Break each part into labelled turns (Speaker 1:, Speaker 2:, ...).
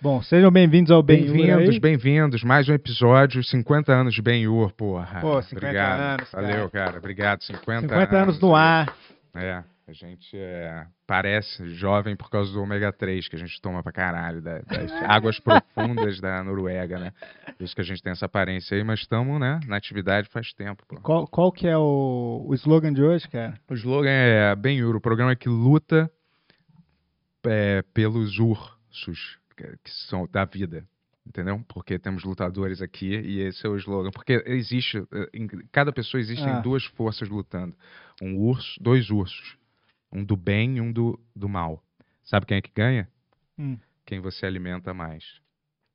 Speaker 1: Bom, sejam bem-vindos ao Ben
Speaker 2: Bem-vindos, bem-vindos. Mais um episódio, 50 anos de Ben-Hur, porra.
Speaker 1: Pô, 50
Speaker 2: Obrigado.
Speaker 1: anos, cara.
Speaker 2: Valeu, cara. Obrigado, 50,
Speaker 1: 50 anos no ar.
Speaker 2: É, a gente é, parece jovem por causa do ômega 3 que a gente toma pra caralho, da- das águas profundas da Noruega, né? Por isso que a gente tem essa aparência aí, mas estamos, né, na atividade faz tempo, pô.
Speaker 1: Qual, qual que é o, o slogan de hoje, cara?
Speaker 2: O slogan é Ben-Hur, o programa que luta é, pelos ursos que que são da vida. Entendeu? Porque temos lutadores aqui e esse é o slogan. Porque existe, eh, em cada pessoa existem
Speaker 1: Ah.
Speaker 2: duas forças lutando: um urso, dois ursos. Um do bem e um do, do mal. Sabe quem é que ganha?
Speaker 1: Hum.
Speaker 2: Quem você alimenta mais.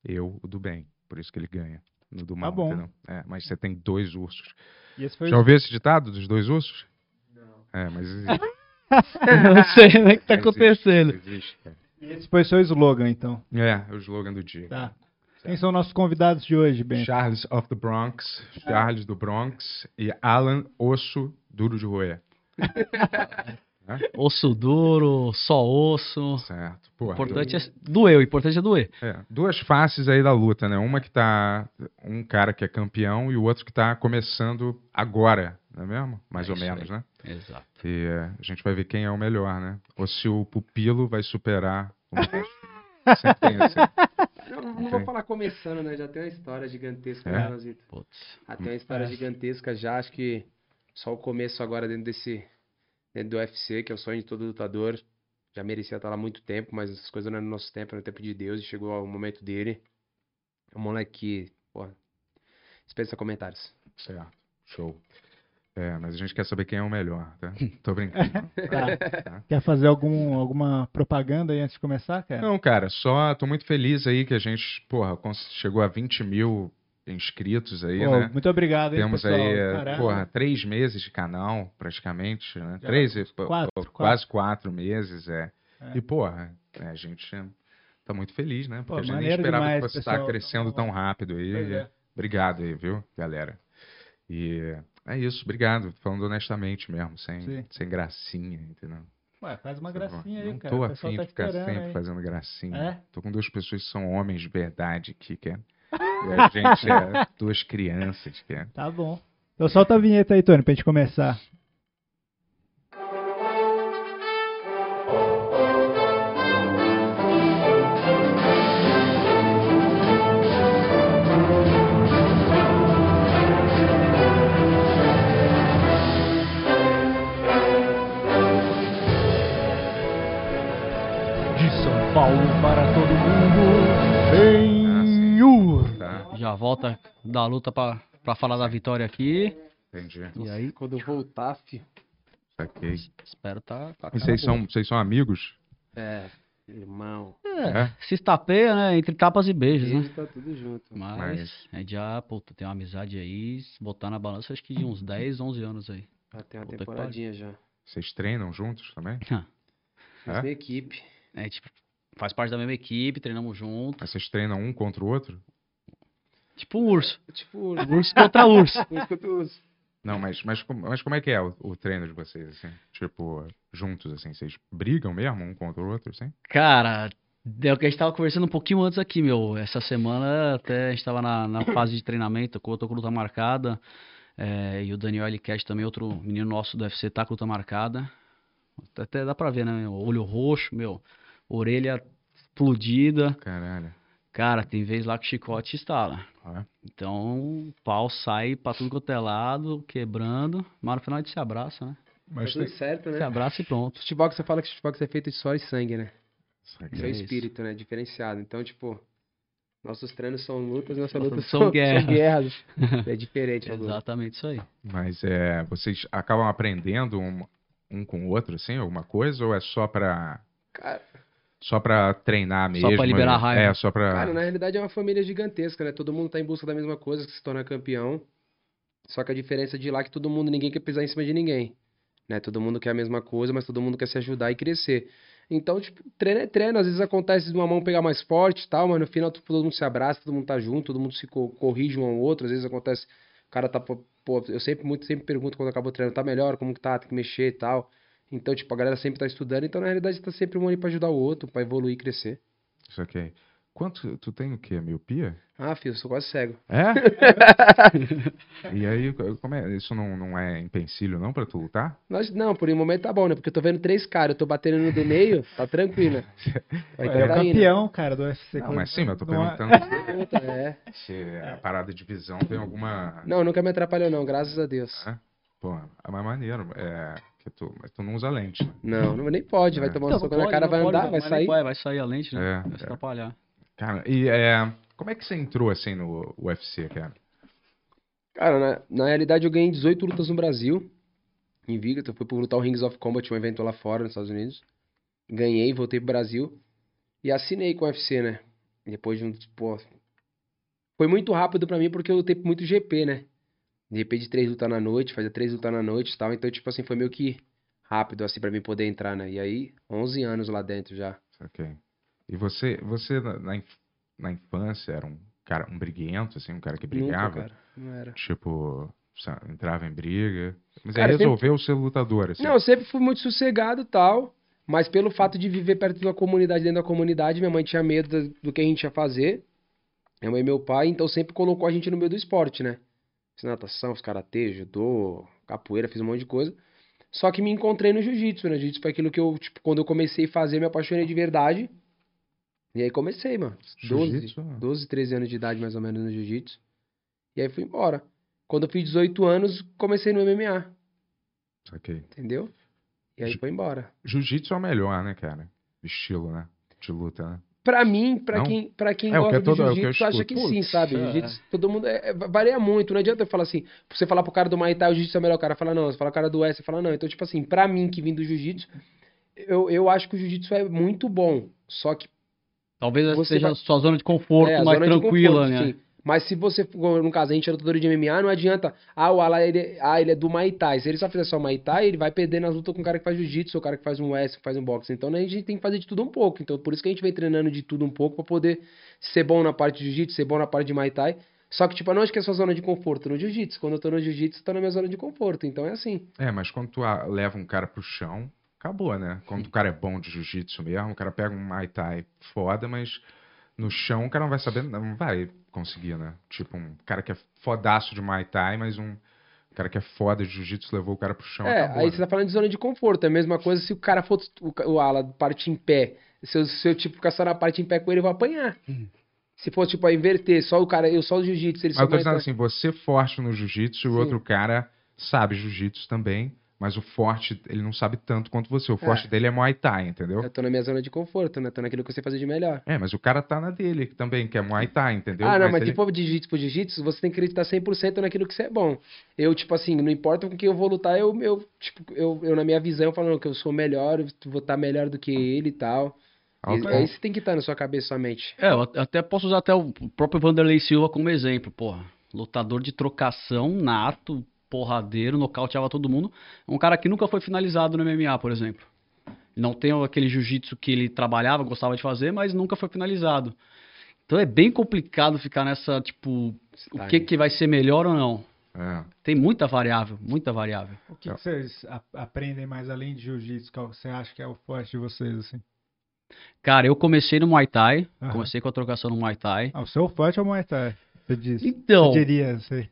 Speaker 2: Eu, o do bem. Por isso que ele ganha. No do mal,
Speaker 1: Tá bom.
Speaker 2: entendeu? É, mas você tem dois ursos.
Speaker 1: E esse foi
Speaker 2: Já ouviu esse ditado dos dois ursos? Não. É, mas existe.
Speaker 3: Eu não sei né, o que
Speaker 2: Existe,
Speaker 3: tá acontecendo.
Speaker 2: existe, cara.
Speaker 1: esse foi seu slogan, então.
Speaker 2: É, o slogan do dia.
Speaker 1: Tá. Quem são nossos convidados de hoje, Ben?
Speaker 2: Charles of the Bronx,
Speaker 3: Ah.
Speaker 2: Charles do Bronx e Alan Osso Duro de Roer.
Speaker 3: tipo, Osso duro, só osso. O
Speaker 2: Certo. Porra,
Speaker 3: importante é doer, o importante é doer.
Speaker 2: É, duas faces aí da luta, né? Uma que tá. Um cara que é campeão e o outro que tá começando agora, não é mesmo? Mais
Speaker 3: É
Speaker 2: ou
Speaker 3: isso
Speaker 2: menos,
Speaker 3: aí.
Speaker 2: né?
Speaker 3: Exato.
Speaker 2: E é, a gente vai ver quem é o melhor, né? Ou se o pupilo vai superar o mestre. Sempre tem esse.
Speaker 4: Não, não, não vou falar começando, né? Já tem uma história gigantesca,
Speaker 2: É?
Speaker 4: né, Lanzito?
Speaker 3: Putz.
Speaker 4: Já tem uma história gigantesca já, acho que só o começo agora dentro desse. Dentro do UFC, que é o sonho de todo lutador. Já merecia estar lá há muito tempo, mas essas coisas não é no nosso tempo, é no tempo de Deus, e chegou ao momento dele. É um moleque que, porra. Dispensa comentários.
Speaker 2: Certo. Show. É, mas a gente quer saber quem é o melhor, tá? Tô brincando.
Speaker 1: Tá.
Speaker 2: Tá.
Speaker 1: Quer fazer algum, alguma propaganda aí antes de começar, cara?
Speaker 2: Não, cara, só tô muito feliz aí que a gente, porra, cons- chegou a 20 mil inscritos aí,
Speaker 1: Pô,
Speaker 2: né?
Speaker 1: Muito obrigado, hein,
Speaker 2: Temos
Speaker 1: pessoal.
Speaker 2: aí, eh,
Speaker 1: Caralho.
Speaker 2: porra, três meses de canal, praticamente, né?
Speaker 1: Já
Speaker 2: três, e- pô,
Speaker 1: quatro,
Speaker 2: pô,
Speaker 1: quatro.
Speaker 2: quase quatro meses, é.
Speaker 1: É.
Speaker 2: E, porra, é, a gente tá muito feliz, né? Porque
Speaker 1: Pô,
Speaker 2: a gente nem
Speaker 1: maneiro
Speaker 2: esperava
Speaker 1: demais,
Speaker 2: que fosse
Speaker 1: pessoal.
Speaker 2: estar crescendo tão rápido aí.
Speaker 1: Pois é.
Speaker 2: Obrigado aí, viu, galera? E é isso, obrigado. Falando honestamente mesmo, sem,
Speaker 1: Sim.
Speaker 2: sem gracinha, entendeu?
Speaker 1: Ué, faz uma
Speaker 2: Tá bom.
Speaker 1: gracinha aí,
Speaker 2: Não
Speaker 1: cara.
Speaker 2: tô
Speaker 1: o pessoal
Speaker 2: afim
Speaker 1: tá
Speaker 2: de ficar
Speaker 1: esperando,
Speaker 2: sempre
Speaker 1: hein?
Speaker 2: fazendo gracinha.
Speaker 1: É?
Speaker 2: Tô com duas pessoas que são homens de verdade aqui, que é. E a gente é duas crianças, que é.
Speaker 1: Tá bom. Então solta a vinheta aí, Tony, pra gente começar. De São Paulo para todo mundo,
Speaker 2: Ah, sim.
Speaker 1: em Ur.
Speaker 2: Tá,
Speaker 3: Já volta da luta pra, pra falar da vitória aqui.
Speaker 2: entendi.
Speaker 3: E aí,
Speaker 4: Quando eu voltar, filho.
Speaker 2: Saquei.
Speaker 3: espero tá. tá
Speaker 2: E vocês são, vocês são amigos?
Speaker 4: É, irmão.
Speaker 3: É, se estapeia, né? Entre tapas e beijos, né?
Speaker 4: Ele tá tudo junto.
Speaker 3: Mas,
Speaker 2: Mas-
Speaker 3: a gente já, pô, tem uma amizade aí, se botar na balança, acho que de uns 10, 11 anos aí.
Speaker 4: Já tem uma
Speaker 3: Puta que pariu.
Speaker 4: temporadinha já.
Speaker 2: Vocês treinam juntos também?
Speaker 4: Fiz
Speaker 2: É?
Speaker 4: minha equipe.
Speaker 3: A gente É, tipo, faz parte da mesma equipe, treinamos junto.
Speaker 2: Mas vocês treinam um contra o outro?
Speaker 3: Tipo um urso.
Speaker 4: Tipo,
Speaker 3: Urso contra urso.
Speaker 4: por isso que eu tô-
Speaker 2: Não, mas, mas, como- mas como é que é o, o treino de vocês, assim? Tipo, juntos, assim, vocês brigam mesmo um contra o outro, assim?
Speaker 3: Cara, é o que a gente tava conversando um pouquinho antes aqui, meu. Essa semana até a gente tava na, na fase de treinamento, eu tô com luta marcada. é, e o Daniel Eliquete também, outro menino nosso do UFC, tá com luta marcada. Até dá pra ver, né? meu? Olho roxo, meu. Orelha explodida.
Speaker 2: Caralho.
Speaker 3: Cara, tem vez lá que o chicote estala.
Speaker 2: Ah,
Speaker 3: Então, o pau sai pra tudo quanto é lado, quebrando. Mas no final a gente se abraça, né?
Speaker 4: Tá
Speaker 2: Mas
Speaker 4: tudo certo, né?
Speaker 3: Se abraça e pronto.
Speaker 4: Futebol que você fala que futebol que você é feito de suor e sangue, né? Isso é o
Speaker 3: Isso.
Speaker 4: espírito, né? Diferenciado. Então, tipo, nossos treinos são lutas, nossas
Speaker 3: Nossas
Speaker 4: lutas
Speaker 3: são
Speaker 4: são,
Speaker 3: guerras.
Speaker 4: guerras. É diferente a luta.
Speaker 3: Exatamente isso aí.
Speaker 2: Mas é, vocês acabam aprendendo um, um com o outro, assim, alguma coisa? Ou é só pra,
Speaker 4: Cara,
Speaker 2: só pra treinar mesmo?
Speaker 3: Só pra liberar a raiva.
Speaker 2: É, só pra...
Speaker 4: cara, na realidade é uma família gigantesca, né? Todo mundo tá em busca da mesma coisa que se torna campeão. Só que a diferença de lá é que todo mundo, ninguém quer pisar em cima de ninguém. Né? Todo mundo quer a mesma coisa, mas todo mundo quer se ajudar e crescer. Então, tipo, treino é treino. Às vezes acontece de uma mão pegar mais forte e tal, mas no final tipo, todo mundo se abraça, todo mundo tá junto, todo mundo se co- corrige um ao outro. Às vezes acontece O cara tá, pô, pô, eu sempre muito sempre pergunto quando acabou o treino, tá melhor, como que tá, tem que mexer e tal. Então, tipo, a galera sempre tá estudando, então na realidade tá sempre um ali pra ajudar o outro, pra evoluir e crescer.
Speaker 2: Isso aqui. Quanto tu tem o quê? Miopia?
Speaker 4: Ah, filho, eu sou quase cego.
Speaker 2: É? e aí, co- como é? Isso não, não é empecilho não pra tu lutar?
Speaker 4: Mas não, por um momento tá bom, né? Porque eu tô vendo três caras, eu tô batendo no do meio, tá tranquilo. Aí
Speaker 1: É o
Speaker 4: tá indo.
Speaker 1: campeão, cara, do UFC.
Speaker 2: né? Não, mas sim, mas assim, eu tô
Speaker 1: Não é-
Speaker 2: perguntando
Speaker 4: Puta, é.
Speaker 2: se a parada de visão tem alguma...
Speaker 4: Não, nunca me atrapalhou não, graças a Deus.
Speaker 1: Ah.
Speaker 2: Pô, é mais maneiro. É, que tu, mas tu não usa lente, né?
Speaker 4: Não, não nem pode,
Speaker 1: Ah.
Speaker 4: vai tomar um
Speaker 3: Não,
Speaker 4: soco
Speaker 3: Então, pode,
Speaker 4: na cara,
Speaker 3: não
Speaker 4: vai
Speaker 3: pode,
Speaker 4: andar, vai
Speaker 3: mas nem
Speaker 4: sair.
Speaker 3: Vai, vai sair a lente, né?
Speaker 2: É,
Speaker 3: vai se
Speaker 2: é.
Speaker 3: atrapalhar.
Speaker 2: Cara, e é, como é que você entrou assim no UFC, cara?
Speaker 4: Cara, na, na realidade eu ganhei 18 lutas no Brasil, invicto. Eu fui pro lutar o Rings of Combat, um evento lá fora nos Estados Unidos. Ganhei, voltei pro Brasil e assinei com o UFC, né? Depois de um, pô, foi muito rápido pra mim porque eu lutei muito GP, né? GP de três lutas na noite, fazia três lutas na noite e tal. Então, tipo assim, foi meio que rápido assim pra mim poder entrar, né? E aí, 11 anos lá dentro já.
Speaker 2: Ok. E você, você na, na inf- na infância era um cara, um briguento, assim, um cara que brigava?
Speaker 4: Nunca, cara. Não era.
Speaker 2: Tipo, sa- entrava em briga. Mas
Speaker 4: Cara,
Speaker 2: aí
Speaker 4: eu sempre-
Speaker 2: resolveu ser lutador, assim.
Speaker 4: Não, eu sempre fui muito sossegado e tal, mas pelo fato de viver perto de uma comunidade, dentro da comunidade, minha mãe tinha medo do- do que a gente ia fazer, minha mãe e meu pai, então sempre colocou a gente no meio do esporte, né? Fiz natação, fiz karatê, judô, capoeira, fiz um monte de coisa. Só que me encontrei no jiu-jitsu, né? Jiu-jitsu foi aquilo que eu, tipo, quando eu comecei a fazer, me apaixonei de verdade. E aí comecei, mano. 12,
Speaker 2: Jiu-jitsu?
Speaker 4: 12, 13 anos de idade, mais ou menos, no jiu-jitsu. E aí fui embora. Quando eu fiz 18 anos, comecei no MMA.
Speaker 2: Ok.
Speaker 4: Entendeu? E aí
Speaker 2: Ju-
Speaker 4: foi embora.
Speaker 2: Jiu-jitsu é o melhor, né, cara? Estilo, né? De luta, né?
Speaker 4: Pra mim, pra
Speaker 2: Não?
Speaker 4: quem, pra quem
Speaker 2: É, o que
Speaker 4: gosta
Speaker 2: é
Speaker 4: do
Speaker 2: todo- é o que eu
Speaker 4: jiu-jitsu, acha
Speaker 2: escuto.
Speaker 4: que
Speaker 2: Putz,
Speaker 4: sim, sabe?
Speaker 3: é.
Speaker 4: Jiu-jitsu, todo mundo. é- é- varia muito. Não adianta eu falar assim. Você falar pro cara do Muay Thai, o jiu-jitsu é o melhor cara. Fala, não. Você fala o cara do S, você fala, não. Então, tipo assim, pra mim que vim do jiu-jitsu, eu, eu acho que o jiu-jitsu é muito bom. Só que
Speaker 3: Talvez essa
Speaker 4: Você
Speaker 3: seja
Speaker 4: vai-
Speaker 3: a sua zona de conforto
Speaker 4: É, a
Speaker 3: mais
Speaker 4: zona de
Speaker 3: tranquila,
Speaker 4: conforto,
Speaker 3: né?
Speaker 4: sim. Mas se você, for, no caso, a gente é lutador de MMA, não adianta. Ah, o Ala, ele, ah, ele é do Muay Thai. Se ele só fizer só Muay Thai, ele vai perder nas lutas com o cara que faz jiu-jitsu, ou o cara que faz um wrestling, que faz um boxe. Então, né, a gente tem que fazer de tudo um pouco. Então, por isso que a gente vem treinando de tudo um pouco pra poder ser bom na parte de jiu-jitsu, ser bom na parte de Muay Thai. Só que, tipo, eu não acho que é a sua zona de conforto no jiu-jitsu. Quando eu tô no jiu-jitsu, eu tô na minha zona de conforto. Então, é assim.
Speaker 2: É, mas quando tu ah, leva um cara pro chão, acabou, né? Quando o cara é bom de jiu-jitsu mesmo, o cara pega um Muay Thai foda, mas no chão o cara não vai saber, não vai conseguir, né? Tipo, um cara que é fodaço de Muay Thai, mas um cara que é foda de jiu-jitsu levou o cara pro chão,
Speaker 4: É,
Speaker 2: acabou,
Speaker 4: aí
Speaker 2: né?
Speaker 4: você tá falando de zona de conforto. É a mesma coisa se o cara for o, ca- o ala parte em pé. Se eu, se eu tipo, ficar só na parte em pé com ele, eu vou apanhar. Se for, tipo, a inverter, só o cara, eu só o jiu-jitsu, ele
Speaker 2: Hum. Mas
Speaker 4: só
Speaker 2: eu tô
Speaker 4: vai
Speaker 2: dizendo
Speaker 4: entrar-
Speaker 2: assim, você forte no jiu-jitsu e o
Speaker 4: Sim.
Speaker 2: outro cara sabe jiu-jitsu também, mas o forte, ele não sabe tanto quanto você. O forte
Speaker 4: É.
Speaker 2: dele é Muay Thai, entendeu?
Speaker 4: Eu tô na minha zona de conforto, né? Tô naquilo que eu sei fazer de melhor.
Speaker 2: É, mas o cara tá na dele também, que é Muay Thai, entendeu?
Speaker 4: ah, não, mas,
Speaker 2: ele-
Speaker 4: se for de jiu-jitsu pro jiu-jitsu, você tem que acreditar 100% naquilo que você é bom. Eu, tipo assim, não importa com quem eu vou lutar, eu, eu tipo, eu, eu na minha visão, eu falo não, que eu sou melhor, eu vou estar melhor do que ele e tal.
Speaker 2: Ah,
Speaker 4: E,
Speaker 2: tá.
Speaker 4: aí você tem que estar na sua cabeça, sua mente.
Speaker 3: É, eu at- até posso usar até o próprio Vanderlei Silva como exemplo, porra. Lutador de trocação, nato, porradeiro, nocauteava todo mundo. Um cara que nunca foi finalizado no MMA, por exemplo. Não tem aquele jiu-jitsu que ele trabalhava, gostava de fazer, mas nunca foi finalizado. Então é bem complicado ficar nessa, tipo,
Speaker 2: tá
Speaker 3: o que, que vai ser melhor ou não.
Speaker 2: É.
Speaker 3: Tem muita variável, muita variável.
Speaker 1: O que, que vocês a- aprendem mais além de jiu-jitsu? Qual você acha que é o forte de vocês, assim?
Speaker 3: Cara, eu comecei no Muay Thai,
Speaker 1: Aham.
Speaker 3: comecei com a trocação no Muay Thai.
Speaker 1: Ah, o seu forte é o Muay Thai, você diz.
Speaker 3: Então,
Speaker 1: Eu diria, não sei.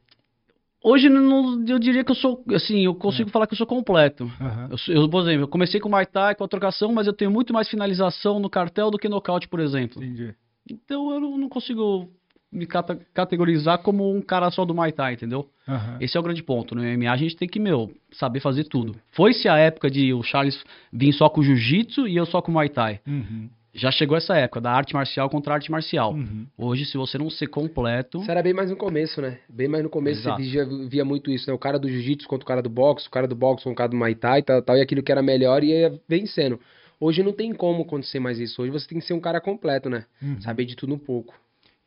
Speaker 3: hoje eu não- eu diria que eu sou, assim, eu
Speaker 1: É.
Speaker 3: consigo falar que eu sou completo.
Speaker 1: Aham.
Speaker 3: Eu, sou- eu, por exemplo, eu comecei com Muay Thai, com a trocação, mas eu tenho muito mais finalização no cartel do que nocaute, por exemplo.
Speaker 1: Entendi.
Speaker 3: Então eu não não consigo me cata- categorizar como um cara só do Muay Thai, entendeu?
Speaker 1: Aham.
Speaker 3: Esse é o grande ponto. No MMA a gente tem que, meu, saber fazer tudo. Foi-se a época de o Charles vir só com Jiu-Jitsu e eu só com Muay Thai.
Speaker 1: Uhum.
Speaker 3: Já chegou essa época da arte marcial contra arte marcial.
Speaker 1: Uhum.
Speaker 3: Hoje, se você não ser completo,
Speaker 4: Isso era bem mais no começo, né? Bem mais no começo
Speaker 3: Exato.
Speaker 4: você via, via muito isso, né? O cara do jiu-jitsu contra o cara do boxe, o cara do boxe contra o cara do Muay Thai e tal, tal, e aquilo que era melhor ia vencendo. Hoje não tem como acontecer mais isso. Hoje você tem que ser um cara completo, né?
Speaker 1: Uhum.
Speaker 4: Saber de tudo um pouco.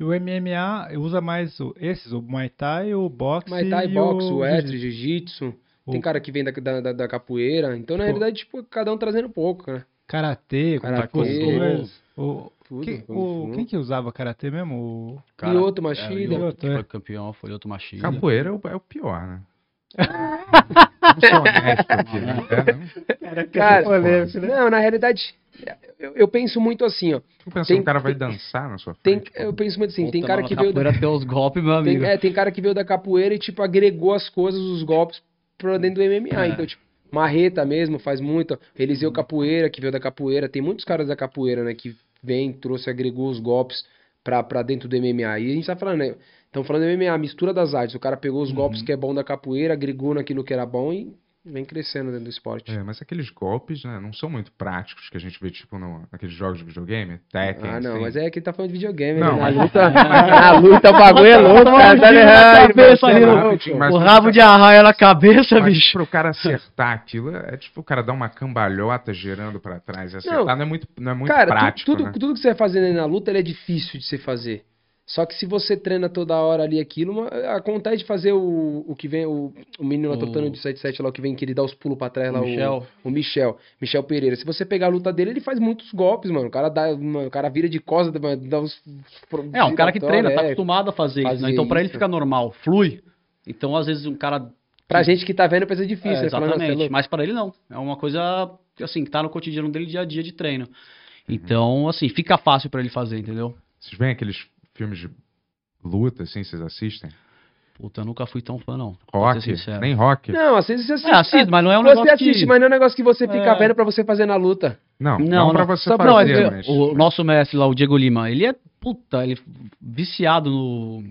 Speaker 1: E o MMA usa mais o- esses, o Muay Thai, o boxe
Speaker 4: Muay Thai,
Speaker 1: e
Speaker 4: boxe,
Speaker 1: o
Speaker 4: wrestling, jiu-jitsu. Tem
Speaker 1: O-
Speaker 4: cara que vem da, da- da- da capoeira. Então, na
Speaker 1: Pô.
Speaker 4: realidade, tipo, cada um trazendo um pouco, né?
Speaker 1: karatê,
Speaker 4: Karatê.
Speaker 1: O,
Speaker 4: Tudo.
Speaker 1: que-
Speaker 4: Kung
Speaker 1: o-
Speaker 4: Fu.
Speaker 1: quem que usava karatê mesmo? O-
Speaker 3: cara,
Speaker 4: Lyoto
Speaker 3: é,
Speaker 4: Machida.
Speaker 3: Lyoto, que
Speaker 1: É.
Speaker 3: foi campeão, foi outro Machida.
Speaker 2: Capoeira é o, é o pior, né? Vamos ser honestos aqui, né? É, não?
Speaker 1: Cara,
Speaker 4: Cara,
Speaker 1: polêmico, né?
Speaker 4: Não, na realidade, eu, eu penso muito assim, ó.
Speaker 2: Tu pensa
Speaker 4: Tem-
Speaker 2: que o cara vai dançar na sua
Speaker 4: Tem,
Speaker 2: frente?
Speaker 4: eu penso muito assim, tem
Speaker 3: Puta,
Speaker 4: cara
Speaker 3: mano,
Speaker 4: que
Speaker 3: a
Speaker 4: veio da,
Speaker 3: capoeira tem uns golpes, meu
Speaker 4: tem,
Speaker 3: amigo.
Speaker 4: é, tem cara que veio da capoeira e, tipo, agregou as coisas, os golpes pra dentro do MMA.
Speaker 3: É.
Speaker 4: Então, tipo, Marreta mesmo faz muito. Eliseu Capoeira, que veio da capoeira. Tem muitos caras da capoeira, né, que vem, trouxe, agregou os golpes pra, pra dentro do MMA. E a gente tá falando, né? Estamos falando do MMA, mistura das artes. O cara pegou os golpes que é bom da capoeira, agregou naquilo que era bom e vem crescendo dentro do esporte.
Speaker 2: É, mas aqueles golpes, né, não são muito práticos que a gente vê, tipo, no, naqueles jogos de videogame, Tekken,
Speaker 4: Ah, não,
Speaker 2: assim.
Speaker 4: mas é que ele tá falando de videogame,
Speaker 2: Não,
Speaker 4: né?
Speaker 2: mas-
Speaker 4: Na luta, na luta o bagulho é louco,
Speaker 1: Toma um
Speaker 4: cara. Tá
Speaker 1: tiro na
Speaker 4: errado,
Speaker 1: cabeça,
Speaker 4: você é
Speaker 1: Nilo.
Speaker 4: louco.
Speaker 2: Mas
Speaker 3: o
Speaker 2: tu
Speaker 3: rabo de arraia na cabeça,
Speaker 2: Mas
Speaker 3: bicho.
Speaker 2: pro cara acertar aquilo, é tipo o cara dar uma cambalhota girando pra trás e acertar. Não, é muito, não é muito
Speaker 4: cara, tu-
Speaker 2: prático,
Speaker 4: tudo,
Speaker 2: né?
Speaker 4: tudo que você vai fazendo aí na luta ele é difícil de você fazer. Só que se você treina toda hora ali aquilo, uma- acontece de fazer o, o que vem, o, o menino lá
Speaker 3: O-
Speaker 4: tocando de 77 lá, o que vem, que ele dá os pulos pra trás lá, o
Speaker 3: Michel.
Speaker 4: o Michel, Michel Pereira. Se você pegar a luta dele, ele faz muitos golpes, mano. O cara, dá, mano, o cara vira de costas, dá- dá uns...
Speaker 3: É, um cara que treina, tá
Speaker 4: é.
Speaker 3: acostumado a fazer, isso,
Speaker 4: fazer
Speaker 3: né? Então pra ele
Speaker 4: isso.
Speaker 3: fica normal, flui. Então às vezes um cara...
Speaker 4: Pra gente que tá vendo, parece difícil.
Speaker 3: É,
Speaker 4: né? Falando, "Nossa, é
Speaker 3: exatamente,
Speaker 4: louco."
Speaker 3: mas pra ele não. É uma coisa, assim, que tá no cotidiano dele dia a dia de treino. Então, assim, fica fácil pra ele fazer, entendeu?
Speaker 2: Vocês veem aqueles filmes de luta, assim, vocês assistem?
Speaker 3: Puta, eu nunca fui tão fã, não. pra
Speaker 2: Rock,
Speaker 3: ser sincero.
Speaker 2: nem rock.
Speaker 4: Não, às vezes você
Speaker 3: É, assiste, mas não é um
Speaker 4: você
Speaker 3: negócio
Speaker 4: assiste,
Speaker 3: que...
Speaker 4: mas não é um negócio que você fica
Speaker 3: É.
Speaker 4: vendo pra você fazer na luta.
Speaker 2: Não, não,
Speaker 3: Não,
Speaker 2: pra
Speaker 3: não.
Speaker 2: você
Speaker 4: Só pra
Speaker 2: fazer,
Speaker 3: eu-
Speaker 2: mas...
Speaker 3: O nosso mestre lá, o Diego Lima, ele é, puta, ele é viciado no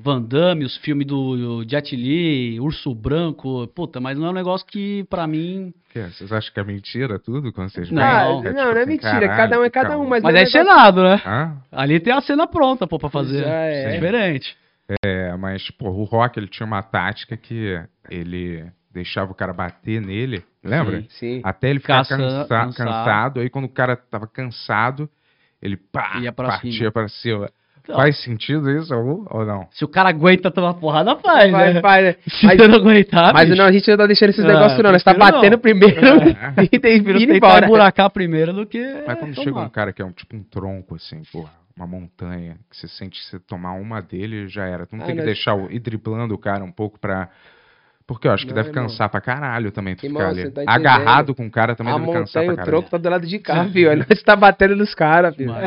Speaker 3: Van Damme, os filmes do Jet Li, Urso Branco, puta, mas não é um negócio que, pra mim...
Speaker 2: O quê? Vocês acham que é mentira tudo quando vocês
Speaker 3: Não.
Speaker 2: veem?
Speaker 4: Ah,
Speaker 2: É
Speaker 4: não,
Speaker 2: tipo
Speaker 4: não é
Speaker 2: assim,
Speaker 4: mentira.
Speaker 2: caralho,
Speaker 4: cada um é cada um,
Speaker 2: calma.
Speaker 4: mas.
Speaker 3: Mas
Speaker 4: não
Speaker 3: é
Speaker 4: um negócio-
Speaker 3: cenado, né?
Speaker 2: Hã?
Speaker 3: Ali tem a cena pronta, pô, pra fazer.
Speaker 4: Já é.
Speaker 3: É diferente.
Speaker 2: É, mas, pô, o Rock, ele tinha uma tática que ele deixava o cara bater nele, lembra?
Speaker 3: Sim.
Speaker 4: Sim.
Speaker 2: Até ele ficar
Speaker 3: Caça-
Speaker 2: cansa-
Speaker 3: cansado.
Speaker 2: cansado. Aí quando o cara tava cansado, ele pá,
Speaker 3: Ia pra
Speaker 2: partia
Speaker 3: cima.
Speaker 2: pra cima.
Speaker 3: Então,
Speaker 2: Faz sentido isso ou, ou não?
Speaker 3: Se o cara aguenta tomar porrada, faz,
Speaker 4: Vai,
Speaker 3: né?
Speaker 4: vai, né?
Speaker 3: Se
Speaker 4: Mas-
Speaker 3: você não aguentar,
Speaker 4: Mas
Speaker 3: bicho,
Speaker 4: não, a gente não tá deixando esses
Speaker 3: Ah,
Speaker 4: negócios, não. Nós tá
Speaker 3: prefiro
Speaker 4: batendo
Speaker 3: não.
Speaker 4: primeiro
Speaker 2: É.
Speaker 4: e tem
Speaker 3: prefiro
Speaker 4: indo
Speaker 3: tentar
Speaker 4: embora.
Speaker 3: buracar primeiro do que
Speaker 2: Mas quando
Speaker 3: tomar.
Speaker 4: Então
Speaker 2: chega um cara que é um tipo um tronco, assim, porra, uma montanha, que você sente que você tomar uma dele já era. Tu não
Speaker 4: Ah,
Speaker 2: tem que
Speaker 4: mas-
Speaker 2: deixar o, ir driblando o cara um pouco pra. Porque eu acho que
Speaker 4: Não,
Speaker 2: deve
Speaker 4: irmão.
Speaker 2: cansar pra caralho também tu
Speaker 4: Irmão,
Speaker 2: ficar
Speaker 4: você
Speaker 2: ali.
Speaker 4: tá entendendo.
Speaker 2: Agarrado com o cara também
Speaker 4: A
Speaker 2: deve cansar
Speaker 4: montanha,
Speaker 2: pra
Speaker 4: o
Speaker 2: caralho.
Speaker 4: troco tá do lado de cá, viu? Aí nós tá batendo nos caras, viu?
Speaker 3: Mas-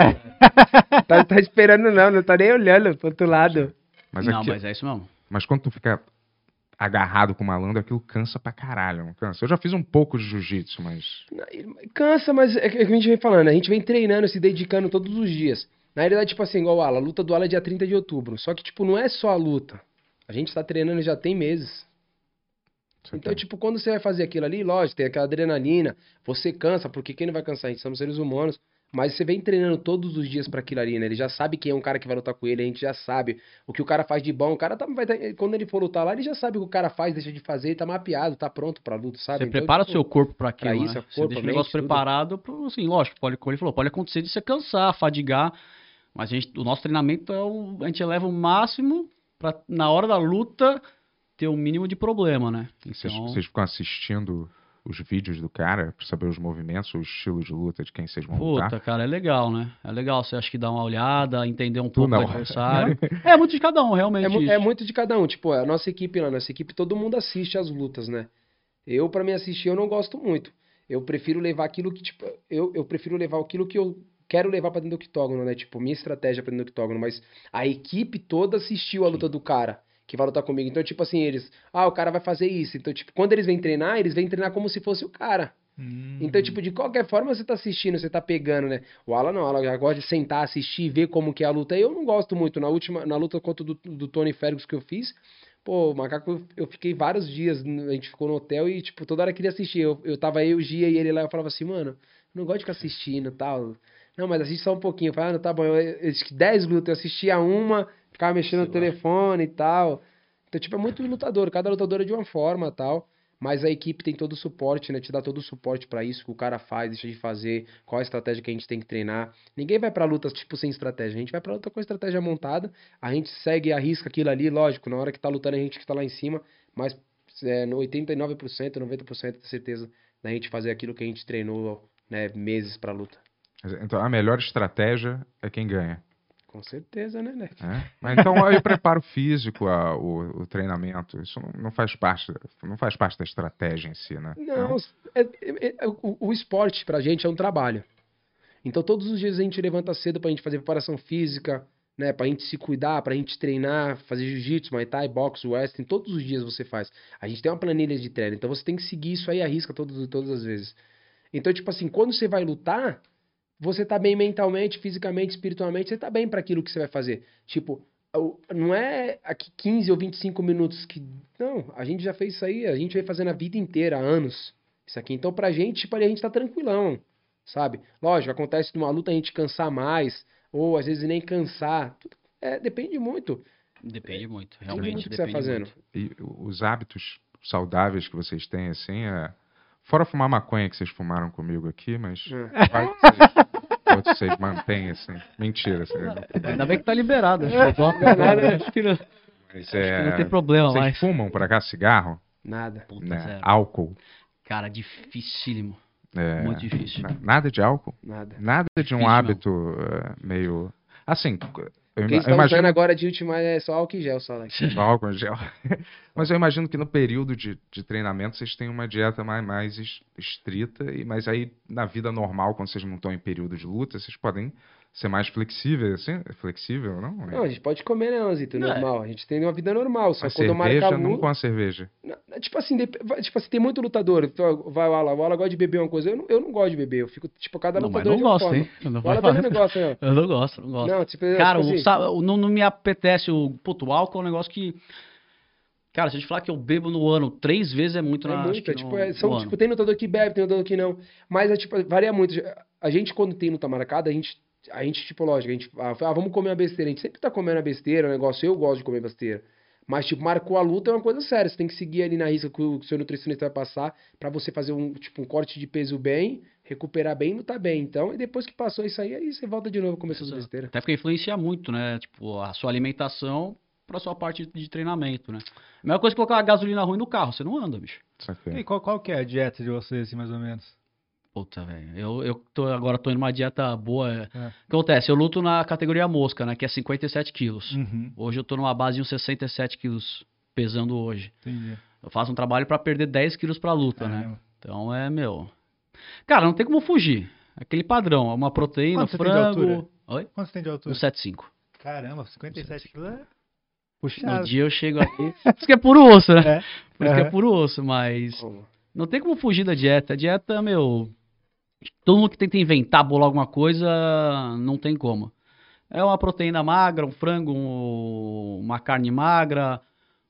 Speaker 3: é
Speaker 4: Tá, tá esperando, não, não tá nem olhando pro outro lado.
Speaker 2: Mas,
Speaker 3: não,
Speaker 2: aqui-
Speaker 3: mas é isso mesmo.
Speaker 2: mas quando tu fica agarrado com o malandro, aquilo cansa pra caralho, não cansa? Eu já fiz um pouco de jiu-jitsu, mas.
Speaker 4: Cansa, mas é que é que a gente vem falando, a gente vem treinando, se dedicando todos os dias. Na realidade, tipo assim, igual o Ala, a luta do Ala é dia 30 de outubro. Só que, tipo, não é só a luta. A gente tá treinando já tem meses.
Speaker 2: sei
Speaker 4: Então,
Speaker 2: lá.
Speaker 3: é.
Speaker 4: tipo, quando você vai fazer aquilo ali, lógico, tem aquela adrenalina, você cansa, porque quem não vai cansar? A gente somos seres humanos. Mas você vem treinando todos os dias pra aquilo ali, né? Ele já sabe quem é um cara que vai lutar com ele, a gente já sabe o que o cara faz de bom. O cara tá, vai, tá- quando ele for lutar lá, ele já sabe o que o cara faz, deixa de fazer, ele tá mapeado, tá pronto pra luta, sabe?
Speaker 3: Você
Speaker 4: Então,
Speaker 3: prepara o
Speaker 4: tipo,
Speaker 3: seu corpo pra aquilo,
Speaker 4: pra
Speaker 3: né?
Speaker 4: isso, é
Speaker 3: Você
Speaker 4: corpo,
Speaker 3: deixa o
Speaker 4: mente,
Speaker 3: negócio
Speaker 4: tudo.
Speaker 3: preparado, pro, assim, lógico, pode, como ele falou, pode acontecer de você cansar, fadigar, mas a gente, o nosso treinamento é o, a gente eleva o máximo pra, na hora da luta, ter o mínimo de problema, né?
Speaker 2: Vocês,
Speaker 3: Então,
Speaker 2: vocês ficam assistindo os vídeos do cara pra saber os movimentos, o estilo de luta de quem vocês vão lutar?
Speaker 3: puta, cara, é legal, né? É legal, você acha que dá uma olhada, entender um pouco
Speaker 2: não.
Speaker 3: do adversário. é muito de cada um, realmente.
Speaker 4: É, mu-
Speaker 3: isso.
Speaker 4: é muito de cada um. Tipo, a nossa equipe lá, nossa equipe, todo mundo assiste as lutas, né? Eu, pra mim, assistir, eu não gosto muito. Eu prefiro levar aquilo que, tipo, eu, eu prefiro levar aquilo que eu quero levar pra dentro do octógono, né? Tipo, minha estratégia pra dentro do octógono, mas a equipe toda assistiu a luta do cara que vai lutar comigo. Então, tipo assim, eles, ah, o cara vai fazer isso. Então, tipo, quando eles vêm treinar, eles vêm treinar como se fosse o cara.
Speaker 1: Hum.
Speaker 4: Então, tipo, de qualquer forma você tá assistindo, você tá pegando, né? O Alan não, o Alan já gosta de sentar, assistir, ver como que é a luta. Eu não gosto muito. Na última, na luta contra o do, do Tony Ferguson que eu fiz, pô, o macaco, eu fiquei vários dias, n- a gente ficou no hotel e, tipo, toda hora eu queria assistir. Eu, eu tava eu, o Gia e ele lá, eu falava assim, mano, eu não gosto de ficar assistindo e tal. Não, mas assiste só um pouquinho. Eu falava, ah, não, tá bom, eu, eu, assisti 10 lutas, eu assistia uma, ficava mexendo no telefone e tal. Então, tipo, é muito lutador, cada lutador é de uma forma e tal. Mas a equipe tem todo o suporte, né? Te dá todo o suporte pra isso, que o cara faz, deixa de fazer, qual a estratégia que a gente tem que treinar. Ninguém vai pra luta, tipo, sem estratégia. A gente vai pra luta com a estratégia montada, a gente segue e arrisca aquilo ali, lógico, na hora que tá lutando a gente que tá lá em cima, mas é, no 89%, 90% de certeza da gente fazer aquilo que a gente treinou, né, meses pra luta.
Speaker 2: Então a melhor estratégia é quem ganha.
Speaker 4: Com certeza, né, Neto?
Speaker 2: né? Mas então aí o preparo físico, a- o, o treinamento, isso não- não faz parte, não faz parte da estratégia em si, né?
Speaker 4: Não, é- é- é- o, o esporte pra gente é um trabalho. Então todos os dias a gente levanta cedo pra gente fazer preparação física, né? Pra gente se cuidar, pra gente treinar, fazer jiu-jitsu, muay thai, boxe, wrestling, todos os dias você faz. A gente tem uma planilha de treino, então você tem que seguir isso aí à risca todos, todas as vezes. Então, tipo assim, quando você vai lutar, você tá bem mentalmente, fisicamente, espiritualmente, você tá bem pra aquilo que você vai fazer. Tipo, o- não é aqui 15 ou 25 minutos que. Não, a gente já fez isso aí, a gente vem fazendo a vida inteira, há anos. Isso aqui. Então, pra gente, tipo, ali a gente tá tranquilão, sabe? Lógico, acontece numa luta a gente cansar mais, ou às vezes nem cansar. Tudo- É, depende muito.
Speaker 3: Depende muito,
Speaker 4: depende
Speaker 3: realmente
Speaker 4: muito do que você tá
Speaker 3: depende
Speaker 4: fazendo.
Speaker 3: muito.
Speaker 2: E os hábitos saudáveis que vocês têm, assim, é... Fora fumar maconha que vocês fumaram comigo aqui, mas
Speaker 4: É.
Speaker 2: quais que vocês, quais que vocês mantêm, assim. Mentira, assim, não fumam,
Speaker 3: Ainda bem que tá liberado. acho que eu tô-
Speaker 4: é
Speaker 3: acho que não, acho
Speaker 2: mas
Speaker 3: que não
Speaker 2: é...
Speaker 3: tem problema
Speaker 2: Vocês
Speaker 3: mais.
Speaker 2: fumam, por acaso, cigarro?
Speaker 4: Nada.
Speaker 3: Puta,
Speaker 2: Né?
Speaker 3: zero.
Speaker 2: Álcool?
Speaker 3: Cara, dificílimo.
Speaker 2: é,
Speaker 3: Muito difícil.
Speaker 2: na- Nada de álcool?
Speaker 4: Nada.
Speaker 2: Nada de um
Speaker 3: Difícil,
Speaker 2: hábito é, meio... Assim, eu,
Speaker 4: Quem
Speaker 2: ima-
Speaker 4: está
Speaker 2: eu imagino
Speaker 4: usando agora de última é só álcool e gel, só, Alex.
Speaker 2: Só álcool em gel. Mas eu imagino que no período de, de treinamento vocês têm uma dieta mais, mais es- estrita, e, mas aí na vida normal, quando vocês não estão em período de luta, vocês podem ser mais flexíveis, assim? Flexível, não?
Speaker 4: Não, a gente pode comer, né, Anzito?
Speaker 3: Não, é.
Speaker 4: Normal. A gente tem uma vida normal. Só
Speaker 2: uma
Speaker 4: quando eu marcar
Speaker 2: cerveja, não
Speaker 4: luta-
Speaker 2: com a cerveja.
Speaker 4: Na- na- Tipo assim, dep- vai- tipo assim, tem muito lutador. Então, Vai o Ala, o Ala gosta de beber uma coisa. Eu não, eu não gosto de beber. Eu fico, tipo, cada
Speaker 3: Não, mas
Speaker 4: lutador
Speaker 3: não
Speaker 4: de uma
Speaker 3: gosto,
Speaker 4: forma.
Speaker 3: hein? Eu não
Speaker 4: O Ala
Speaker 3: vou
Speaker 4: também não
Speaker 3: falar.
Speaker 4: gosta, né?
Speaker 3: Eu não gosto, não gosto.
Speaker 4: Não, tipo,
Speaker 3: Cara,
Speaker 4: tipo
Speaker 3: o
Speaker 4: assim,
Speaker 3: sa- o- não, não me apetece. O, puto, o álcool é um negócio que. Cara, se eu te falar que eu bebo no ano três vezes é muito
Speaker 4: é
Speaker 3: na acho
Speaker 4: muito,
Speaker 3: que
Speaker 4: é, tipo,
Speaker 3: no-
Speaker 4: é, são,
Speaker 3: no
Speaker 4: tipo,
Speaker 3: ano.
Speaker 4: tem lutador que bebe, tem lutador que não. Mas é tipo, varia muito. A gente, quando tem luta marcada, a gente, a gente tipo, lógico, a gente, ah, ah, vamos comer uma besteira. A gente sempre tá comendo a besteira, o negócio, eu gosto de comer besteira. Mas, tipo, marcou a luta é uma coisa séria. Você tem que seguir ali na risca que o que o seu nutricionista vai passar pra você fazer um, tipo, um corte de peso bem, recuperar bem e lutar bem. Então, e depois que passou isso aí, aí você volta de novo a comer suas
Speaker 3: Exato.
Speaker 4: besteiras.
Speaker 3: Até porque influencia muito, né? Tipo, a sua alimentação pra sua parte de treinamento, né? A mesma coisa que colocar gasolina ruim no carro, você não anda, bicho.
Speaker 1: E qual, qual que é a dieta de vocês, assim, mais ou menos?
Speaker 3: Puta, velho. Eu, eu tô, agora tô indo numa dieta boa.
Speaker 1: É.
Speaker 3: O que acontece? Eu luto na categoria mosca, né? Que é 57 quilos.
Speaker 1: Uhum,
Speaker 3: Hoje eu tô numa base de uns 67 quilos, pesando hoje.
Speaker 1: entendi.
Speaker 3: Eu faço um trabalho pra perder 10 quilos pra luta, né?
Speaker 1: Caramba.
Speaker 3: Então é, meu. Cara, não tem como fugir. Aquele padrão, uma proteína,
Speaker 1: Quanto você tem de
Speaker 3: frango. um
Speaker 1: altura?
Speaker 3: Oi?
Speaker 1: Quanto você tem de altura?
Speaker 3: 175.
Speaker 1: Caramba, 57 quilos é...
Speaker 3: No
Speaker 1: Puxado.
Speaker 3: dia eu chego aqui. Por isso que é puro osso, né?
Speaker 1: É.
Speaker 3: Por isso que é
Speaker 1: Aham.
Speaker 3: puro osso, mas.
Speaker 4: Como?
Speaker 3: Não tem como fugir da dieta. A dieta, meu. Todo mundo que tenta inventar, bolar alguma coisa, não tem como. É uma proteína magra, um frango, um- uma carne magra,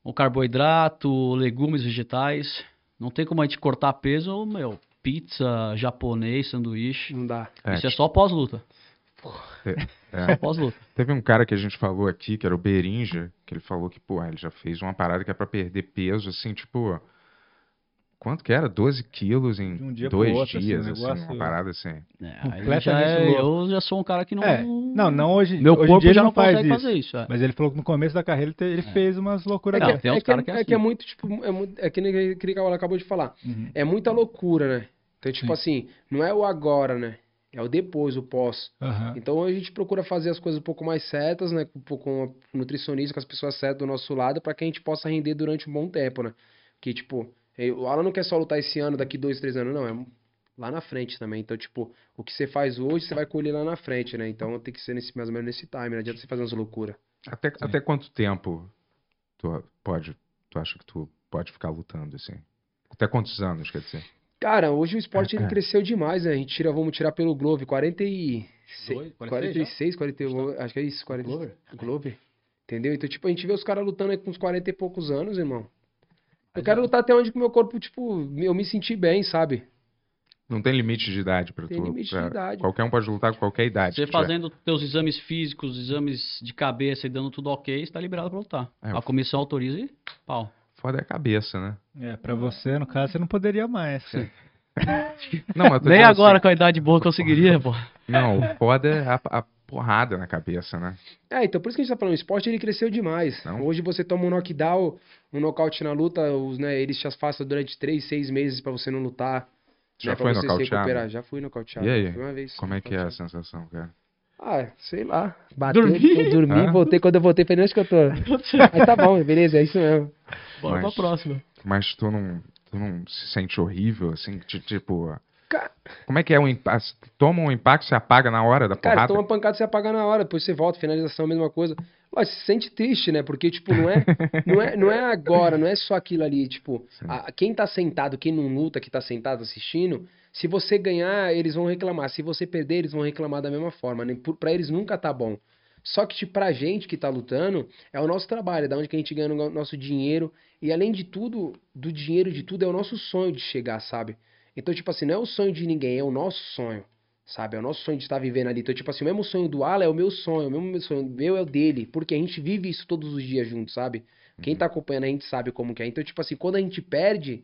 Speaker 3: um carboidrato, legumes, vegetais. Não tem como a gente cortar peso, meu. Pizza, japonês, sanduíche.
Speaker 4: Não dá.
Speaker 2: É,
Speaker 3: Isso é só pós-luta.
Speaker 2: é.
Speaker 3: Pós-luta.
Speaker 2: Teve um cara que a gente falou aqui, que era o Berinja, que ele falou que, pô, ele já fez uma parada que é pra perder peso, assim, tipo. Quanto que era? 12 quilos em
Speaker 1: De um dia pro
Speaker 2: dois
Speaker 1: outro, assim,
Speaker 2: dias,
Speaker 1: um
Speaker 2: assim,
Speaker 1: negócio-
Speaker 2: uma parada assim.
Speaker 3: É, aí
Speaker 1: Completamente
Speaker 3: já é-
Speaker 1: louco.
Speaker 3: eu já sou um cara que não.
Speaker 1: É, Não, não hoje,
Speaker 3: Meu
Speaker 1: hoje em
Speaker 3: corpo
Speaker 1: dia ele
Speaker 3: já
Speaker 1: não faz
Speaker 3: consegue
Speaker 1: isso. É.
Speaker 3: fazer isso. é.
Speaker 1: Mas ele falou que no começo da carreira ele, te- ele fez umas loucuras.
Speaker 3: Não,
Speaker 1: dessas.
Speaker 3: tem uns cara que é assim.
Speaker 4: muito, tipo, é, muito, é que nem aquele que ela acabou de falar.
Speaker 1: Uhum.
Speaker 4: É muita loucura, né? Então, tipo assim, não é o agora, né? É o depois, o pós.
Speaker 1: Aham.
Speaker 4: Então a gente procura fazer as coisas um pouco mais certas, né? Com- Com o nutricionista, com as pessoas certas do nosso lado, pra que a gente possa render durante um bom tempo, né? Que, tipo, eh, o Alan não quer só lutar esse ano, daqui dois, três anos, não. É lá na frente também. Então, tipo, o que você faz hoje, você vai colher lá na frente, né? Então tem que ser nesse, mais ou menos nesse time, não adianta você fazer umas loucuras.
Speaker 2: Até, até quanto tempo tu pode. Tu acha que tu pode ficar lutando, assim? Até quantos anos, quer dizer?
Speaker 4: Cara, hoje o esporte
Speaker 2: É,
Speaker 4: ele cresceu demais, né? A gente tira, vamos tirar pelo Glove, 46,
Speaker 3: Dois,
Speaker 4: 46, 48, acho que é isso, 40, Glover. Entendeu? Então, tipo, a gente vê os caras lutando aí com uns 40 e poucos anos, irmão. Eu quero lutar até onde que o meu corpo, tipo, eu me senti bem, sabe?
Speaker 2: Não tem limite de idade pra
Speaker 4: Tem
Speaker 2: tu.
Speaker 4: limite de
Speaker 2: pra-
Speaker 4: idade.
Speaker 2: Qualquer um pode lutar com qualquer idade.
Speaker 3: Você
Speaker 2: que tiver.
Speaker 3: fazendo teus exames físicos, exames de cabeça e dando tudo ok, você tá liberado pra lutar.
Speaker 2: É,
Speaker 3: a
Speaker 2: eu-
Speaker 3: comissão autoriza e pau.
Speaker 2: Foda é a cabeça, né?
Speaker 1: É, pra você, no caso, você não poderia mais.
Speaker 2: Não, mas eu tô
Speaker 3: Nem
Speaker 2: dizendo
Speaker 3: agora
Speaker 2: assim,
Speaker 3: com a idade boa conseguiria, pô.
Speaker 2: não, o foda é a, a porrada na cabeça, né?
Speaker 4: É, então por isso que a gente tá falando, o esporte ele cresceu demais.
Speaker 2: Não.
Speaker 4: Hoje você toma um knockdown, um nocaute na luta, os, né, eles te afastam durante 3, 6 meses pra você não lutar.
Speaker 2: Já
Speaker 4: né, pra
Speaker 2: foi
Speaker 4: você se
Speaker 2: nocauteado?
Speaker 4: recuperar. Já fui nocauteado.
Speaker 2: E aí?
Speaker 4: Fui uma vez.
Speaker 2: Como é que é a
Speaker 4: nocauteado.
Speaker 2: sensação, cara?
Speaker 4: Ah, sei lá. Bateu,
Speaker 1: Dormi?
Speaker 4: dormi
Speaker 2: Ah.
Speaker 4: voltei. Quando eu voltei, falei, onde que eu tô? Aí tá bom, beleza, é isso mesmo.
Speaker 2: Bora pra Mas-
Speaker 1: próxima.
Speaker 2: Mas tu não, tu não se sente horrível, assim, ti- tipo...
Speaker 4: Ca-
Speaker 2: Como é que é o impacto? Toma um impacto, você apaga na hora da
Speaker 4: Cara,
Speaker 2: porrada?
Speaker 4: toma pancada, você apaga na hora, depois você volta, finalização, mesma coisa. Mas se sente triste, né? Porque, tipo, não é, não é, não é agora, não é só aquilo ali. Tipo, a- quem tá sentado, quem não luta, que tá sentado assistindo, se você ganhar, eles vão reclamar. Se você perder, eles vão reclamar da mesma forma. Né? Por- Pra eles nunca tá bom. Só que, tipo, pra gente que tá lutando, é o nosso trabalho, é da onde que a gente ganha o no- nosso dinheiro. E além de tudo, do dinheiro de tudo, é o nosso sonho de chegar, sabe? Então, tipo assim, não é o sonho de ninguém, é o nosso sonho. Sabe? É o nosso sonho de estar vivendo ali. Então, tipo assim, o mesmo sonho do Ala é o meu sonho, o mesmo sonho meu é o dele. Porque a gente vive isso todos os dias juntos, sabe?
Speaker 2: Uhum.
Speaker 4: Quem tá acompanhando a gente sabe como que é. Então, tipo assim, quando a gente perde,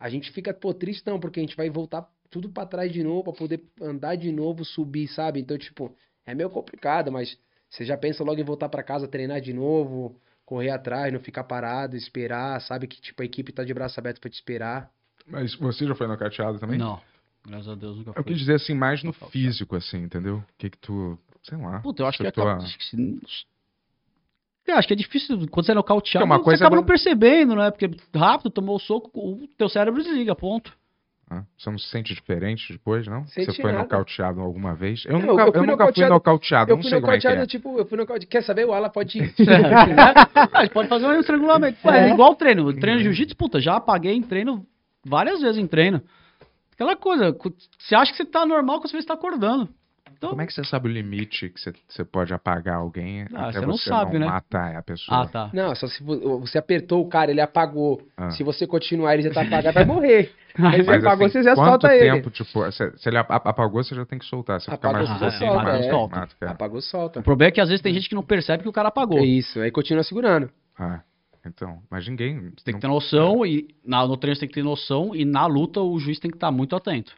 Speaker 4: a gente fica, pô, tristão, porque a gente vai voltar tudo pra trás de novo, pra poder andar de novo, subir, sabe? Então, tipo, é meio complicado, mas você já pensa logo em voltar pra casa, treinar de novo, correr atrás, não ficar parado, esperar, sabe? Que, tipo, a equipe tá de braço aberto pra te esperar.
Speaker 2: Mas você já foi nocauteado também?
Speaker 3: Não. Graças a Deus nunca
Speaker 2: Eu
Speaker 3: fui.
Speaker 2: quis dizer assim, mais no
Speaker 3: Nocauteado.
Speaker 2: físico, assim, entendeu? O que que tu... Sei lá.
Speaker 3: Puta, eu acho
Speaker 2: se
Speaker 3: que, é
Speaker 2: tua-
Speaker 3: capa- acho que se- Eu acho que é difícil, quando você é nocauteado,
Speaker 2: Porque uma
Speaker 3: você
Speaker 2: coisa
Speaker 3: acaba
Speaker 2: é
Speaker 3: não
Speaker 2: bom-
Speaker 3: percebendo, né? Porque rápido, tomou o soco, o teu cérebro desliga, ponto.
Speaker 2: Ah, Você não se sente diferente depois, não?
Speaker 4: Sente
Speaker 2: você foi
Speaker 4: nada.
Speaker 2: nocauteado alguma vez? Eu,
Speaker 4: Não,
Speaker 2: nunca, eu,
Speaker 4: eu fui
Speaker 2: nunca fui
Speaker 4: nocauteado-
Speaker 2: nocauteado,
Speaker 4: eu
Speaker 2: não
Speaker 4: fui
Speaker 2: sei como é que é.
Speaker 4: nocauteado, tipo, eu fui nocauteado. Quer saber? O Ala pode
Speaker 3: Ah, pode fazer um estrangulamento. Pô, É.
Speaker 1: É.
Speaker 3: igual treino. Treino de jiu-jitsu, puta, já apaguei em treino várias vezes em treino. Aquela coisa, cu- você acha que você tá normal quando você vê que você tá acordando. Então,
Speaker 2: Como é que você sabe o limite que você, você pode apagar alguém
Speaker 3: Ah,
Speaker 2: até você
Speaker 3: você não sabe, né?
Speaker 2: matar a pessoa?
Speaker 3: Ah, tá.
Speaker 4: Não, só se vo- você apertou o cara, ele apagou.
Speaker 2: Ah.
Speaker 4: Se você continuar, ele já tá apagado, vai morrer. Aí
Speaker 2: Mas,
Speaker 4: você apagou,
Speaker 2: assim,
Speaker 4: você já
Speaker 2: quanto
Speaker 4: solta ele.
Speaker 2: tempo, tipo, se, se ele ap- apagou, você já tem que soltar. Você
Speaker 4: Apagou,
Speaker 2: fica mais
Speaker 4: você
Speaker 2: um pouquinho,
Speaker 4: solta,
Speaker 2: mata,
Speaker 4: é.
Speaker 2: mata, mata, cara.
Speaker 4: Apagou, solta.
Speaker 3: O problema é que às vezes tem gente que não percebe que o cara apagou.
Speaker 4: É isso, aí continua segurando.
Speaker 2: Ah, então, mas ninguém...
Speaker 3: é. Tem que
Speaker 2: não-
Speaker 3: ter noção, e na, no treino você tem que ter noção, e na luta o juiz tem que estar muito atento.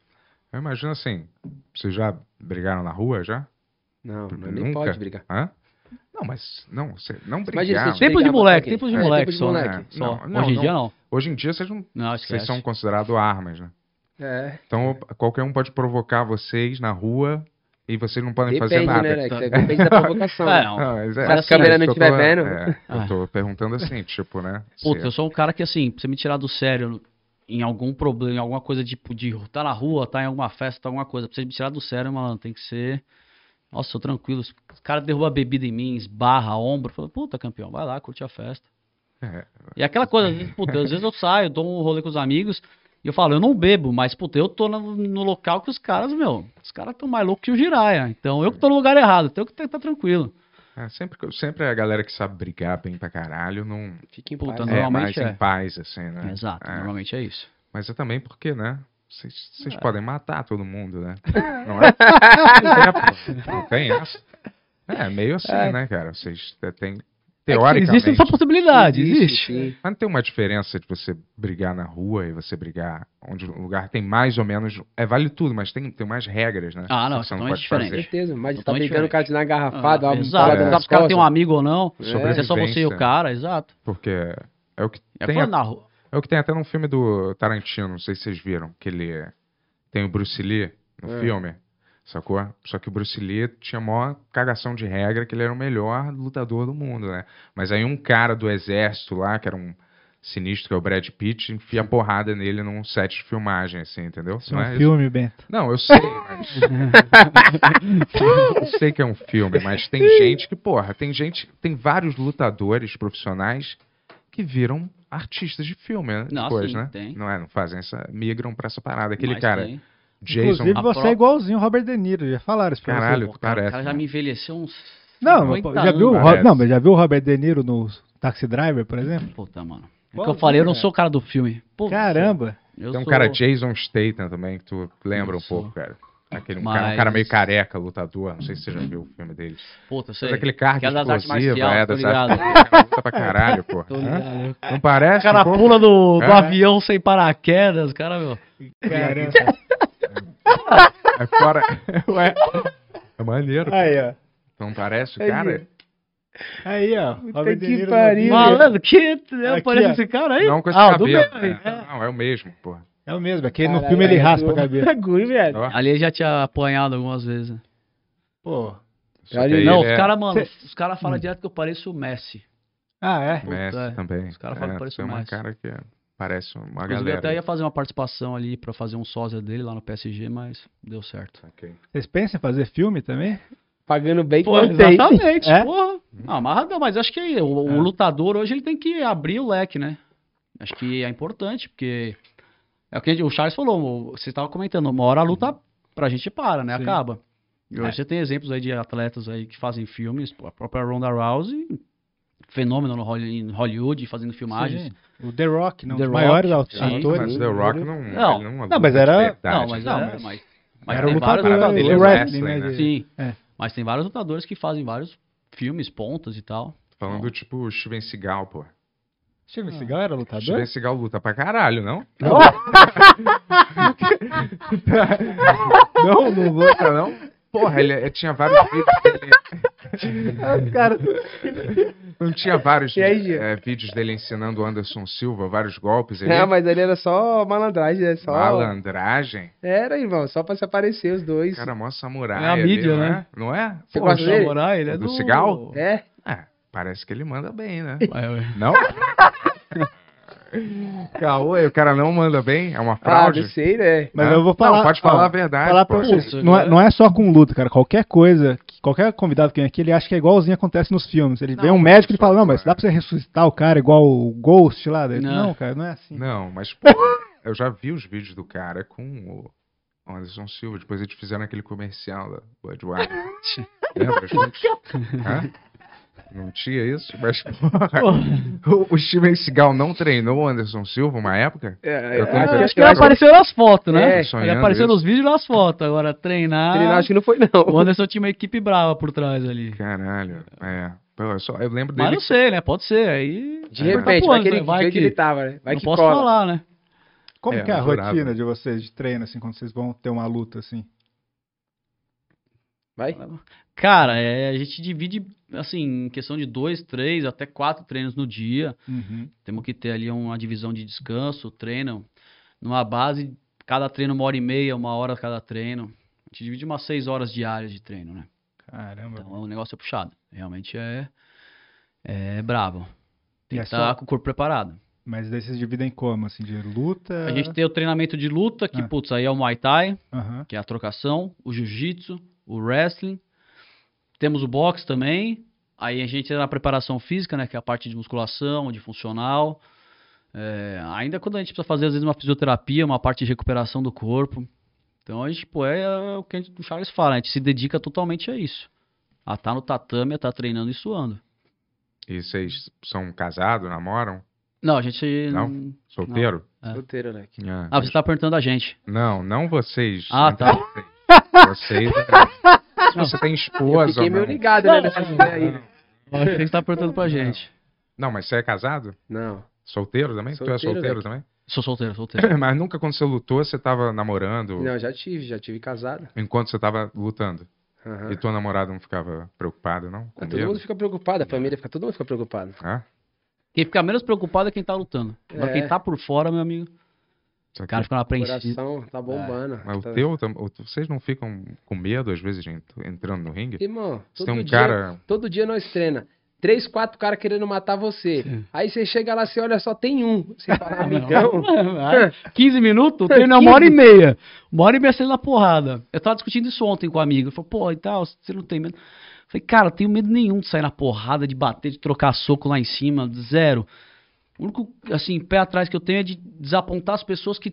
Speaker 3: um
Speaker 2: Eu imagino assim, vocês já brigaram na rua, já?
Speaker 4: Não, não
Speaker 2: Nunca?
Speaker 4: nem pode brigar.
Speaker 2: Hã? Não, mas, não, você, não
Speaker 4: Imagina,
Speaker 2: brigaram.
Speaker 4: você-
Speaker 3: Tempo de
Speaker 4: Brigava com
Speaker 3: moleque,
Speaker 4: quem?
Speaker 3: tempo de
Speaker 4: É,
Speaker 3: moleque
Speaker 4: tempo de
Speaker 3: só. né?
Speaker 4: moleque.
Speaker 3: Só.
Speaker 2: Não, não,
Speaker 3: Hoje em
Speaker 2: não.
Speaker 3: dia não.
Speaker 2: Hoje em dia vocês não...
Speaker 3: Não,
Speaker 2: Vocês
Speaker 3: esquece.
Speaker 2: são considerados armas, né?
Speaker 4: É.
Speaker 2: Então qualquer um pode provocar vocês na rua e vocês não podem fazer
Speaker 4: Depende,
Speaker 2: nada.
Speaker 4: né, né? que
Speaker 3: Tá.
Speaker 4: você- Depende da provocação.
Speaker 3: É,
Speaker 4: né?
Speaker 3: não.
Speaker 2: Não, mas é,
Speaker 4: Se as
Speaker 2: é isso
Speaker 4: câmeras não
Speaker 2: que eu
Speaker 4: estiver
Speaker 2: tô-
Speaker 4: vendo.
Speaker 2: é,
Speaker 3: Ah.
Speaker 2: eu tô perguntando assim, tipo, né? se-
Speaker 3: Puta, eu sou um cara que assim, pra você me tirar do sério em algum problema, em alguma coisa tipo de tá na rua, tá em alguma festa, tá alguma coisa, pra você me tirar do sério, mano, tem que ser. Nossa, sou tranquilo. Se O cara derruba bebida em mim, esbarra, ombro, fala, puta campeão, vai lá, curte a festa.
Speaker 2: É.
Speaker 3: E aquela coisa, às vezes, puta, às vezes eu saio, dou um rolê com os amigos e eu falo, eu não bebo, mas puta, eu tô no, no local que os caras, meu, os caras tão mais loucos que o Jiraya. Então eu que tô no lugar errado, então eu que tenho que tá tranquilo.
Speaker 2: é, sempre, que- sempre a galera que sabe brigar bem pra caralho não
Speaker 4: Fica em
Speaker 3: um Puta,
Speaker 4: paz.
Speaker 3: não.
Speaker 2: é mais
Speaker 3: Normalmente é.
Speaker 2: em paz, assim, né?
Speaker 3: Exato,
Speaker 2: É,
Speaker 3: normalmente é isso.
Speaker 2: Mas é também porque, né? Vocês vocês
Speaker 3: É.
Speaker 2: podem matar todo mundo, né? Não é? É, pô, não tem essa. É, meio assim, né, cara? Vocês têm. Teoricamente.
Speaker 3: É Existe um essa possibilidade, existe.
Speaker 4: sim.
Speaker 2: Mas não tem uma diferença de você brigar na rua e você brigar onde o lugar tem mais ou menos. É, vale tudo, mas tem, tem mais regras, né?
Speaker 3: Ah, não,
Speaker 2: Que você
Speaker 3: totalmente
Speaker 4: Com
Speaker 3: diferente.
Speaker 4: certeza. Mas tá
Speaker 3: Totalmente
Speaker 4: brigando, o cara te dá uma garrafada,
Speaker 3: Ah,
Speaker 4: uma
Speaker 3: exato,
Speaker 4: parada
Speaker 2: é.
Speaker 3: não sabe
Speaker 4: nas
Speaker 3: se o cara tem um
Speaker 4: costas.
Speaker 3: amigo ou não.
Speaker 4: É.
Speaker 3: Se é só você e o
Speaker 2: Sobrevivência.
Speaker 3: cara, exato.
Speaker 2: Porque é o que
Speaker 3: É
Speaker 2: tem.
Speaker 3: fora na rua.
Speaker 2: É o que tem até num filme do Tarantino, não sei se vocês viram, que ele tem o Bruce Lee no
Speaker 4: É.
Speaker 2: filme, sacou? Só que o Bruce Lee tinha a maior cagação de regra que ele era o melhor lutador do mundo, né? Mas aí um cara do exército lá, que era um sinistro, que é o Brad Pitt, enfia porrada nele num set de filmagem, assim, entendeu?
Speaker 1: Isso é um
Speaker 2: isso?
Speaker 1: filme, Bento.
Speaker 2: Não, eu sei, mas... eu sei que é um filme, mas tem gente que, porra, tem gente, tem vários lutadores profissionais que viram artistas de filme né,
Speaker 3: Não,
Speaker 2: depois,
Speaker 3: sim,
Speaker 2: né?
Speaker 3: tem.
Speaker 2: Não é, não fazem essa, migram pra essa parada. Aquele
Speaker 3: Mas
Speaker 2: cara,
Speaker 3: tem.
Speaker 2: Jason,
Speaker 1: Inclusive,
Speaker 3: a
Speaker 1: você
Speaker 3: pró-
Speaker 1: é igualzinho o Robert De Niro. Já falaram isso pra você.
Speaker 2: caralho, é
Speaker 3: Pô,
Speaker 2: tu
Speaker 3: cara, o
Speaker 2: parece.
Speaker 3: cara já me envelheceu uns.
Speaker 1: Não,
Speaker 3: 50
Speaker 1: já viu, o
Speaker 3: anos.
Speaker 1: Ro-
Speaker 2: Parece.
Speaker 1: não, mas já viu o Robert De Niro no Taxi Driver, por exemplo?
Speaker 3: Puta, mano. É o que eu
Speaker 1: Igualzinho,
Speaker 3: falei, eu não
Speaker 1: cara.
Speaker 3: sou o cara do filme. Pô,
Speaker 1: Caramba.
Speaker 3: eu
Speaker 2: Tem um
Speaker 3: sou-
Speaker 2: cara, Jason Statham também, que tu lembra um
Speaker 3: Isso.
Speaker 2: pouco, cara. Aquele um cara, um cara
Speaker 3: Mas-
Speaker 2: meio careca, lutador. Não sei se você já viu o filme dele.
Speaker 3: Puta, eu sei.
Speaker 2: Mas aquele carro
Speaker 3: Que é das artes
Speaker 2: explosivo,
Speaker 3: marciais,
Speaker 2: é,
Speaker 3: tô
Speaker 2: das artes
Speaker 3: ligado.
Speaker 2: marciais, cara, luta pra caralho, pô.
Speaker 3: Tô ligado.
Speaker 2: Não parece?
Speaker 3: O cara
Speaker 2: um pouco?
Speaker 3: pula do, do
Speaker 2: É.
Speaker 3: avião sem paraquedas, cara, meu.
Speaker 1: Caramba.
Speaker 2: É fora. Ué. É maneiro.
Speaker 1: Aí, ó.
Speaker 2: Não parece,
Speaker 4: Aí.
Speaker 2: cara?
Speaker 1: Aí, ó. Robert
Speaker 4: que
Speaker 1: De Niro
Speaker 4: pariu.
Speaker 1: novinho.
Speaker 3: Malandro, que eu
Speaker 1: Aqui,
Speaker 3: pareço
Speaker 1: ó.
Speaker 3: esse cara aí?
Speaker 2: Não com esse
Speaker 3: Ah, o do
Speaker 2: cabelo.
Speaker 3: meio,
Speaker 2: né? Não, é o mesmo, pô.
Speaker 1: É o mesmo, aquele no
Speaker 4: Caralho,
Speaker 1: filme ele
Speaker 4: aí,
Speaker 3: É
Speaker 1: raspa
Speaker 4: tu-
Speaker 1: a cabeça.
Speaker 4: Bagulho, velho.
Speaker 2: Ó,
Speaker 3: Ali ele já tinha apanhado algumas vezes. né?
Speaker 1: Pô,
Speaker 2: Só que aí
Speaker 3: não,
Speaker 2: ele
Speaker 3: os
Speaker 2: é
Speaker 3: caras, mano,
Speaker 1: Cê-
Speaker 3: os caras falam
Speaker 1: Hum.
Speaker 3: direto que eu pareço o Messi.
Speaker 1: Ah, é?
Speaker 2: Messi
Speaker 3: Puta, é.
Speaker 2: também.
Speaker 3: Os caras falam que parece
Speaker 2: é
Speaker 3: o
Speaker 2: uma
Speaker 3: Messi.
Speaker 2: cara que é- parece uma
Speaker 3: Inclusive, eu
Speaker 2: galera.
Speaker 3: até ia fazer uma participação ali pra fazer um sósia dele lá no PSG, mas deu certo.
Speaker 2: Ok.
Speaker 1: Vocês pensam em fazer filme também?
Speaker 4: Pagando bem
Speaker 3: Pô,
Speaker 4: que não tem.
Speaker 3: exatamente,
Speaker 1: É?
Speaker 3: porra. Ah, amarradão, mas acho que o, o
Speaker 1: É.
Speaker 3: lutador hoje ele tem que abrir o leque, né? Acho que é importante, porque é o que o Charles falou, o- você estava comentando, uma hora a luta pra gente para, né?
Speaker 1: Sim.
Speaker 3: Acaba. E hoje
Speaker 1: Uhum. É.
Speaker 3: você tem exemplos aí de atletas aí que fazem filmes, pô, a própria Ronda Rousey, fenômeno no Holly- em Hollywood, fazendo filmagens.
Speaker 1: Sim. O The Rock, não,
Speaker 3: The
Speaker 1: os
Speaker 3: Rock,
Speaker 1: maiores aut-
Speaker 3: sim.
Speaker 2: Mas
Speaker 1: atores.
Speaker 2: The Rock não. é
Speaker 3: Não.
Speaker 2: ele
Speaker 1: Não, mas
Speaker 2: luta de
Speaker 1: era-
Speaker 2: verdade.
Speaker 3: Não, mas,
Speaker 1: Não,
Speaker 3: é,
Speaker 1: mas-
Speaker 3: mas, mas
Speaker 1: Era um
Speaker 3: tem vários
Speaker 1: lutador,
Speaker 3: lutadores.
Speaker 2: ele é
Speaker 1: o wrestling, né?
Speaker 2: wrestling, né?
Speaker 1: de-
Speaker 3: Sim.
Speaker 1: É.
Speaker 3: Mas tem vários lutadores que fazem vários filmes, pontas e tal.
Speaker 2: Falando tipo o Steven Seagal, pô.
Speaker 1: Steven Seagal era é
Speaker 3: Tá
Speaker 1: lutador?
Speaker 2: Steven Seagal luta pra caralho, não? Tá.
Speaker 1: Não, não vou.
Speaker 2: Luta, não? Porra, ele, ele tinha vários vídeos dele.
Speaker 1: Os caras.
Speaker 2: Não tinha vários
Speaker 4: E aí, Gil?
Speaker 2: eh, vídeos dele ensinando o Anderson Silva, vários golpes. Ele
Speaker 4: Ah, mas ele era só malandragem, né? Só...
Speaker 2: malandragem.
Speaker 4: Era, irmão, só pra se aparecer os dois.
Speaker 2: Cara, mó samurai.
Speaker 1: É a
Speaker 2: ali,
Speaker 1: mídia,
Speaker 2: não
Speaker 1: né?
Speaker 2: É? Não é?
Speaker 4: Você
Speaker 1: Pô,
Speaker 4: gosta
Speaker 1: o
Speaker 4: dele?
Speaker 1: Samurai, ele é
Speaker 2: Do
Speaker 1: do.
Speaker 2: Seagal?
Speaker 4: É?
Speaker 2: É, parece que ele manda bem, né?
Speaker 3: Mas-
Speaker 2: Não? Caô, o cara não manda bem? É uma
Speaker 4: Ah,
Speaker 2: fraude?
Speaker 4: não sei, né?
Speaker 1: Mas
Speaker 2: É.
Speaker 1: eu vou falar.
Speaker 2: Não, pode falar
Speaker 1: ó,
Speaker 2: a verdade.
Speaker 1: falar pra
Speaker 2: pô.
Speaker 1: vocês.
Speaker 3: Isso,
Speaker 1: Não é,
Speaker 3: né?
Speaker 1: não é só com luta, cara. Qualquer coisa, que- qualquer convidado que vem aqui, ele acha que é igualzinho acontece nos filmes. Ele vê um médico e ele fala, não, mas dá pra você ressuscitar o cara igual o Ghost lá? Daí,
Speaker 3: Não.
Speaker 1: não. cara, não é assim.
Speaker 2: Não, mas pô, eu já vi os vídeos do cara com o Anderson Silva. Depois eles fizeram aquele comercial da Budweiser. Lembra? gente? Hã? Não tinha isso? Mas, porra, o, o Steven Seagal não treinou o Anderson Silva uma época?
Speaker 4: É,
Speaker 2: Eu tô ligado.
Speaker 4: eu
Speaker 3: Acho que ele apareceu nas fotos, né?
Speaker 4: É,
Speaker 2: sonhando
Speaker 3: ele apareceu
Speaker 2: isso.
Speaker 3: nos vídeos e nas fotos. Agora, treinar.
Speaker 4: Ele não- acho que não foi, não.
Speaker 3: O Anderson tinha uma equipe brava por trás ali.
Speaker 2: Caralho, é. Pô, eu, só, eu lembro
Speaker 3: Mas
Speaker 2: dele
Speaker 3: não sei, né? Pode ser. Aí.
Speaker 4: De
Speaker 3: aí
Speaker 4: repente,
Speaker 3: tá pro
Speaker 4: vai que ele,
Speaker 3: Anderson, vai
Speaker 4: de
Speaker 3: que-
Speaker 4: onde ele tava, né? Vai
Speaker 3: não
Speaker 4: que
Speaker 3: posso
Speaker 4: cola.
Speaker 3: falar, né?
Speaker 1: Como
Speaker 2: É,
Speaker 1: que é a
Speaker 2: adorável.
Speaker 1: rotina de vocês de treino, assim, quando vocês vão ter uma luta, assim?
Speaker 4: Vai.
Speaker 3: Cara, é, a gente divide, assim, em questão de dois, três, até quatro treinos no dia. Temos que ter ali uma divisão de descanso, treino, numa base, cada treino uma hora e meia, uma hora cada treino. A gente divide umas seis horas diárias de treino, né?
Speaker 1: Caramba.
Speaker 3: Então o negócio é puxado. Realmente é, é bravo. Tem
Speaker 1: E é
Speaker 3: que estar
Speaker 1: só-
Speaker 3: com o corpo preparado.
Speaker 1: Mas daí vocês dividem como, assim, de luta...
Speaker 3: A gente tem o treinamento de luta, que,
Speaker 1: Ah.
Speaker 3: putz, aí é o Muay Thai,
Speaker 1: Aham.
Speaker 3: que é a trocação, o jiu-jitsu, o wrestling. Temos o boxe também. Aí a gente entra na preparação física, né? Que é a parte de musculação, de funcional. É, ainda quando a gente precisa fazer, às vezes, uma fisioterapia, uma parte de recuperação do corpo. Então, a gente, pô, é, é o que a gente- o Charles fala, né, a gente se dedica totalmente a isso. A estar no tatame, a estar treinando e suando.
Speaker 2: E vocês são casados, namoram?
Speaker 3: Não, a gente...
Speaker 2: Não?
Speaker 3: não-
Speaker 2: Solteiro?
Speaker 3: É.
Speaker 4: Roteiro, né?
Speaker 2: Ah,
Speaker 3: Ah, você tá perguntando a gente.
Speaker 2: Não, não vocês.
Speaker 3: Ah,
Speaker 2: entre
Speaker 3: tá.
Speaker 2: vocês. Vocês. Se você tem
Speaker 4: Eu
Speaker 2: esposa
Speaker 4: fiquei
Speaker 2: ou
Speaker 4: meio
Speaker 2: não.
Speaker 4: ligado, né? Nessas ideias aí.
Speaker 3: Eu achei que você tá perguntando pra gente.
Speaker 2: Não, mas você é casado?
Speaker 4: Não.
Speaker 2: Solteiro também? tu é
Speaker 4: Solteiro,
Speaker 2: solteiro
Speaker 4: Zeca.
Speaker 3: Sou solteiro, solteiro.
Speaker 2: também? Mas nunca quando você lutou, você tava namorando
Speaker 4: Não, já tive, já tive casado.
Speaker 2: enquanto você tava lutando.
Speaker 4: Aham.
Speaker 2: E tua namorada não ficava preocupada, não? Com
Speaker 4: Ah, todo
Speaker 2: medo?
Speaker 4: mundo fica preocupado, a família fica, todo mundo fica preocupado.
Speaker 2: Ah,
Speaker 3: Quem fica menos preocupado é quem tá lutando. Agora,
Speaker 4: É.
Speaker 3: quem tá por fora, meu amigo,
Speaker 2: só
Speaker 3: o
Speaker 2: que-
Speaker 3: cara fica na
Speaker 4: O
Speaker 3: preenchida.
Speaker 4: coração tá bombando.
Speaker 2: Mas é o
Speaker 4: Tá-
Speaker 2: teu, tam- o- vocês não ficam com medo às vezes de ent- entrando no ringue?
Speaker 4: Irmão,
Speaker 2: Você
Speaker 4: todo
Speaker 2: tem um
Speaker 4: dia,
Speaker 2: cara.
Speaker 4: todo dia nós treina. Três, quatro caras querendo matar você. Aí você chega lá, você olha, só tem um. Você fala, amigão.
Speaker 3: Ah, 15 minutos, o treino é uma hora e meia. Uma hora e meia saindo na porrada. Eu tava discutindo isso ontem com um amigo. Ele falou, pô, e tal, você não tem medo. Eu falei, cara, eu tenho medo nenhum de sair na porrada, de bater, de trocar soco lá em cima, zero. O único, assim, pé atrás que eu tenho é de desapontar as pessoas que,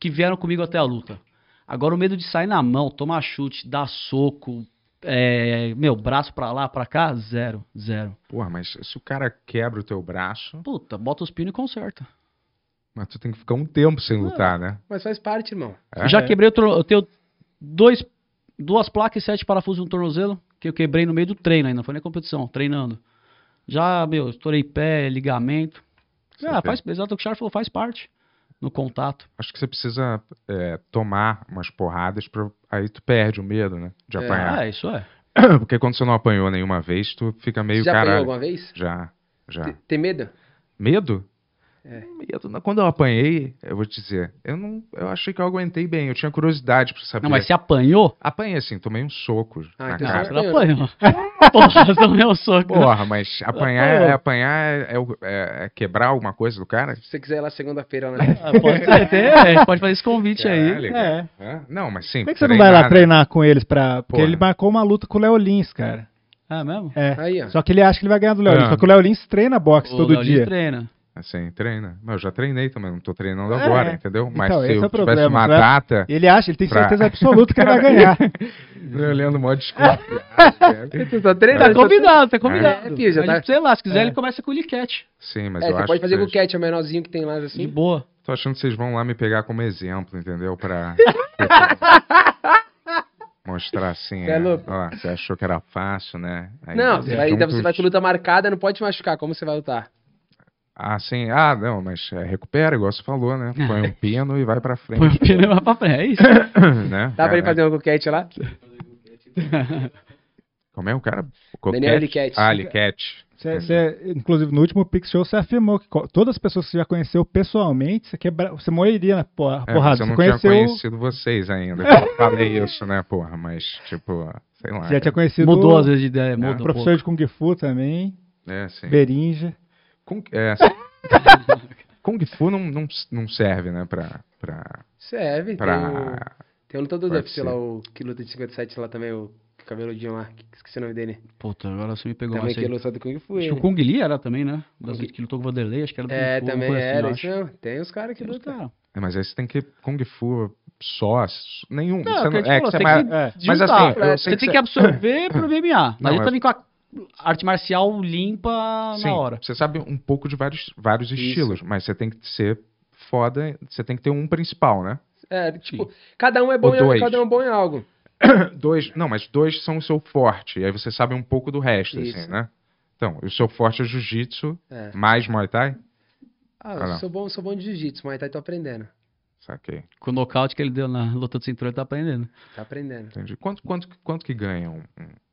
Speaker 3: que vieram comigo até a luta. Agora o medo de sair na mão, tomar chute, dar soco, é, meu, braço pra lá, pra cá, zero, zero.
Speaker 2: Porra, mas se o cara quebra o teu braço,
Speaker 3: Puta, bota os pinos e conserta.
Speaker 2: mas tu tem que ficar um tempo sem lutar, né?
Speaker 4: Mas faz parte, irmão.
Speaker 2: É?
Speaker 3: Eu já quebrei, o tro- eu tenho dois, duas placas e sete parafusos no tornozelo, que eu quebrei no meio do treino ainda, não foi nem competição, treinando. Já, meu, estourei pé, ligamento.
Speaker 2: Você
Speaker 3: ah,
Speaker 2: vê.
Speaker 3: faz, exato o que o Charles falou, faz parte no contato.
Speaker 2: Acho que você precisa é, tomar umas porradas pra. aí tu perde o medo, né? De
Speaker 4: É.
Speaker 2: apanhar.
Speaker 3: Ah, isso é.
Speaker 2: Porque quando você não apanhou nenhuma vez, tu fica meio
Speaker 4: Você já apanhou
Speaker 2: caralho.
Speaker 4: alguma vez?
Speaker 2: Já, já.
Speaker 4: Tem medo?
Speaker 2: Medo?
Speaker 4: É.
Speaker 2: E eu- quando eu apanhei, eu vou te dizer, eu não, eu achei que eu aguentei bem, eu tinha curiosidade pra saber.
Speaker 3: Não, mas se apanhou,
Speaker 2: Apanhei assim, tomei um soco
Speaker 4: Ah,
Speaker 2: na
Speaker 4: então
Speaker 2: cara.
Speaker 4: você
Speaker 3: ela
Speaker 4: apanhou,
Speaker 3: apanhou. Porra, também é um eu sou.
Speaker 2: Porra, mas apanhar
Speaker 1: Ah,
Speaker 3: Apanhou.
Speaker 2: é apanhar, é, o- é- é quebrar alguma coisa do cara?
Speaker 4: Se você quiser ir lá segunda-feira, lá
Speaker 3: Ah, Pode ser, tem, é, pode fazer esse convite aí.
Speaker 2: Caralho, cara.
Speaker 1: É.
Speaker 2: Hã? Não, mas sim.
Speaker 1: Por que, que você não vai lá
Speaker 2: treinar, né?
Speaker 1: treinar com eles pra. Porque
Speaker 2: Porra.
Speaker 1: ele marcou uma luta com o Léo Lins, cara.
Speaker 3: Ah, mesmo?
Speaker 1: É.
Speaker 4: Aí, ó.
Speaker 1: Só que ele acha que ele vai ganhar do Léo
Speaker 2: É.
Speaker 1: Lins. Só que o Léo Lins treina boxe
Speaker 3: O
Speaker 1: todo
Speaker 3: Léo Lins
Speaker 1: dia.
Speaker 3: treina.
Speaker 2: Assim, treina. Mas eu já treinei também, não tô treinando
Speaker 1: É.
Speaker 2: agora, entendeu? Mas
Speaker 1: Então,
Speaker 2: se
Speaker 1: esse
Speaker 2: eu
Speaker 1: é o
Speaker 2: tivesse
Speaker 1: problema,
Speaker 2: uma
Speaker 1: você vai-
Speaker 2: data,
Speaker 1: Ele acha, ele tem
Speaker 2: Pra-
Speaker 1: certeza absoluta que ele vai ganhar.
Speaker 2: eu olhando mó desconfiado. cara.
Speaker 4: Você tá treinando,
Speaker 3: Tá
Speaker 4: você tá-
Speaker 3: convidado, tá convidado.
Speaker 4: É, filho, já
Speaker 3: Mas,
Speaker 4: tá-
Speaker 3: Sei lá, se quiser
Speaker 1: É.
Speaker 3: ele começa com o Liquete.
Speaker 2: Sim, mas
Speaker 4: É,
Speaker 2: eu
Speaker 4: você
Speaker 2: acho
Speaker 4: pode fazer
Speaker 2: que
Speaker 4: com o
Speaker 2: vocês...
Speaker 4: cat, o menorzinho que tem lá,
Speaker 3: De
Speaker 4: assim.
Speaker 3: boa.
Speaker 2: Tô achando que vocês vão lá me pegar como exemplo, entendeu? Pra... Mostrar assim,
Speaker 4: Você é
Speaker 2: é,
Speaker 4: louco.
Speaker 2: ó, você achou que era fácil, né? Aí
Speaker 4: Não, você
Speaker 3: É um
Speaker 4: vai, então
Speaker 2: juntos-
Speaker 4: você vai com luta marcada, não pode te machucar. Como você vai lutar?
Speaker 2: Ah, sim, ah, não, mas é, recupera, igual você falou, né? Põe um pino e vai pra
Speaker 3: Põe
Speaker 2: frente,
Speaker 3: o pneu lá pra frente. É isso.
Speaker 2: né?
Speaker 4: um Dá pra ele
Speaker 2: Cara,
Speaker 4: fazer uma coquete lá?
Speaker 2: Como é o cara?
Speaker 4: Daniel
Speaker 2: Coquete?
Speaker 4: Cat.
Speaker 2: Ah, Alicat.
Speaker 1: Você- você- inclusive, no último Pix Show, você afirmou que co- todas as pessoas que você já conheceu pessoalmente, você, quebra, você morreria na porra,
Speaker 2: É, mas
Speaker 1: porrada.
Speaker 2: eu não
Speaker 1: Você
Speaker 2: tinha
Speaker 1: conheceu.
Speaker 2: conhecido vocês ainda. Eu falei isso, né, porra? Mas, tipo, sei lá.
Speaker 1: Você já tinha
Speaker 2: cara.
Speaker 1: conhecido
Speaker 3: Mudou
Speaker 1: o
Speaker 3: às vezes de ideia, muda. um
Speaker 1: professor de Kung Fu também,
Speaker 2: É, sim.
Speaker 1: Berinja.
Speaker 2: Kung, é, Kung Fu não, não, não serve, né, pra... pra,
Speaker 4: Serve. Tem, o,
Speaker 2: pra...
Speaker 4: tem o lutador do
Speaker 2: Pode
Speaker 4: UFC
Speaker 2: ser.
Speaker 4: lá, o que luta de 57 lá também, o cabeludinho lá. que- Esqueci o nome dele.
Speaker 3: pouco. Puta, agora você me pegou
Speaker 4: Também
Speaker 3: essa
Speaker 4: que
Speaker 3: aí.
Speaker 4: lutou do Kung Fu.
Speaker 3: Acho
Speaker 4: ele.
Speaker 3: que o Kung Lee era também, né? Das vezes que lutou com o Vanderlei, acho que era do
Speaker 4: É,
Speaker 3: Kung Fu, alguma
Speaker 4: também
Speaker 3: coisa assim,
Speaker 4: era.
Speaker 3: eu
Speaker 4: isso
Speaker 3: acho.
Speaker 4: mesmo. Tem os caras que
Speaker 3: Tem uns
Speaker 4: lutam.
Speaker 3: caras.
Speaker 2: É, mas aí você tem que... Kung Fu só... Nenhum...
Speaker 3: Não,
Speaker 2: você
Speaker 3: é o que a gente
Speaker 2: é,
Speaker 3: falou,
Speaker 2: você
Speaker 3: tem
Speaker 2: é mais-
Speaker 3: que
Speaker 1: É.
Speaker 2: Mas
Speaker 3: juntar.
Speaker 2: assim, eu sei
Speaker 3: Você
Speaker 2: que
Speaker 3: tem
Speaker 2: você-
Speaker 3: que absorver pro MMA. Não
Speaker 2: Não,
Speaker 3: adianta
Speaker 2: eu-
Speaker 3: vir com a arte marcial limpa
Speaker 2: Sim,
Speaker 3: na hora.
Speaker 2: Você sabe um pouco de vários, vários estilos, mas você tem que ser foda, você tem que ter um principal, né?
Speaker 4: É, tipo, cada um é bom
Speaker 2: Ou
Speaker 4: em
Speaker 2: dois.
Speaker 4: cada um é bom em algo.
Speaker 2: Dois, não, mas dois são o seu forte, e aí você sabe um pouco do resto,
Speaker 4: Isso.
Speaker 2: assim, né? Então, o seu forte é jiu-jitsu,
Speaker 4: É.
Speaker 3: Hum.
Speaker 2: mais Muay Thai?
Speaker 4: Ah,
Speaker 2: Ah,
Speaker 4: eu
Speaker 2: não.
Speaker 4: sou bom, sou bom de jiu-jitsu, mas tá tô aprendendo.
Speaker 2: Saquei,
Speaker 3: Com o nocaute que ele deu na luta do cinturão, ele tá aprendendo.
Speaker 4: Tá aprendendo.
Speaker 2: entendi. Quanto, quanto, quanto que ganha um- um-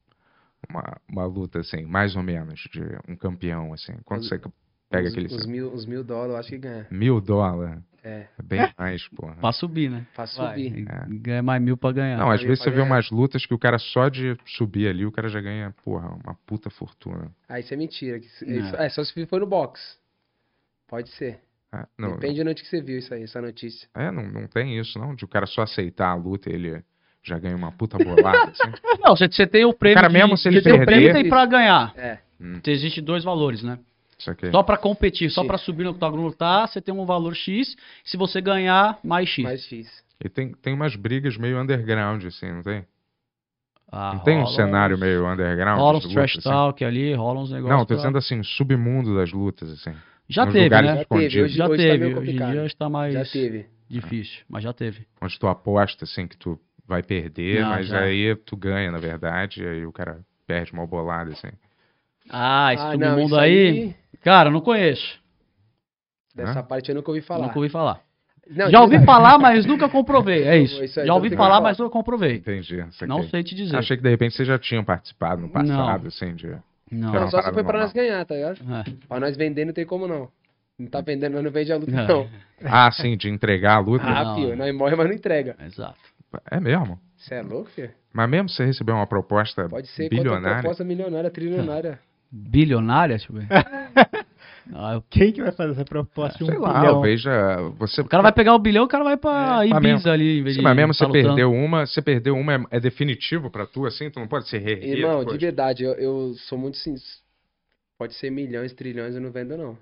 Speaker 2: uma, uma luta, assim, mais ou menos, de um campeão, assim? Quanto
Speaker 4: Os-
Speaker 2: você pega
Speaker 4: os,
Speaker 2: aquele...
Speaker 4: os mil, os mil dólares, eu acho que ganha.
Speaker 2: Mil dólares?
Speaker 4: É.
Speaker 2: Bem mais, porra.
Speaker 3: Pra subir, né?
Speaker 4: Pra
Speaker 3: Vai,
Speaker 4: subir.
Speaker 3: e Ganha mais mil pra ganhar.
Speaker 2: Não, é- às
Speaker 4: Aí
Speaker 2: vezes você vê
Speaker 4: paga-
Speaker 3: é.
Speaker 2: umas lutas que o cara só de subir ali, o cara já ganha, porra, uma puta fortuna.
Speaker 4: Aí isso é mentira. que isso-
Speaker 3: Não.
Speaker 4: isso- é, só se for no box. Pode ser.
Speaker 2: Ah, não,
Speaker 4: Depende da noite que você viu isso aí, essa notícia.
Speaker 2: É, não, não tem isso, não, de o cara só aceitar a luta e ele já ganha uma puta bolada, assim.
Speaker 3: Não, você, você tem o prêmio.
Speaker 2: Cara,
Speaker 3: de-
Speaker 2: mesmo se ele
Speaker 3: você tem o
Speaker 2: perder-
Speaker 3: prêmio tem pra ganhar.
Speaker 4: É.
Speaker 3: Então, Existem dois valores, né?
Speaker 2: Isso aqui.
Speaker 3: Só pra competir, só
Speaker 4: Sim.
Speaker 3: pra subir no octógono lutar, você tem um valor X. Se você ganhar, mais X.
Speaker 4: Mais X.
Speaker 2: E tem, tem umas brigas meio underground, assim, não tem?
Speaker 3: Ah,
Speaker 2: Não tem um
Speaker 3: rola
Speaker 2: cenário
Speaker 3: uns-
Speaker 2: meio underground?
Speaker 3: Rola
Speaker 2: de
Speaker 3: uns
Speaker 2: luta,
Speaker 3: trash
Speaker 2: assim?
Speaker 3: talk ali, rola uns negócios.
Speaker 2: Não, tô
Speaker 3: pra-
Speaker 2: dizendo assim, o submundo das lutas, assim.
Speaker 3: Já
Speaker 2: nos
Speaker 3: teve,
Speaker 2: lugares
Speaker 3: né?
Speaker 4: teve,
Speaker 2: escondidos,
Speaker 4: hoje-
Speaker 3: Já
Speaker 4: tá meio
Speaker 3: teve. Hoje em
Speaker 4: complicado.
Speaker 3: dia é está mais
Speaker 4: Já teve.
Speaker 3: difícil, mas já teve.
Speaker 2: onde tu aposta, assim, que tu vai perder,
Speaker 3: Não,
Speaker 2: mas
Speaker 3: Ah, já.
Speaker 2: aí tu ganha, na verdade, e aí o cara perde uma bolada, assim.
Speaker 3: Ah, esse
Speaker 4: Ah,
Speaker 3: todo
Speaker 4: não,
Speaker 3: mundo
Speaker 4: isso
Speaker 3: aí. Cara, eu não conheço.
Speaker 4: Dessa
Speaker 2: Hã?
Speaker 4: parte eu nunca ouvi falar.
Speaker 3: Nunca ouvi falar.
Speaker 4: Não,
Speaker 3: já
Speaker 4: isso
Speaker 3: ouvi
Speaker 4: aí-
Speaker 3: falar, mas nunca comprovei. É isso.
Speaker 4: Isso aí,
Speaker 3: já
Speaker 4: então
Speaker 3: ouvi
Speaker 4: tem que
Speaker 3: falar,
Speaker 4: falar.
Speaker 3: mas nunca comprovei.
Speaker 2: Entendi. saquei.
Speaker 3: Não sei te dizer.
Speaker 2: Achei que de repente vocês já tinham participado no passado, assim, de.
Speaker 3: Não.
Speaker 2: Era
Speaker 4: Não,
Speaker 2: uma
Speaker 4: só se
Speaker 2: parada
Speaker 4: foi pra
Speaker 2: normal.
Speaker 4: nós ganhar, tá ligado?
Speaker 3: É.
Speaker 4: Pra nós vender não tem como não. Não tá vendendo, nós não vende a luta
Speaker 3: Não.
Speaker 4: não.
Speaker 2: Ah, sim, de entregar a luta. né?
Speaker 4: Ah,
Speaker 3: Não,
Speaker 4: filho,
Speaker 3: não.
Speaker 4: nós morre, mas não entrega.
Speaker 3: Exato.
Speaker 2: É mesmo?
Speaker 4: Você é louco, filho?
Speaker 2: Mas mesmo se você receber uma proposta
Speaker 4: Pode ser contra
Speaker 2: bilionária.
Speaker 4: proposta milionária, trilionária.
Speaker 3: Bilionária, deixa eu ver. Ah, eu-
Speaker 1: Quem que vai fazer essa proposta de um
Speaker 2: Sei lá,
Speaker 1: bilhão?
Speaker 2: talvez já. Você...
Speaker 3: O cara vai pegar o bilhão, o cara vai pra
Speaker 2: É, mas
Speaker 3: Ibiza
Speaker 2: mesmo-
Speaker 3: ali em vez
Speaker 2: Sim,
Speaker 3: de.
Speaker 2: mas mesmo você
Speaker 3: tá lutando.
Speaker 2: perdeu uma, você perdeu uma é, é definitivo pra tu, assim? Tu não pode se reerguer
Speaker 4: Irmão,
Speaker 2: depois.
Speaker 4: de verdade, eu, eu sou muito sincero. Pode ser milhões, trilhões, eu não vendo não.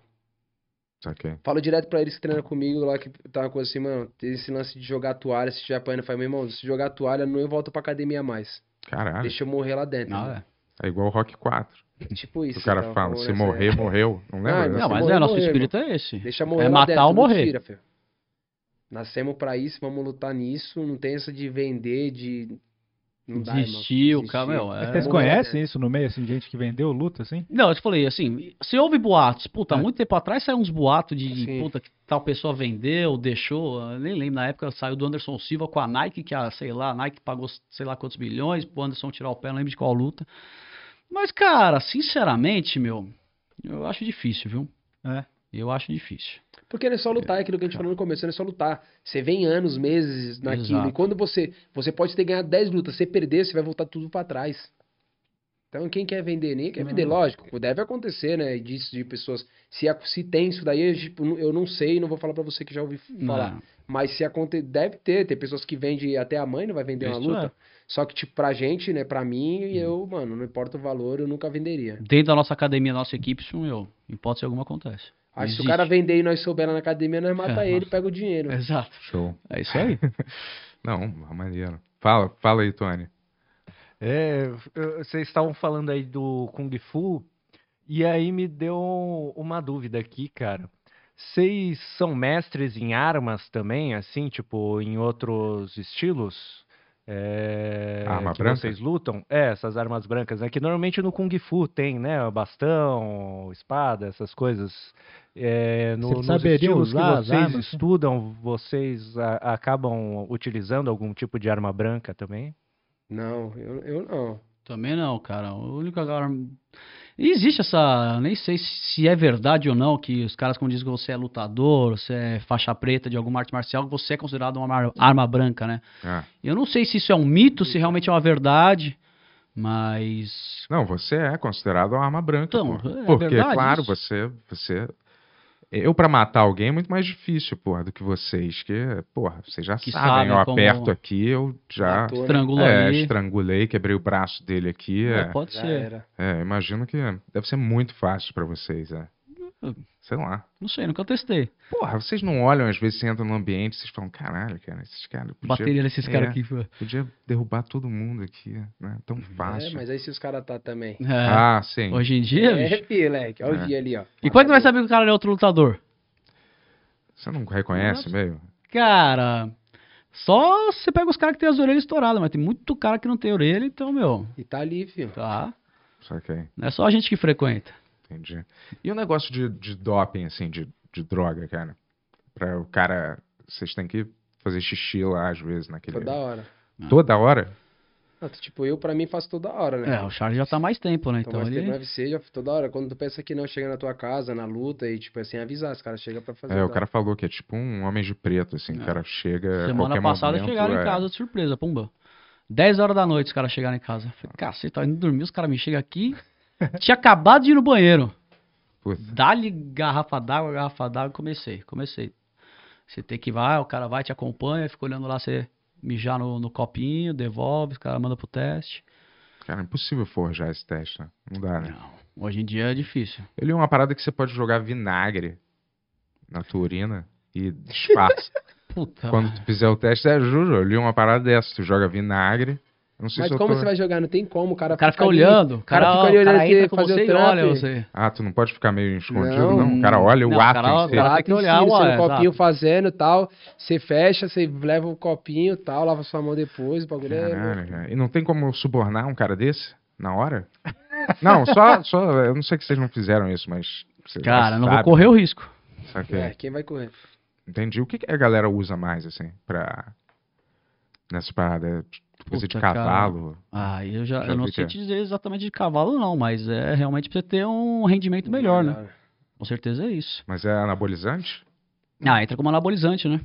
Speaker 2: Saquei.
Speaker 4: Falo direto pra eles que treinam comigo lá, que tá uma coisa assim, mano, tem esse lance de jogar toalha, se tiver apanhando, eu falo, meu irmão, se jogar toalha, não eu volto pra academia mais.
Speaker 3: Ah,
Speaker 2: Caralho.
Speaker 4: Deixa eu morrer lá dentro.
Speaker 3: Não,
Speaker 4: né?
Speaker 3: é.
Speaker 2: É igual o Rock 4.
Speaker 4: Tipo isso.
Speaker 2: o cara
Speaker 4: então,
Speaker 2: fala,
Speaker 4: vamos
Speaker 2: se
Speaker 4: nessa-
Speaker 2: morrer, morreu. Não lembra?
Speaker 4: Ah, não,
Speaker 2: dessa?
Speaker 3: Não, mas
Speaker 4: morrer,
Speaker 3: é, nosso
Speaker 4: morrer,
Speaker 3: espírito é esse.
Speaker 4: Deixa morrer
Speaker 3: É
Speaker 4: lá
Speaker 3: matar
Speaker 4: dentro,
Speaker 3: ou
Speaker 4: não
Speaker 3: morrer.
Speaker 4: tira, filho. Nascemos pra isso, vamos lutar nisso, não tem essa de vender, de... Não dá, irmão.
Speaker 3: Desistir, o cara,
Speaker 4: Desistir.
Speaker 3: meu, é-
Speaker 1: Mas Vocês
Speaker 4: É.
Speaker 1: conhecem isso no meio, assim, de gente que vendeu luta, assim?
Speaker 3: Não, eu te falei assim, se houve boatos, puta,
Speaker 1: É.
Speaker 3: muito tempo atrás saiu uns boatos de, de,
Speaker 4: Sim.
Speaker 3: puta que tal pessoa vendeu, deixou, eu nem lembro, na época saiu do Anderson Silva com a Nike, que a, sei lá, a Nike pagou sei lá quantos bilhões pro Anderson tirar o pé, não lembro de qual luta. Mas, cara, sinceramente, meu, eu acho difícil, viu?
Speaker 1: É.
Speaker 3: Eu acho difícil.
Speaker 4: Porque não é só lutar, é aquilo que a gente falou no começo, não é só lutar. Você vem anos, meses naquilo.
Speaker 3: Exato.
Speaker 4: E quando você. Você pode ter ganhado 10 lutas, você perder, você vai voltar tudo pra trás. Então, quem quer vender, nem quer
Speaker 3: Uhum.
Speaker 4: vender, lógico. Deve acontecer, né? Disso de pessoas. Se, a- se tem isso daí, tipo, eu não sei, não vou falar pra você que já ouvi falar.
Speaker 3: Não. é.
Speaker 4: Mas se acontecer, deve ter. Tem pessoas que vendem até a mãe, não vai vender uma
Speaker 3: é
Speaker 1: Isso
Speaker 4: luta. Só que, tipo, pra gente, né? Pra mim,
Speaker 3: Uhum.
Speaker 4: eu, mano, não importa o valor, eu nunca venderia.
Speaker 3: Dentro da nossa academia, da nossa equipe, isso, meu, hipótese alguma acontece. Não
Speaker 4: Acho que se o
Speaker 3: existe.
Speaker 4: cara vender e nós souber lá na academia, nós mata
Speaker 3: É,
Speaker 4: ele,
Speaker 3: nossa.
Speaker 4: pega o dinheiro.
Speaker 3: Exato.
Speaker 2: Show.
Speaker 3: É isso aí.
Speaker 2: Não, maneiro. Fala, fala aí, Tony.
Speaker 5: É, eu- vocês estavam falando aí do Kung Fu, e aí me deu uma dúvida aqui, cara. Vocês são mestres em armas também, assim, tipo, em outros estilos? É,
Speaker 2: Arma
Speaker 5: que
Speaker 2: branca?
Speaker 5: vocês lutam? É, essas armas brancas, né? Que normalmente no Kung Fu tem, né? Bastão, espada, essas coisas. É, no,
Speaker 1: Vocês
Speaker 5: nos
Speaker 1: saberiam
Speaker 5: estilos que
Speaker 1: usar as
Speaker 5: vocês
Speaker 1: armas?
Speaker 5: estudam, vocês a- acabam utilizando algum tipo de arma branca também?
Speaker 4: Não, eu, eu não.
Speaker 3: Também não, cara. O único agora. E Existe essa. Nem sei se é verdade ou não, que os caras, quando dizem que você é lutador, você é faixa preta de alguma arte marcial, você é considerado uma mar- arma branca, né?
Speaker 2: Ah,
Speaker 3: Eu não sei se isso é um mito, se realmente é uma verdade, mas.
Speaker 2: não, você é considerado uma arma branca.
Speaker 3: Então,
Speaker 2: pô.
Speaker 3: é
Speaker 2: Porque,
Speaker 3: verdade
Speaker 2: claro,
Speaker 3: isso.
Speaker 2: você, você. Eu, pra matar alguém, é muito mais difícil, porra, do que vocês, que, porra, vocês já
Speaker 3: Que
Speaker 2: sabem.
Speaker 3: sabem
Speaker 2: eu
Speaker 3: como- Ah,
Speaker 2: aperto aqui, eu já.
Speaker 4: Matou, né?
Speaker 3: Estrangula
Speaker 2: é,
Speaker 3: ali.
Speaker 2: estrangulei, quebrei o braço dele aqui.
Speaker 3: É,
Speaker 2: É,
Speaker 3: pode
Speaker 4: Já
Speaker 3: ser.
Speaker 4: era.
Speaker 2: é, imagino que deve ser muito fácil pra vocês, é. Sei lá.
Speaker 3: Não sei, nunca testei.
Speaker 2: Porra, vocês não olham, às vezes você entra no ambiente, vocês falam, caralho, cara, esses caras. Podia,
Speaker 3: Bateria nesses
Speaker 2: é.
Speaker 3: caras aqui. pô.
Speaker 2: podia derrubar todo mundo aqui, né? Tão
Speaker 4: É,
Speaker 2: fácil.
Speaker 4: mas aí se os caras tá também.
Speaker 3: É,
Speaker 2: Ah, sim.
Speaker 3: Hoje em dia,
Speaker 4: é,
Speaker 3: bicho.
Speaker 4: fi, moleque. Olha
Speaker 2: É.
Speaker 4: o dia ali, ó.
Speaker 3: E quando vai saber que o cara é outro lutador?
Speaker 2: Você não reconhece meio?
Speaker 3: Cara. Só você pega os caras que tem as orelhas estouradas, mas tem muito cara que não tem orelha, então, meu.
Speaker 4: E tá ali, filho.
Speaker 3: Tá.
Speaker 2: Só que aí,
Speaker 3: Não é só a gente que frequenta.
Speaker 2: entendi. E o negócio de, de doping, assim, de, de droga, cara? Pra o cara. Vocês têm que fazer xixi lá, às vezes, naquele. Ah.
Speaker 4: Toda hora.
Speaker 2: Toda hora?
Speaker 4: Não, tipo, eu pra mim faço toda hora, né?
Speaker 3: É, o Charles já tá há mais tempo, né?
Speaker 4: Então,
Speaker 3: Então
Speaker 4: mas tem no
Speaker 3: ele.
Speaker 4: UFC, já toda hora. Quando tu pensa que não, chega na tua casa, na luta, e tipo, é sem avisar, os caras chegam pra fazer.
Speaker 2: É, o
Speaker 4: da-
Speaker 2: cara falou que é tipo um homem de preto, assim, o cara chega. a
Speaker 3: É. Semana
Speaker 2: qualquer
Speaker 3: passada
Speaker 2: momento,
Speaker 3: chegaram
Speaker 2: é,
Speaker 3: em casa de surpresa, pumba. 10 horas da noite os caras chegaram em casa. Falei, caceta, indo dormir, os caras me chegam aqui. Tinha acabado de ir no banheiro.
Speaker 2: Puta,
Speaker 3: Dá-lhe garrafa d'água, garrafa d'água, comecei, comecei. Você tem que ir, vai, o cara vai, te acompanha, fica olhando lá, você mijar no, no copinho, devolve, os caras mandam pro teste.
Speaker 2: cara, é impossível forjar esse teste, né? Não dá, né?
Speaker 3: Não, hoje em dia é difícil.
Speaker 2: Eu li uma parada que você pode jogar vinagre na tua urina e disfarça.
Speaker 3: Puta.
Speaker 2: Quando tu fizer o teste, é juro, eu li uma parada dessa. Tu joga vinagre. eu Não sei
Speaker 4: Mas
Speaker 2: se eu
Speaker 4: como
Speaker 2: tô-
Speaker 4: você vai jogar? Não tem como, o cara
Speaker 3: O cara fica
Speaker 4: ali.
Speaker 3: olhando, o cara,
Speaker 4: cara fica
Speaker 3: ó, o
Speaker 4: olhando assim,
Speaker 3: cara
Speaker 4: ele
Speaker 3: entra com
Speaker 4: fazer o
Speaker 3: você e
Speaker 4: trampo.
Speaker 3: olha você.
Speaker 2: Ah, tu não pode ficar meio escondido,
Speaker 4: Não.
Speaker 2: não. O cara olha
Speaker 3: Não,
Speaker 2: o
Speaker 3: o
Speaker 2: ato
Speaker 3: cara-
Speaker 2: em si.
Speaker 3: o cara-
Speaker 4: Lá
Speaker 3: tem que
Speaker 4: tem
Speaker 3: olhar,
Speaker 4: sim,
Speaker 3: ué,
Speaker 4: seu copinho
Speaker 3: exato.
Speaker 4: fazendo e tal. Você fecha, você leva o copinho e tal, lava sua mão depois, o bagulho é.
Speaker 2: Caralho, cara. E não tem como subornar um cara desse? Na hora? Não, só, só. Eu não sei que vocês não fizeram isso, mas. vocês já
Speaker 3: Cara, não vou
Speaker 2: sabem,
Speaker 3: correr o risco.
Speaker 2: só que-
Speaker 4: É, quem vai correr?
Speaker 2: Entendi. O que, que a galera usa mais, assim, pra. Nessa parada? Coisa de
Speaker 3: Puta, cara.
Speaker 2: cavalo?
Speaker 3: Ah, eu já,
Speaker 2: Já
Speaker 3: eu não
Speaker 2: vi que
Speaker 3: sei
Speaker 2: é.
Speaker 3: te dizer exatamente de cavalo, não, mas é realmente pra você ter um rendimento melhor, né? Com certeza é isso.
Speaker 2: Mas é anabolizante?
Speaker 3: Ah, entra como anabolizante, né?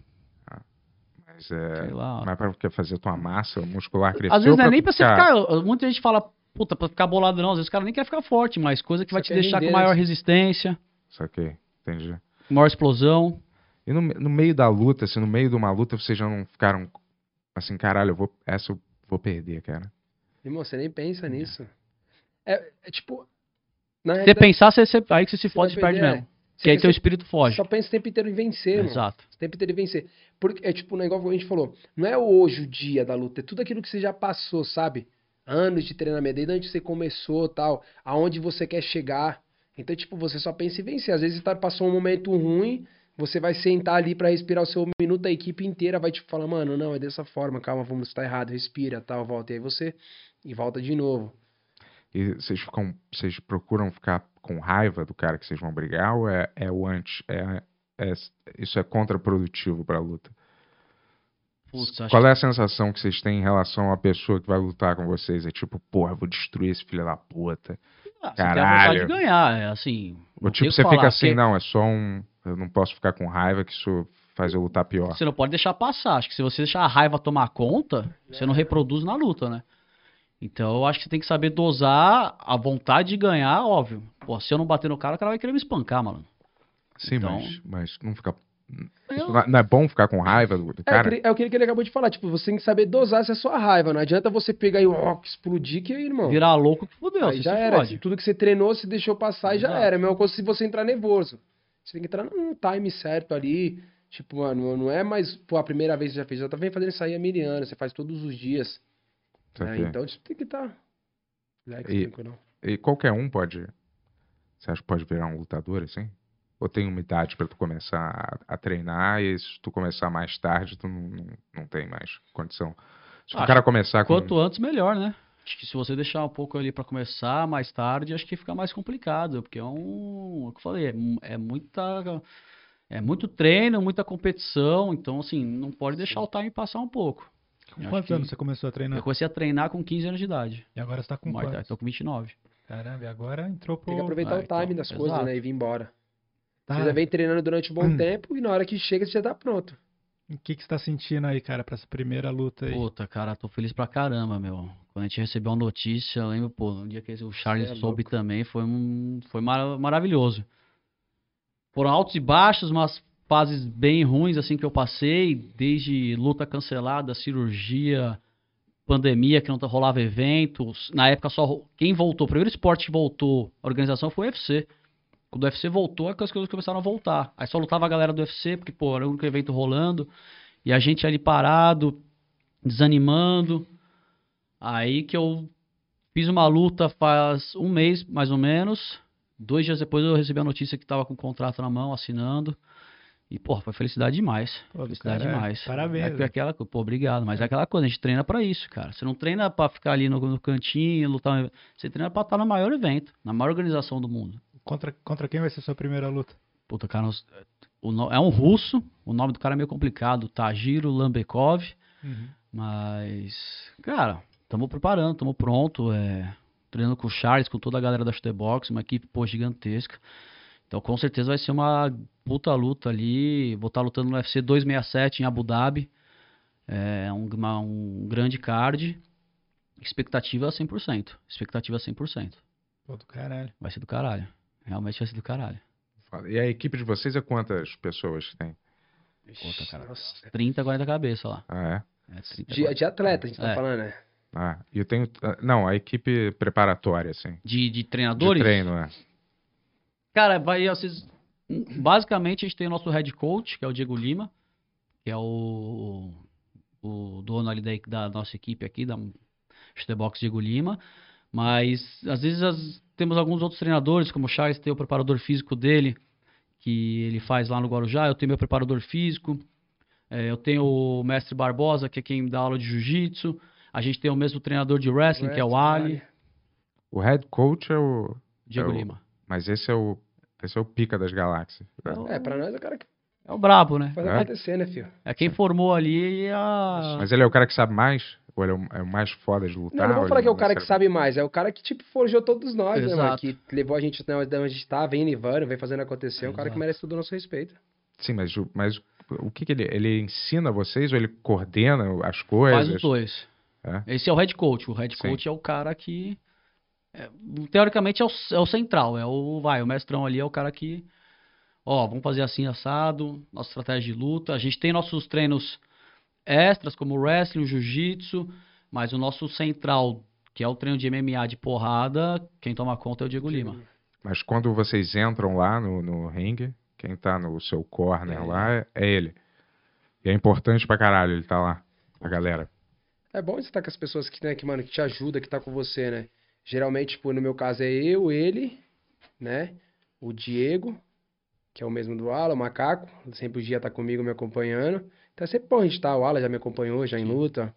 Speaker 2: Mas é.
Speaker 3: Sei lá.
Speaker 2: Mas pra quê? fazer tua massa muscular crescer?
Speaker 3: Às vezes não é nem pra
Speaker 2: para
Speaker 3: você ficar. Muita gente fala, puta, pra ficar bolado não. Às vezes o cara nem quer ficar forte, mas coisa que
Speaker 4: Só
Speaker 3: vai te
Speaker 4: quer
Speaker 3: deixar com
Speaker 4: render,
Speaker 3: maior
Speaker 4: né?
Speaker 3: resistência,
Speaker 2: Saquei, entendi.
Speaker 3: maior explosão.
Speaker 2: E no, no meio da luta, assim, no meio de uma luta, vocês já não ficaram assim, caralho, eu vou, essa eu vou perder, cara.
Speaker 4: Irmão, você nem pensa nisso. É, é tipo. Na
Speaker 3: Se você
Speaker 4: realidade,
Speaker 3: pensar, você, você- aí que você se
Speaker 4: né? Você
Speaker 3: fode, se
Speaker 4: vai
Speaker 3: perde
Speaker 4: perder, é.
Speaker 3: mesmo.
Speaker 4: você
Speaker 3: Que aí teu
Speaker 4: pensa-
Speaker 3: espírito foge.
Speaker 4: só pensa o tempo inteiro em vencer, mano.
Speaker 3: Exato.
Speaker 4: Você tem que ter de vencer. Porque é tipo um negócio que a gente falou. Não é hoje o dia da luta, é tudo aquilo que você já passou, sabe? Anos de treinamento, desde antes que você começou tal, aonde você quer chegar. Então, tipo, você só pensa em vencer. Às vezes tá, passou um momento ruim, você vai sentar ali pra respirar o seu minuto, a equipe inteira vai tipo falar, mano, não, é dessa forma, calma, vamos, tá errado, respira, tal, volta. E aí você. E volta de novo.
Speaker 2: E vocês ficam. Vocês procuram ficar com raiva do cara que vocês vão brigar ou é, é o antes. É, é- isso é contraprodutivo pra luta?
Speaker 3: Putz, acho
Speaker 2: Qual é a sensação que vocês têm em relação à pessoa que vai lutar com vocês? É tipo, porra, vou destruir esse filho da puta.
Speaker 3: que ah, você tem a vontade
Speaker 2: caralho.
Speaker 3: de ganhar. É assim.
Speaker 2: Ou
Speaker 3: não
Speaker 2: tipo,
Speaker 3: tem o que
Speaker 2: você
Speaker 3: falar,
Speaker 2: fica assim,
Speaker 3: porque-
Speaker 2: não, é só um. Eu não posso ficar com raiva, que isso faz eu lutar pior.
Speaker 3: Você não pode deixar passar. Acho que se você deixar a raiva tomar conta, você não reproduz na luta, né? Então eu acho que você tem que saber dosar a vontade de ganhar, óbvio. Pô, se eu não bater no cara, o cara vai querer me espancar, mano.
Speaker 2: Sim,
Speaker 3: Então-
Speaker 2: mas, mas não ficar.
Speaker 3: Eu-
Speaker 2: Não é- não é bom ficar com raiva do do
Speaker 4: É,
Speaker 2: cara?
Speaker 4: aquele- é o que ele- que ele acabou de falar, tipo, você tem que saber dosar essa sua raiva, não adianta você pegar e ó, explodir que, irmão,
Speaker 3: Virar louco que fudeu,
Speaker 4: aí
Speaker 3: você
Speaker 4: já
Speaker 3: se
Speaker 4: era,
Speaker 3: fode.
Speaker 4: tudo que você treinou, você deixou passar e já
Speaker 3: Exato.
Speaker 4: era, é a mesma coisa se você entrar nervoso, você tem que entrar num time certo ali, tipo, mano, não é mais, pô, a primeira vez que você já fez, já tá vem fazendo isso aí há mil anos, você faz todos os dias,
Speaker 2: Tá
Speaker 4: né?
Speaker 2: aqui.
Speaker 4: então tipo, tem que estar... Lex,
Speaker 2: E-
Speaker 4: tranquilo.
Speaker 2: E qualquer um pode. Você acha que pode virar um lutador assim? Ou tem uma idade pra tu começar a, a treinar e se tu começar mais tarde, tu não, não, não tem mais condição. Se o
Speaker 3: Ah,
Speaker 2: cara começar com.
Speaker 3: Quanto antes, melhor, né? Acho que se você deixar um pouco ali pra começar mais tarde, acho que fica mais complicado, porque é um, é o que eu falei, é, mu- é muita é muito treino, muita competição, então assim, não pode deixar o time passar um pouco.
Speaker 1: Com
Speaker 3: Acho
Speaker 1: quantos
Speaker 3: que-
Speaker 1: anos você começou a
Speaker 3: Eu então.
Speaker 1: treinar?
Speaker 3: comecei a treinar com 15 anos de idade.
Speaker 1: E agora você tá com
Speaker 3: Muay Thai,
Speaker 1: quantos?
Speaker 3: tô com 29.
Speaker 1: Caramba, e agora entrou pro...
Speaker 4: Tem que aproveitar
Speaker 3: Ah,
Speaker 4: o time
Speaker 3: então,
Speaker 4: das coisas,
Speaker 3: exato.
Speaker 4: né, e vir embora.
Speaker 3: Ah,
Speaker 1: Tá.
Speaker 4: Você já vem treinando durante um bom
Speaker 1: Hum.
Speaker 4: tempo e na hora que chega você já tá pronto.
Speaker 1: O que, que você tá sentindo aí, cara, pra essa primeira luta aí?
Speaker 3: Puta, cara, tô feliz pra caramba, meu. Quando a gente recebeu a notícia, eu lembro, pô, no dia que o Charles
Speaker 4: Cê é
Speaker 3: soube também, foi, um, foi mara- maravilhoso. Foram altos e baixos, umas fases bem ruins, assim, que eu passei, desde luta cancelada, cirurgia, pandemia, que não tá- rolava eventos. Na época, só ro- quem voltou, o primeiro esporte que voltou, a organização foi o UFC. Quando o UFC voltou, é que as coisas começaram a voltar. Aí só lutava a galera do UFC, porque, pô, era o único evento rolando. E a gente ali parado, desanimando. Aí que eu fiz uma luta faz um mês, mais ou menos. Dois dias depois eu recebi a notícia que tava com o contrato na mão, assinando. E, pô, foi felicidade demais.
Speaker 1: Pô, do
Speaker 3: felicidade
Speaker 1: caralho.
Speaker 3: demais.
Speaker 1: Parabéns,
Speaker 3: É
Speaker 1: velho.
Speaker 3: aquela, co- pô, obrigado. Mas é aquela coisa, a gente treina pra isso, cara. Você não treina pra ficar ali no, no cantinho, lutar. Você treina pra estar no maior evento, na maior organização do mundo.
Speaker 1: Contra, contra quem vai ser sua primeira luta?
Speaker 3: Puta, cara, nós- o no- é um russo. O nome do cara é meio complicado. Tajiro Lambekov. Mas, cara, estamos preparando, estamos pronto. É, treinando com o Charles, com toda a galera da Shutterbox, uma equipe pô, gigantesca. Então, com certeza vai ser uma puta luta ali. Vou estar lutando no UFC 267 em Abu Dhabi. É um, uma- um grande card. Expectativa 100%. Expectativa 100%.
Speaker 1: Pô, do caralho.
Speaker 3: Vai ser do caralho. Realmente vai ser do caralho.
Speaker 2: E a equipe de vocês é quantas pessoas que tem?
Speaker 3: Puta, cara.
Speaker 4: Nossa.
Speaker 3: 30, 40 cabeça lá.
Speaker 2: Ah, é?
Speaker 3: É, 30,
Speaker 4: De, de atleta, a gente tá
Speaker 3: É.
Speaker 4: falando, né?
Speaker 2: Ah, e eu tenho. ah, Não, a equipe preparatória, assim.
Speaker 3: de, de
Speaker 2: De
Speaker 3: treinadores?
Speaker 2: treino, é.
Speaker 3: Cara, vai vocês. Basicamente, a gente tem o nosso head coach, que é o Diego Lima, que é o, o dono ali da, da nossa equipe aqui, da Shutterbox Diego Lima. Mas, às vezes, as- temos alguns outros treinadores, como o Charles tem o preparador físico dele, que ele faz lá no Guarujá. Eu tenho meu preparador físico. É, eu tenho o mestre Barbosa, que é quem dá aula de jiu-jitsu. A gente tem o mesmo treinador de wrestling, que é o Ali,
Speaker 2: O head coach é o.
Speaker 3: Diego
Speaker 2: É o-
Speaker 3: Lima.
Speaker 2: Mas esse é o. Esse é o pica das galáxias.
Speaker 4: É, pra nós é o cara que
Speaker 3: Então, É o brabo, né?
Speaker 4: faz
Speaker 2: É.
Speaker 4: acontecer, né, filho?
Speaker 3: É quem formou ali a.
Speaker 2: Mas ele é o cara que sabe mais? Ou ele é o, é o mais foda de lutar?
Speaker 4: Não, não
Speaker 2: Ou
Speaker 4: vou falar
Speaker 2: ele um
Speaker 4: que é o cara que
Speaker 2: necessariamente-
Speaker 4: sabe mais, é o cara que, tipo, forjou todos nós, né, mano?
Speaker 3: Exato.
Speaker 4: Que levou a gente até onde a gente tá, vem levando, vem fazendo acontecer, é um cara que
Speaker 3: Exato.
Speaker 4: merece todo o nosso respeito.
Speaker 2: Sim, mas, o- mas o que, que ele. Ele ensina vocês ou ele coordena as coisas?
Speaker 3: Faz os dois.
Speaker 2: É?
Speaker 3: Esse é o head coach. O head
Speaker 2: Sim.
Speaker 3: coach é o cara que. é, teoricamente é o, é o central. É o. Vai, o mestrão ali é o cara que. Ó, vamos fazer assim assado, nossa estratégia de luta. A gente tem nossos treinos extras, como o wrestling, o jiu-jitsu, mas o nosso central, que é o treino de MMA de porrada, quem toma conta é o Diego Lima.
Speaker 2: Mas quando vocês entram lá no, no ringue, quem tá no seu corner
Speaker 3: É.
Speaker 2: lá é, é ele. E é importante pra caralho ele tá lá. A galera.
Speaker 4: É bom você estar com as pessoas que, né, que, mano, que te ajuda, que tá com você, né? Geralmente, tipo, no meu caso é eu, ele, né? O Diego, que é o mesmo do Ala, o Macaco, sempre o dia tá comigo me acompanhando. Então é sempre bom a gente tá, o Ala já me acompanhou, já em luta.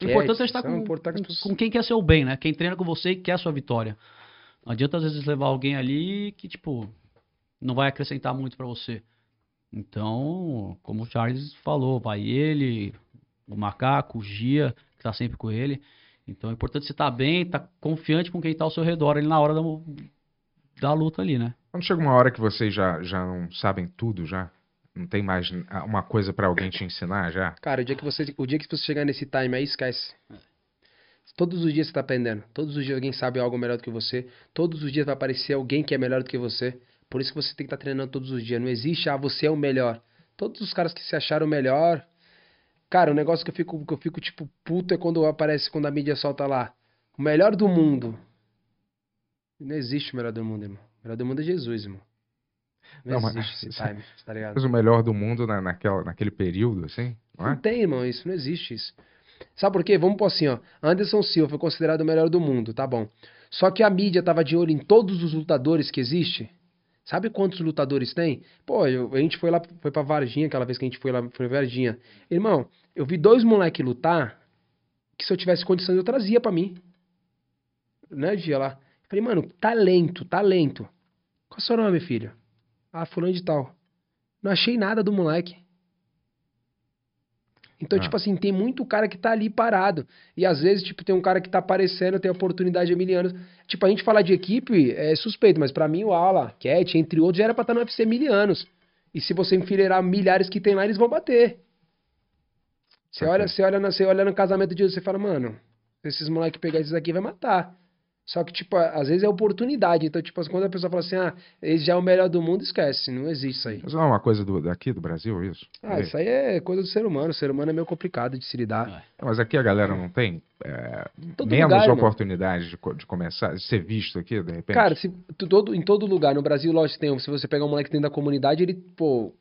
Speaker 3: O importante é
Speaker 4: Cat,
Speaker 3: estar
Speaker 4: são
Speaker 3: com,
Speaker 4: importantes
Speaker 3: com-
Speaker 4: pessoas.
Speaker 3: com quem quer seu bem, né? Quem treina com você e quer a sua vitória. Não adianta às vezes levar alguém ali que, tipo, não vai acrescentar muito pra você. Então, como o Charles falou, vai ele, o macaco, o Gia, que tá sempre com ele. Então tá é importante você estar bem, estar confiante com quem tá ao seu redor ali na hora da, da luta ali, né?
Speaker 2: Quando chega uma hora que vocês já, já não sabem tudo, já? Não tem mais n- ah, uma coisa pra alguém te ensinar já?
Speaker 4: Cara, o dia que você, o dia que você chegar nesse time aí, esquece. Todos os dias você tá aprendendo. Todos os dias alguém sabe algo melhor do que você. Todos os dias vai aparecer alguém que é melhor do que você. Por isso que você tem que estar treinando todos os dias. Não existe, ah, você é o melhor. Todos os caras que se acharam melhor. Cara, o negócio que eu fico, que eu fico tipo puto é quando aparece, quando a mídia solta lá. O melhor do mundo. Não existe o melhor do mundo, irmão. O melhor do mundo é Jesus, irmão. Não,
Speaker 2: Não, mas-
Speaker 4: existe esse time, tá ligado?
Speaker 2: Mas o melhor do mundo na, naquela, naquele período, assim, não
Speaker 4: Não
Speaker 2: é?
Speaker 4: tem, irmão, isso não existe isso. Sabe por quê? Vamos pôr assim, ó. Anderson Silva foi considerado o melhor do mundo, tá bom. Só que a mídia tava de olho em todos os lutadores que existe. Sabe quantos lutadores tem? Pô, eu- a gente foi lá, foi pra Varginha, aquela vez que a gente foi lá, foi pra Varginha. Irmão, eu vi dois moleques lutar que se eu tivesse condições eu trazia pra mim. Né, dia lá. Falei, mano, talento, talento. Qual é o seu nome, filho? Ah, fulano de tal. Não achei nada do moleque. Então,
Speaker 2: Ah.
Speaker 4: tipo assim, tem muito cara que tá ali parado. E às vezes, tipo, tem um cara que tá aparecendo, tem oportunidade há mil anos. Tipo, a gente falar de equipe é suspeito, mas pra mim o Ala, Cat, entre outros, já era pra estar no UFC mil anos. E se você enfileirar milhares que tem lá, eles vão bater. Você
Speaker 2: Ok.
Speaker 4: olha, você olha, na- você olha no casamento de Jesus, você fala, mano, se esses moleques pegar esses aqui, vai matar. Só que, tipo, às vezes é oportunidade. Então, tipo, quando a pessoa fala assim, ah, esse já é o melhor do mundo, esquece. Não existe isso aí.
Speaker 2: Mas não é uma coisa do, daqui do Brasil, isso?
Speaker 4: Ah, isso aí é coisa do ser humano. O ser humano é meio complicado de se lidar.
Speaker 3: É.
Speaker 2: Mas aqui a galera não tem é,
Speaker 4: Todo
Speaker 2: menos
Speaker 4: lugar, irmão.
Speaker 2: oportunidade de, co- de começar, de ser visto aqui, de repente?
Speaker 4: Cara, se, tu- todo, em todo lugar, no Brasil, lógico, tem, um- se você pegar um moleque dentro da comunidade, ele, pô,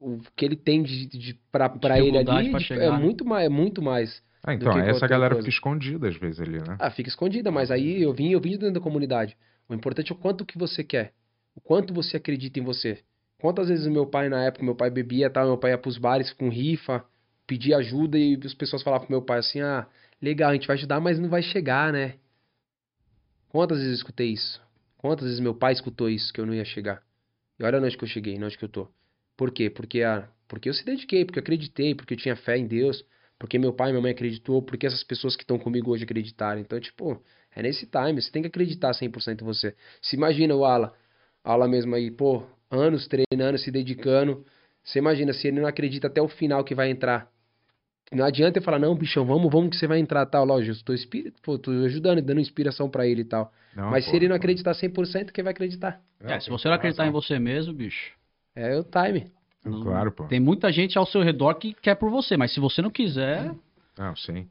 Speaker 4: o que ele tem de, de, pra, pra ele
Speaker 3: Dificuldade
Speaker 4: ali
Speaker 3: pra
Speaker 4: de-
Speaker 3: chegar,
Speaker 4: é
Speaker 3: né?
Speaker 4: muito mais, é muito mais.
Speaker 2: ah, então,
Speaker 4: que
Speaker 2: é essa
Speaker 4: qualquer
Speaker 2: galera
Speaker 4: coisa.
Speaker 2: fica escondida às vezes ali, né?
Speaker 4: Ah, fica escondida, mas aí eu vim, eu vim de dentro da comunidade. O importante é o quanto que você quer, o quanto você acredita em você. Quantas vezes o meu pai na época, meu pai bebia, tal, meu pai ia pros bares com rifa, pedia ajuda e as pessoas falavam pro meu pai assim: "Ah, legal, a gente vai ajudar, mas não vai chegar, né?" Quantas vezes eu escutei isso? Quantas vezes meu pai escutou isso que eu não ia chegar? E olha onde que eu cheguei, onde que eu tô. Por quê? Porque a porque eu se dediquei, porque eu acreditei, porque eu tinha fé em Deus porque meu pai e minha mãe acreditou, porque essas pessoas que estão comigo hoje acreditaram. Então, tipo, é nesse time, você tem que acreditar 100% em você. Se imagina o Ala, Ala mesmo aí, pô, anos treinando, se dedicando. Você imagina se ele não acredita até o final que vai entrar. Não adianta eu falar, não, bichão, vamos, vamos que você vai entrar, tal, lógico, eu tô, inspira- pô, tô ajudando, dando inspiração pra ele e tal.
Speaker 2: Não,
Speaker 4: Mas se
Speaker 2: pô,
Speaker 4: ele
Speaker 2: pô.
Speaker 4: não acreditar 100%, quem vai acreditar?
Speaker 3: É, se você não acreditar em você mesmo, bicho.
Speaker 4: É o time.
Speaker 3: não-
Speaker 2: Claro, pô.
Speaker 3: Tem muita gente ao seu redor que quer por você, mas se você não quiser,
Speaker 2: Não, sim.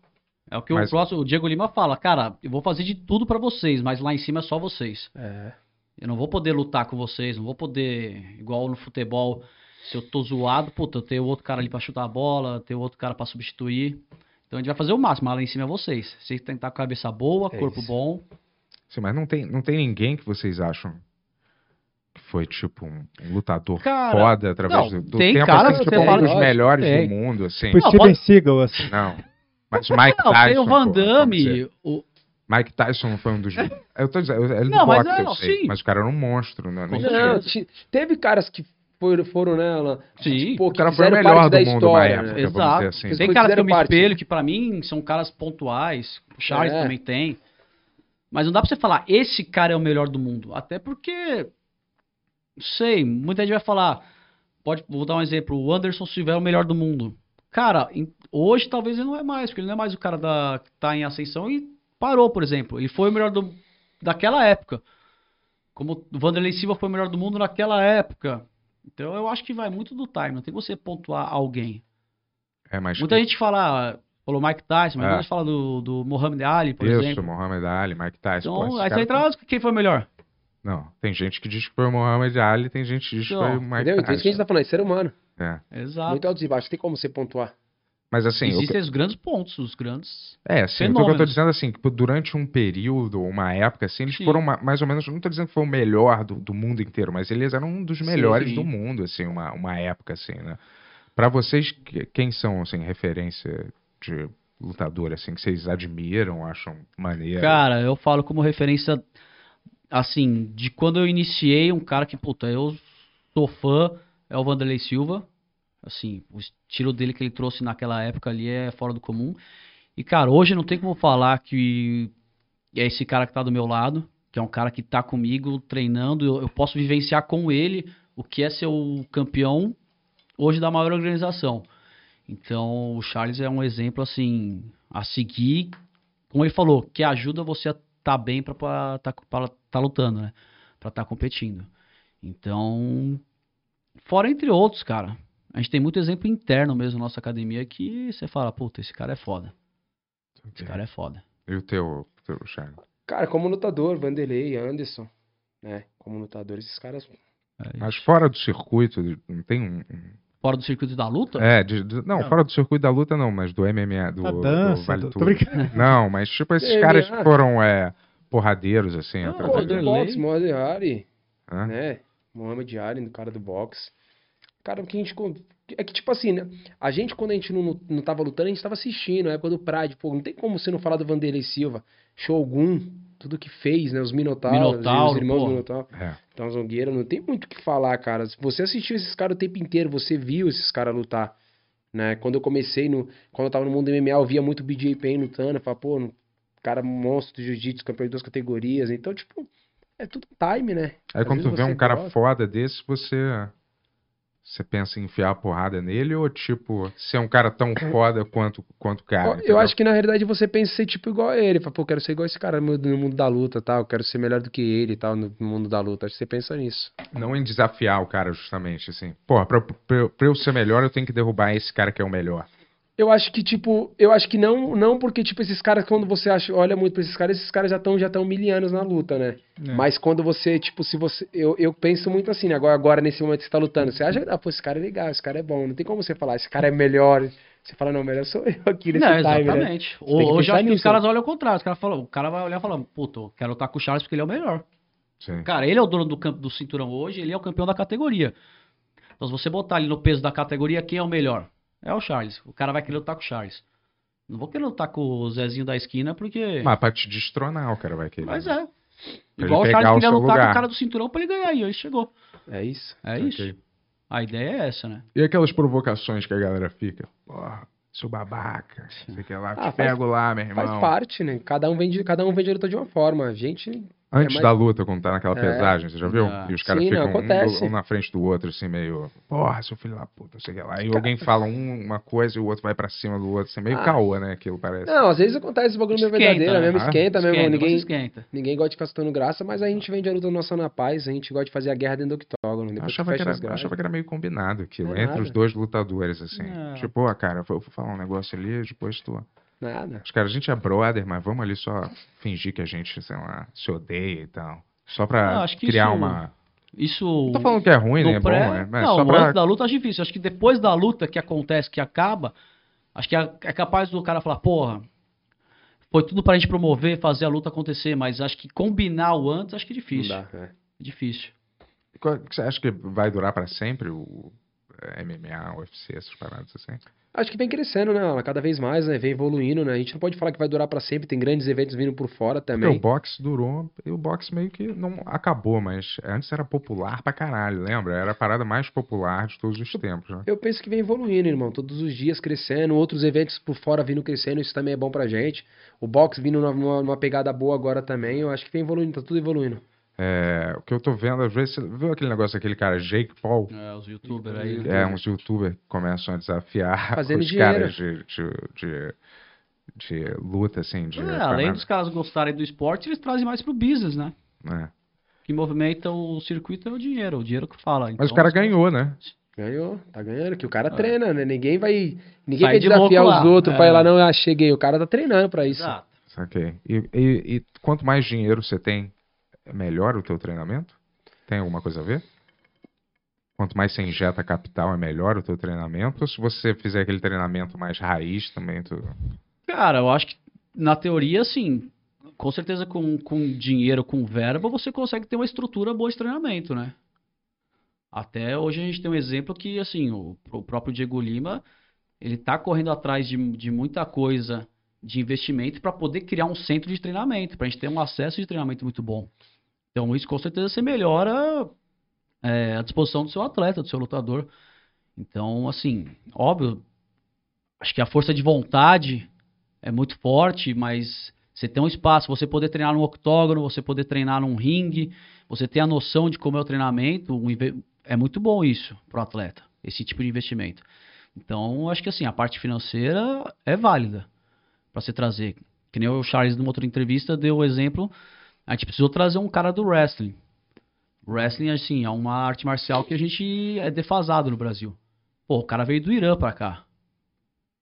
Speaker 3: é o que
Speaker 2: Mas-
Speaker 3: o próximo, o Diego Lima fala, cara, eu vou fazer de tudo pra vocês, mas lá em cima é só vocês.
Speaker 4: É.
Speaker 3: Eu não vou poder lutar com vocês, não vou poder, igual no futebol, se eu tô zoado, puta, eu tenho outro cara ali pra chutar a bola, eu tenho outro cara pra substituir. Então a gente vai fazer o máximo, mas lá em cima é vocês. Vocês têm que estar com a cabeça boa,
Speaker 4: É
Speaker 3: corpo
Speaker 4: isso.
Speaker 3: bom.
Speaker 2: Sim, mas não tem, não tem ninguém que vocês acham que foi tipo um, um lutador
Speaker 3: Cara,
Speaker 2: foda através
Speaker 3: não,
Speaker 2: do, do
Speaker 3: tem
Speaker 2: tempo,
Speaker 3: cara
Speaker 2: assim,
Speaker 3: que
Speaker 2: tipo
Speaker 3: você
Speaker 2: um
Speaker 3: fala-
Speaker 2: dos melhores
Speaker 1: Tem.
Speaker 2: do mundo, assim.
Speaker 1: Tipo
Speaker 3: Não,
Speaker 1: Steven
Speaker 3: pode-
Speaker 1: Seagal, assim.
Speaker 2: Não. Mas o Mike
Speaker 3: não,
Speaker 2: Tyson.
Speaker 3: tem o
Speaker 2: pô,
Speaker 3: Van
Speaker 2: vamos dizer.
Speaker 3: Damme, o,
Speaker 2: Mike Tyson não foi um dos. Eu tô dizendo, ele
Speaker 3: Não,
Speaker 2: não,
Speaker 3: mas
Speaker 2: boxe,
Speaker 3: é,
Speaker 2: eu
Speaker 3: não,
Speaker 2: sei,
Speaker 3: sim.
Speaker 2: mas o cara era um monstro, né? Nem-
Speaker 4: Não, te- teve caras que foram, foram né, Alan?
Speaker 3: Sim,
Speaker 4: Pô,
Speaker 2: O cara foi o
Speaker 4: fizeram
Speaker 2: melhor
Speaker 4: parte
Speaker 2: do
Speaker 4: da
Speaker 2: mundo na
Speaker 4: história,
Speaker 2: época,
Speaker 4: né?
Speaker 2: vamos dizer
Speaker 3: Exato.
Speaker 2: assim.
Speaker 4: Eles
Speaker 3: Tem caras que eu me
Speaker 4: fizeram parte.
Speaker 3: espelho, que pra mim são caras pontuais. O Charles
Speaker 4: É.
Speaker 3: também tem. Mas não dá pra você falar, esse cara é o melhor do mundo. Até porque. Não sei, muita gente vai falar. Pode, vou dar um exemplo. O Anderson Silva é o melhor do mundo. Cara, em- hoje talvez ele não é mais, porque ele não é mais o cara da, que tá em ascensão e parou, por exemplo. Ele foi o melhor do, daquela época. Como o Vanderlei Silva foi o melhor do mundo naquela época. Então eu acho que vai muito do time, não tem como você pontuar alguém.
Speaker 2: É, mas
Speaker 3: Muita gente fala, falou Mike Tyson, mas
Speaker 2: É.
Speaker 3: muita gente fala do, do Mohamed Ali, por
Speaker 2: isso,
Speaker 3: exemplo.
Speaker 2: Muhammad Ali, Mike Tyson. tá
Speaker 3: Então,
Speaker 2: pô, esses
Speaker 3: aí você
Speaker 2: caras-
Speaker 3: entra lá, quem foi o melhor?
Speaker 2: Não, tem gente que diz que foi o Muhammad Ali, tem gente que diz que
Speaker 3: Então,
Speaker 2: foi o Mike
Speaker 4: Entendeu? Então, isso que a
Speaker 2: Tyson.
Speaker 4: gente tá falando, é ser humano.
Speaker 2: É.
Speaker 3: Exato.
Speaker 4: Muito altos e baixos, tem como você pontuar.
Speaker 2: Mas assim, o que-
Speaker 3: Existem os grandes pontos, os grandes.
Speaker 2: É, sim, o que eu tô
Speaker 3: Fenômenos.
Speaker 2: dizendo assim, que durante um período, uma época, assim, eles
Speaker 3: Sim.
Speaker 2: foram ma- mais ou menos, não tô dizendo que foi o melhor do, do mundo inteiro, mas eles eram um dos
Speaker 4: Sim,
Speaker 2: melhores
Speaker 3: sim.
Speaker 2: do mundo, assim, uma, uma época, assim, né? Pra vocês, que- quem são, assim, referência de lutador, assim, que vocês admiram, acham maneiro?
Speaker 3: Cara, eu falo como referência, assim, de quando eu iniciei, um cara que, puta, eu sou fã, é o Vanderlei Silva. Assim, o estilo dele que ele trouxe naquela época ali é fora do comum. E, cara, hoje não tem como falar que é esse cara que tá do meu lado. que é um cara que tá comigo treinando, eu, eu posso vivenciar com ele o que é ser o campeão hoje da maior organização. Então, o Charles é um exemplo assim a seguir, como ele falou, que ajuda você a estar tá bem para estar tá, tá lutando, né? Para estar competindo. Então, fora entre outros, cara. A gente tem muito exemplo interno mesmo na nossa academia que você fala, puta, esse cara é foda. Esse cara é foda.
Speaker 2: E o teu, teu Charles?
Speaker 4: Cara, como lutador, Vanderlei, Anderson, né? Como lutador, esses caras.
Speaker 3: É
Speaker 2: Mas fora do circuito, não tem um.
Speaker 3: Fora do circuito da luta?
Speaker 2: É, de- de- não, fora do circuito da luta não, mas do MMA, do,
Speaker 1: Da
Speaker 2: do
Speaker 1: dança,
Speaker 2: Vale
Speaker 1: tô- tô
Speaker 2: Tudo.
Speaker 1: brincando.
Speaker 2: Não, mas tipo, esses
Speaker 4: MMA.
Speaker 2: caras que foram é, porradeiros, assim,
Speaker 3: Não,
Speaker 2: atrás
Speaker 4: Pô,
Speaker 2: da...
Speaker 4: do
Speaker 3: Vanderlei.
Speaker 4: boxe, Mohamed Ali,
Speaker 2: Hã?
Speaker 4: né? Mohamed Ali, do cara do boxe. Cara, que a gente. con- É que, tipo assim, né? A gente, quando a gente não, não tava lutando, a gente tava assistindo, a época do Pride. Pô, não tem como você não falar do Vanderlei Silva, Shogun, tudo que fez, né? Os Minotauros, os
Speaker 3: Minotauro,
Speaker 4: irmãos
Speaker 3: porra.
Speaker 4: Minotauro.
Speaker 2: É.
Speaker 4: Então, Zongueira, não tem muito o que falar, cara. Se Você assistiu esses caras o tempo inteiro, você viu esses caras lutar, né? Quando eu comecei, no, quando eu tava no mundo MMA, eu via muito BJ Penn lutando, eu falava, pô, um cara monstro de jiu-jitsu, campeão de duas categorias. Então, tipo, é tudo time, né?
Speaker 2: Aí
Speaker 4: Às
Speaker 2: quando tu
Speaker 4: vezes
Speaker 2: vê
Speaker 4: você
Speaker 2: um cara
Speaker 4: gosta.
Speaker 2: foda desse, você. Você pensa em enfiar a porrada nele ou, tipo, ser um cara tão foda quanto quanto o cara?
Speaker 4: Ó, eu acho que, na realidade, você pensa em ser, tipo, igual a ele. Fala, pô, eu quero ser igual esse cara no no mundo da luta, tal. Eu quero ser melhor do que ele, tal, no no mundo da luta. Acho que você pensa nisso.
Speaker 2: Não em desafiar o cara, justamente, assim. Porra, pra, pra- pra eu ser melhor, eu tenho que derrubar esse cara que é o melhor.
Speaker 4: Eu acho que, tipo, eu acho que não, não porque, tipo, esses caras, quando você acha, olha muito pra esses caras, esses caras já estão já tão mil anos na luta, né?
Speaker 1: É.
Speaker 4: Mas quando você, tipo, se você. Eu, eu penso muito assim, né? Agora, agora, nesse momento que você tá lutando, você acha, ah, pô, esse cara é legal, esse cara é bom. Não tem como você falar, esse cara é melhor. Você fala, não, melhor sou eu aqui nesse
Speaker 3: Não,
Speaker 4: time, né?
Speaker 3: exatamente.
Speaker 4: Você tem que
Speaker 3: Hoje eu acho
Speaker 4: pensar
Speaker 3: que os
Speaker 4: nisso.
Speaker 3: caras olham o contrário. Os caras falam, o cara vai olhar e falar, puta, eu quero lutar com o Charles porque ele é o melhor.
Speaker 2: Sim.
Speaker 3: Cara, ele é o dono do, campo, do cinturão hoje, ele é o campeão da categoria. Então, se você botar ele no peso da categoria, quem é o melhor? É o Charles. O cara vai querer lutar com o Charles. Não vou querer lutar com o Zezinho da esquina, porque.
Speaker 2: Mas pra te destronar, o cara vai querer.
Speaker 3: Mas
Speaker 2: né?
Speaker 3: é.
Speaker 2: ele
Speaker 3: Igual o
Speaker 2: pegar
Speaker 3: Charles
Speaker 2: o
Speaker 3: queria
Speaker 2: seu
Speaker 3: lutar
Speaker 2: lugar.
Speaker 3: com o cara do cinturão pra ele ganhar, e aí chegou.
Speaker 4: É isso.
Speaker 3: É
Speaker 2: Ok.
Speaker 3: isso. A ideia é essa, né?
Speaker 2: E aquelas provocações que a galera fica? Porra, seu babaca, não sei o que lá,
Speaker 4: Ah,
Speaker 2: te
Speaker 4: faz-
Speaker 2: pego lá, meu irmão.
Speaker 4: Faz parte, né? Cada um vende, cada um vende a luta de uma forma. A gente.
Speaker 2: Antes
Speaker 4: É, mas-
Speaker 2: da luta, quando tá naquela
Speaker 4: É.
Speaker 2: pesagem, você já viu?
Speaker 3: Ah.
Speaker 2: E os caras
Speaker 4: Sim, não,
Speaker 2: ficam um,
Speaker 4: acontece.
Speaker 2: do- um na frente do outro, assim, meio, porra, seu filho da puta, não sei o que lá. E alguém fala um- uma coisa e o outro vai pra cima do outro, assim, meio
Speaker 4: Ah.
Speaker 2: caô, né? Aquilo parece.
Speaker 4: Não, às vezes acontece esse bagulho meio
Speaker 3: Esquenta,
Speaker 4: verdadeiro,
Speaker 3: né?
Speaker 4: mesmo
Speaker 2: Ah,
Speaker 4: esquenta, mesmo.
Speaker 3: Esquenta, você
Speaker 4: Ninguém,
Speaker 3: esquenta.
Speaker 4: ninguém gosta de ficar soltando graça, mas a gente vende a luta nossa na paz, a gente gosta de fazer a guerra dentro do octógono.
Speaker 2: Eu
Speaker 4: Depois
Speaker 2: achava
Speaker 4: que
Speaker 2: que,
Speaker 4: fecha as
Speaker 2: era,
Speaker 4: grades.
Speaker 2: achava que era meio combinado aquilo,
Speaker 4: Não é
Speaker 2: entre os
Speaker 4: nada.
Speaker 2: dois lutadores, assim.
Speaker 3: Não.
Speaker 2: Tipo, ó, cara, eu vou falar um negócio ali, depois tu.
Speaker 4: Nada.
Speaker 2: Os caras, a gente é brother, mas vamos ali só fingir que a gente, sei lá, se odeia e tal. Só pra
Speaker 3: Ah, acho que
Speaker 2: criar
Speaker 3: isso-
Speaker 2: uma.
Speaker 3: Isso.
Speaker 2: Não tô falando que é ruim,
Speaker 3: do
Speaker 2: né? É
Speaker 3: pré-
Speaker 2: bom, né? Mas
Speaker 3: não,
Speaker 2: só
Speaker 3: antes
Speaker 2: pra.
Speaker 3: da luta acho difícil. Acho que depois da luta que acontece, que acaba, acho que é é capaz do cara falar, porra, foi tudo pra gente promover, fazer a luta acontecer, mas acho que combinar o antes, acho que é
Speaker 4: Não
Speaker 3: difícil.
Speaker 4: dá. é.
Speaker 3: Difícil.
Speaker 2: Qual- que Você acha que vai durar pra sempre o é, MMA, UFC, essas paradas assim?
Speaker 4: Acho que vem crescendo, né? Alan? Cada vez mais, né? Vem evoluindo, né? A gente não pode falar que vai durar pra sempre, tem grandes eventos vindo por fora
Speaker 2: Porque o
Speaker 4: também.
Speaker 2: boxe durou, e o boxe meio que não acabou, mas antes era popular pra caralho, lembra? Era a parada mais popular de todos os tempos, né?
Speaker 4: Eu penso que vem evoluindo, irmão. Todos os dias crescendo, outros eventos por fora vindo crescendo, isso também é bom pra gente. O boxe vindo numa- numa, numa pegada boa agora também, eu acho que vem evoluindo, tá tudo evoluindo.
Speaker 2: É, o que eu tô vendo, às vezes, você viu aquele negócio daquele cara, Jake Paul?
Speaker 3: É, os youtubers aí.
Speaker 2: É, uns youtubers que começam a desafiar
Speaker 4: Uhum. Fazendo
Speaker 2: os
Speaker 4: dinheiro.
Speaker 2: caras de, de, de, de luta, assim, de...
Speaker 3: É, além dos caras gostarem do esporte, eles trazem mais pro business, né?
Speaker 2: É.
Speaker 3: O que movimenta o circuito é o dinheiro, o dinheiro que fala.
Speaker 2: Mas
Speaker 3: Então,
Speaker 2: o cara ganhou, né?
Speaker 4: Ganhou, tá ganhando, que o cara treina, né? Ninguém vai. Ninguém
Speaker 3: Ah. Sai
Speaker 4: vai
Speaker 3: de louco
Speaker 4: desafiar
Speaker 3: lá,
Speaker 4: os outros pra
Speaker 3: é.
Speaker 4: ir lá, não, ah, cheguei. O cara tá treinando pra isso.
Speaker 3: Exato.
Speaker 2: Saquei. E, e, e quanto mais dinheiro você tem, melhor o teu treinamento? Tem alguma coisa a ver? Quanto mais você injeta capital, é melhor o teu treinamento? Ou se você fizer aquele treinamento mais raiz também, tu...
Speaker 3: Cara, eu acho que na teoria, sim. Com certeza, com, com dinheiro, com verba, você consegue ter uma estrutura boa de treinamento, né? Até hoje a gente tem um exemplo que, assim, o, o próprio Diego Lima, ele tá correndo atrás de, de muita coisa de investimento para poder criar um centro de treinamento, para a gente ter um acesso de treinamento muito bom. Então, isso com certeza você melhora é, a disposição do seu atleta, do seu lutador. Então, assim, óbvio, acho que a força de vontade é muito forte, mas Você tem um espaço, você poder treinar num octógono, você poder treinar num ringue, você ter a noção de como é o treinamento, um inve- é muito bom isso pro atleta, esse tipo de investimento. Então, eu acho que assim, a parte financeira é válida para se trazer. Que nem o Charles, numa outra entrevista, deu o exemplo, a gente precisou trazer um cara do wrestling. Wrestling, assim, é uma arte marcial que a gente é defasado no Brasil. Pô, o cara veio do Irã pra cá.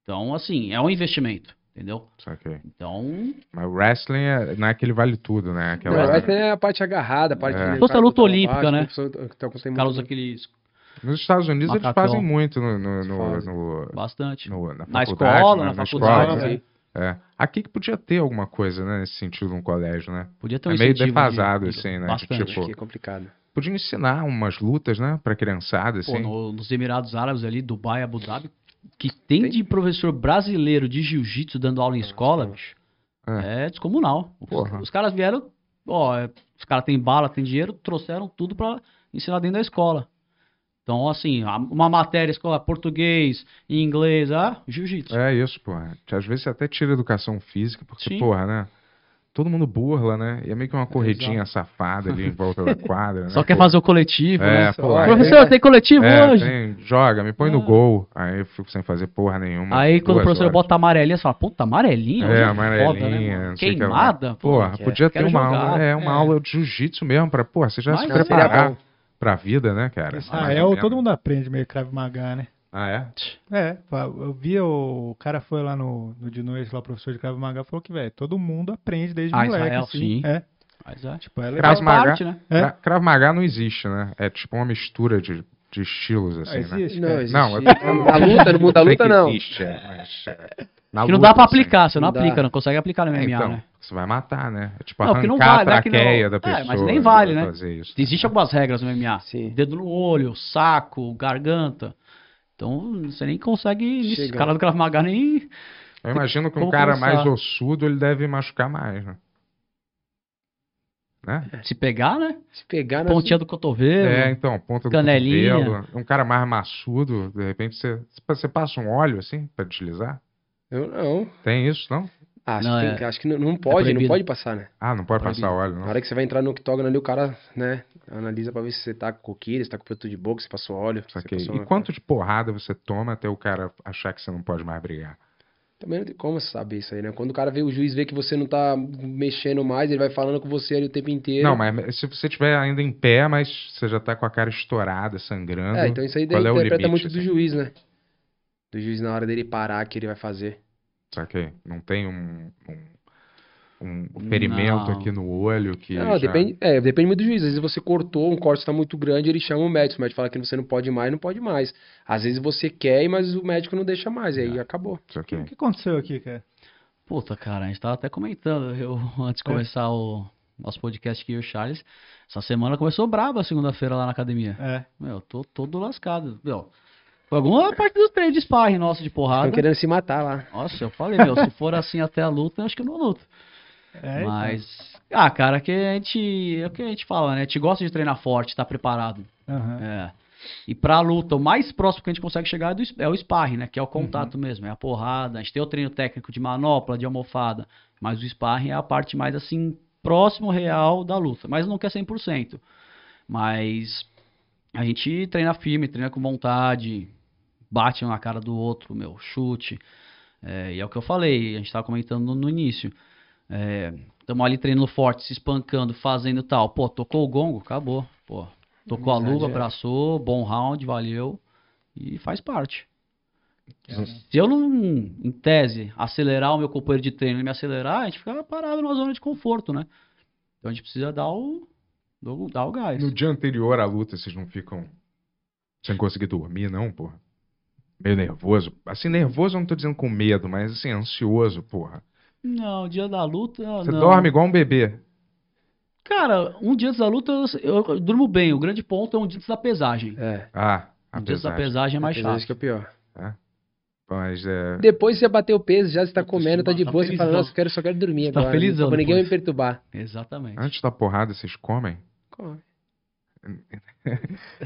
Speaker 3: Então, assim, é um investimento, entendeu?
Speaker 2: Saquei.
Speaker 3: Então,
Speaker 2: Mas o wrestling é, não é aquele vale tudo, né?
Speaker 4: Não,
Speaker 2: Aquela,
Speaker 4: mas
Speaker 3: É.
Speaker 4: tem é a parte agarrada, a parte.
Speaker 2: É.
Speaker 4: de-
Speaker 3: Fosse a luta olímpica,
Speaker 4: baixo,
Speaker 3: né?
Speaker 4: pessoa- Então, você
Speaker 3: o
Speaker 4: tem
Speaker 3: cara usa
Speaker 4: muito-
Speaker 3: aqueles
Speaker 2: Nos Estados Unidos eles
Speaker 3: Macacão.
Speaker 2: fazem muito no, no- no-
Speaker 4: Fazem.
Speaker 2: no-
Speaker 3: bastante.
Speaker 2: no- na faculdade.
Speaker 3: Na escola,
Speaker 2: né?
Speaker 3: na
Speaker 2: Nas
Speaker 3: faculdade,
Speaker 2: provas.
Speaker 3: né?
Speaker 4: Sim.
Speaker 2: É. Aqui que podia ter alguma coisa, né? Nesse sentido, no colégio, né?
Speaker 3: Podia ter um
Speaker 2: É meio
Speaker 3: incentivo de-
Speaker 2: defasado,
Speaker 3: de-
Speaker 2: assim, né?
Speaker 3: Bastante.
Speaker 2: Tipo,
Speaker 4: Acho que é complicado.
Speaker 2: Podia ensinar umas lutas, né? Pra criançada,
Speaker 3: Pô,
Speaker 2: assim.
Speaker 3: no- nos Emirados Árabes ali, Dubai, Abu Dhabi, que tem, de professor brasileiro de jiu-jitsu dando aula em escola, bicho, é. descomunal. Os-
Speaker 2: Porra.
Speaker 3: Os, caras vieram, ó, é, os caras têm bala, têm dinheiro, trouxeram tudo pra ensinar dentro da escola. Então, assim, a- uma matéria, escola, português, inglês, ah, jiu-jitsu.
Speaker 2: É isso, porra. Às vezes você até tira educação física, porque,
Speaker 3: Sim.
Speaker 2: porra, né? Todo mundo burla, né? E é meio que uma corridinha safada ali em volta da quadra, né?
Speaker 3: Só quer fazer o coletivo,
Speaker 2: É,
Speaker 3: né?
Speaker 2: pô,
Speaker 4: Só-
Speaker 2: aí-
Speaker 3: Professor, tem coletivo
Speaker 2: é,
Speaker 3: hoje?
Speaker 2: tem- joga, me põe no
Speaker 3: Ah.
Speaker 2: gol. Aí eu fico sem fazer porra nenhuma.
Speaker 3: Aí quando o
Speaker 2: duas
Speaker 3: professor
Speaker 2: horas.
Speaker 3: bota amarelinha, você fala, puta, amarelinha? hoje né,
Speaker 2: É, amarelinha,
Speaker 3: mano?
Speaker 2: não sei o que lá.
Speaker 3: Queimada? pô.
Speaker 2: Porra, podia ter
Speaker 3: Quero
Speaker 2: uma
Speaker 3: jogar.
Speaker 2: aula, é, uma
Speaker 3: É.
Speaker 2: aula de jiu-jitsu mesmo, pra, porra, você já
Speaker 3: Mas
Speaker 2: se
Speaker 3: não,
Speaker 4: Não, seria
Speaker 2: preparar
Speaker 4: bom.
Speaker 2: pra vida, né, cara?
Speaker 3: é
Speaker 2: Mais ou
Speaker 1: Israel,
Speaker 2: menos.
Speaker 1: é todo mundo aprende meio Krav Maga, né?
Speaker 2: Ah, é?
Speaker 1: É, fa- eu vi o, o cara foi lá no, no de noite, lá o professor de Krav Maga falou que, velho, todo mundo aprende desde
Speaker 3: Ah,
Speaker 1: moleque,
Speaker 3: Israel,
Speaker 1: assim.
Speaker 3: sim.
Speaker 1: É,
Speaker 3: Mas é,
Speaker 1: tipo, é legal.
Speaker 2: Krav
Speaker 3: faz
Speaker 2: Maga.
Speaker 3: parte, né?
Speaker 1: É.
Speaker 2: Cra- Krav Maga não existe, né? É tipo uma mistura de, de estilos,
Speaker 1: Ah,
Speaker 2: assim, né?
Speaker 1: existe,
Speaker 4: Não,
Speaker 1: cara.
Speaker 4: existe.
Speaker 2: Não, é-
Speaker 4: Na luta, no mundo da
Speaker 2: Sei
Speaker 4: luta,
Speaker 2: que
Speaker 4: não.
Speaker 2: Existe, é, mas, é, na
Speaker 3: Que não
Speaker 2: luta,
Speaker 3: dá pra
Speaker 2: assim.
Speaker 3: aplicar, você não,
Speaker 4: Não dá.
Speaker 3: aplica, não consegue aplicar no MMA,
Speaker 2: É, então,
Speaker 3: né?
Speaker 2: você vai matar, né? É tipo
Speaker 3: Não,
Speaker 2: arrancar
Speaker 3: porque não
Speaker 2: a
Speaker 3: vale, né, que não-
Speaker 2: traqueia da pessoa.
Speaker 3: É, mas nem vale,
Speaker 2: pra
Speaker 3: né?
Speaker 2: fazer isso.
Speaker 3: Existem algumas regras no MMA.
Speaker 4: Sim.
Speaker 3: Dedo no olho, saco, garganta. Então, você nem consegue...
Speaker 4: Chega.
Speaker 3: O cara do Krav Maga nem...
Speaker 2: Eu imagino que um
Speaker 3: como
Speaker 2: cara
Speaker 3: começar.
Speaker 2: mais ossudo, ele deve machucar mais, né? Né?
Speaker 3: Se pegar, né?
Speaker 4: Se pegar na.
Speaker 3: Pontinha do cotovelo.
Speaker 2: É, então, ponta do
Speaker 3: Canelinha.
Speaker 2: cotovelo. Um cara mais maçudo, de repente você, você passa um óleo assim pra deslizar?
Speaker 4: Eu não.
Speaker 2: Tem isso, não?
Speaker 4: Acho,
Speaker 3: Não,
Speaker 4: que,
Speaker 3: é-
Speaker 4: tem- acho que não, não pode, não
Speaker 3: proibido.
Speaker 4: pode passar, né?
Speaker 2: Ah, não pode
Speaker 3: Proibido.
Speaker 2: passar óleo,
Speaker 4: Na
Speaker 2: não.
Speaker 4: hora que você vai entrar no octógono ali, o cara, né, analisa pra ver se você tá com coquilha, se tá com produto de boca, se passou óleo. se
Speaker 2: Saquei.
Speaker 4: passou-
Speaker 2: E quanto de porrada você toma até o cara achar que você não pode mais brigar?
Speaker 4: Também não tem como saber isso aí, né? Quando o cara vê, o juiz vê que você não tá mexendo mais, ele vai falando com você ali o tempo inteiro.
Speaker 2: Não, mas se você tiver ainda em pé, mas você já tá com a cara estourada, sangrando.
Speaker 4: É, então isso aí
Speaker 2: qual é o
Speaker 4: interpreta
Speaker 2: limite,
Speaker 4: muito do
Speaker 2: assim?
Speaker 4: juiz, né? Do juiz na hora dele parar, que ele vai fazer.
Speaker 2: Saquei. Não tem um, um, um ferimento
Speaker 3: Não.
Speaker 2: aqui no olho que.
Speaker 4: não,
Speaker 2: já-
Speaker 4: depende, é, depende muito do juiz. Às vezes você cortou, um corte tá muito grande, ele chama o médico. O médico fala que você não pode mais, não pode mais. Às vezes você quer, mas o médico não deixa mais, e aí acabou.
Speaker 2: Saquei.
Speaker 1: O que aconteceu aqui, cara?
Speaker 3: Puta, cara, a gente tava até comentando, eu, antes de começar o nosso podcast aqui, eu e o Charles, essa semana começou braba a segunda-feira lá na academia.
Speaker 1: É.
Speaker 3: Meu, eu tô todo lascado. Meu, foi alguma parte do treino de sparring nosso de porrada.
Speaker 4: Estão querendo se matar lá.
Speaker 3: Nossa, eu falei, meu, se for assim até a luta, eu acho que eu não luto.
Speaker 1: é
Speaker 3: Mas, ah, cara, que a gente, é o que a gente fala, né? A gente gosta de treinar forte, tá preparado.
Speaker 1: então. Aham.
Speaker 3: É. E pra luta, o mais próximo que a gente consegue chegar é, do, é o sparring, né? Que é o contato mesmo, é a porrada. A gente tem o treino técnico de manopla, de almofada, mas o sparring é a parte mais assim, próximo real da luta. Mas não é quer 100%. Mas a gente treina firme, treina com vontade, bate um na cara do outro, meu, chute. É, e é o que eu falei, a gente tava comentando no, no início. Estamos ali treinando forte, se espancando, fazendo tal. Pô, tocou o gongo, acabou. Pô, tocou a luva,
Speaker 4: é.
Speaker 3: abraçou, bom round, valeu. E faz parte. Se eu não, em tese, acelerar o meu companheiro de treino e me acelerar, a gente fica parado numa zona de conforto, né? Então a gente precisa dar o, do- dar o gás.
Speaker 2: No dia anterior à luta, vocês não ficam sem conseguir dormir, não, porra? Meio nervoso. Assim, nervoso eu não tô dizendo com medo, mas assim, ansioso, porra.
Speaker 3: Não, dia da luta.
Speaker 2: Você
Speaker 3: não.
Speaker 2: dorme igual um bebê.
Speaker 3: Cara, um dia antes da luta eu, eu durmo bem. O grande ponto é um dia antes da pesagem.
Speaker 4: É.
Speaker 2: Ah,
Speaker 3: Um dia antes da
Speaker 2: apesar.
Speaker 3: pesagem é mais
Speaker 4: Às vezes
Speaker 3: chato.
Speaker 4: que é o pior.
Speaker 2: Mas é.
Speaker 4: Depois você bateu o peso, já você tá
Speaker 3: Puta,
Speaker 4: comendo, tá de
Speaker 3: tá
Speaker 4: boa, você fala,
Speaker 3: felizão.
Speaker 4: nossa, eu quero, só quero dormir
Speaker 3: Tá
Speaker 4: agora. né?
Speaker 3: felizão
Speaker 4: Pra ninguém
Speaker 3: depois.
Speaker 4: me perturbar.
Speaker 3: Exatamente.
Speaker 2: Antes da porrada, vocês comem?
Speaker 4: Come.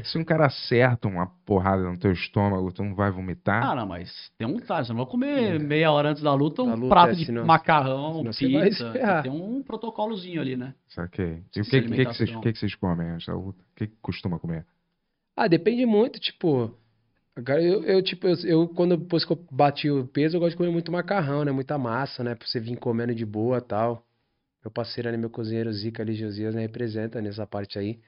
Speaker 2: Se um cara acerta uma porrada no teu estômago, tu não vai vomitar?
Speaker 3: Ah, não, mas tem um time. Você não vai comer meia hora antes da luta um
Speaker 4: É. Da luta,
Speaker 3: prato
Speaker 4: é,
Speaker 3: de
Speaker 4: senão-
Speaker 3: macarrão,
Speaker 4: senão você vai
Speaker 3: pizza.
Speaker 4: se ferrar.
Speaker 3: Tem um protocolozinho ali, né?
Speaker 2: Saquei. E o
Speaker 3: Se
Speaker 2: que, que, que, vocês,
Speaker 3: alimentação.
Speaker 2: que que vocês comem antes da luta? O que, que costuma comer?
Speaker 4: Ah, depende muito, tipo. Agora eu, eu, tipo, eu, eu quando depois que eu bati o peso, eu gosto de comer muito macarrão, né? Muita massa, né? Pra você vir comendo de boa tal. Meu parceiro, né? Meu cozinheiro Zica ali, Josias, né? Representa nessa parte aí.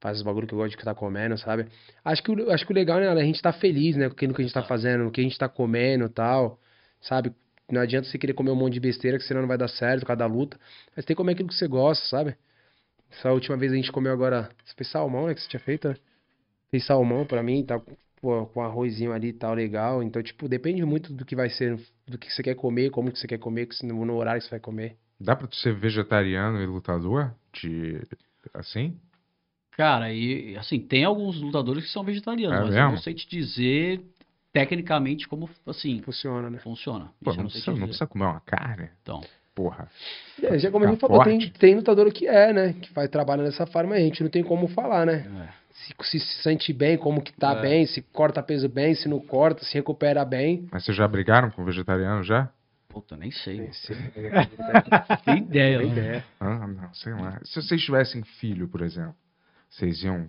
Speaker 4: Faz os bagulho que eu gosto de estar comendo, sabe? Acho que, o- acho que o legal, né? A gente tá feliz, né? Com aquilo que a gente tá fazendo, o que a gente tá comendo tal, sabe? Não adianta você querer comer um monte de besteira, que senão não vai dar certo por causa da luta. Mas tem que comer aquilo que você gosta, sabe? Essa última vez a gente comeu agora, esse foi salmão, né? Que você tinha feito, né? Fez salmão pra mim, tá pô, com arrozinho ali e tal, legal. Então, tipo, depende muito do que vai ser, do que você quer comer, como que você quer comer, que se- no no horário que você vai comer.
Speaker 2: Dá pra tu ser vegetariano e lutador? De... Assim?
Speaker 3: Cara, e assim, tem alguns lutadores que são vegetarianos,
Speaker 2: É
Speaker 3: mas eu não
Speaker 2: mesmo?
Speaker 3: sei te dizer tecnicamente como, assim,
Speaker 4: Funciona, né?
Speaker 3: funciona.
Speaker 2: Pô,
Speaker 3: Isso
Speaker 2: não,
Speaker 3: eu não sei te
Speaker 2: precisa, não
Speaker 3: dizer.
Speaker 2: precisa comer uma carne?
Speaker 3: Então.
Speaker 2: Porra.
Speaker 4: É, já como a
Speaker 2: Tá
Speaker 4: gente falou, tem,
Speaker 2: forte.
Speaker 4: tem lutador que é, né? Que faz trabalho nessa forma, a gente não tem como falar, né?
Speaker 3: É.
Speaker 4: Se, se se sente bem, como que tá
Speaker 3: É.
Speaker 4: bem, se corta peso bem, se não corta, se recupera bem.
Speaker 2: Mas vocês já brigaram com vegetariano já?
Speaker 3: Puta, nem sei.
Speaker 4: Esse-
Speaker 3: Tem ideia, né?
Speaker 2: Ah, não, sei lá. Se vocês tivessem filho, por exemplo, vocês iam.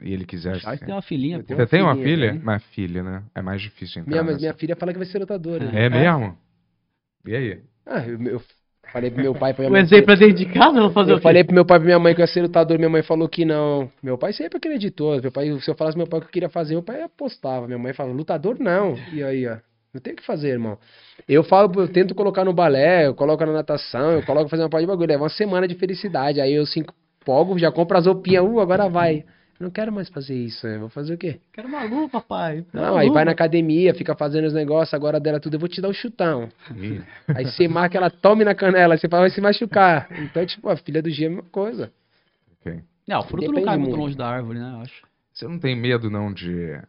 Speaker 2: E ele quisesse. né?
Speaker 3: Charles tem uma filhinha,
Speaker 4: Eu
Speaker 3: pô.
Speaker 4: tenho
Speaker 2: Você tem uma
Speaker 4: filhinha,
Speaker 2: filha?
Speaker 4: né?
Speaker 2: Mas filha, né? É mais difícil entrar.
Speaker 4: Minha, mas
Speaker 2: nessa.
Speaker 4: minha filha fala que vai ser lutadora. né?
Speaker 2: É mesmo? E aí?
Speaker 4: Ah, eu, eu falei pro meu pai, pra minha
Speaker 3: O
Speaker 4: mãe.
Speaker 3: exemplo é dentro de casa, eu vou fazer
Speaker 4: Eu
Speaker 3: o quê?
Speaker 4: falei pro meu pai e pra minha mãe que eu ia ser lutador, minha mãe falou que não. Meu pai sempre acreditou. Meu pai, se eu falasse pro meu pai o que eu queria fazer, meu pai apostava. Minha mãe falou, lutador não. E aí, ó, não tem o que fazer, irmão. Eu falo, eu tento colocar no balé, eu coloco na natação, eu coloco fazer uma parte de bagulho. Leva uma semana de felicidade. Aí eu se empolgo, já compro as roupinhas, uh, agora vai. Eu não quero mais fazer isso, eu vou fazer o quê?
Speaker 3: Quero uma luva, pai. Quero
Speaker 4: Não,
Speaker 3: uma
Speaker 4: aí
Speaker 3: luva.
Speaker 4: vai na academia, fica fazendo os negócios, agora dela tudo, eu vou te dar um chutão.
Speaker 2: Ih,
Speaker 4: Aí você marca, ela tome na canela, aí você fala, vai se machucar. Então, tipo, a filha do G é a mesma coisa.
Speaker 2: ok.
Speaker 3: Não, o fruto não
Speaker 4: Depende
Speaker 3: cai muito
Speaker 4: muito.
Speaker 3: longe da árvore, né? Eu acho.
Speaker 2: Você não tem medo, não, de,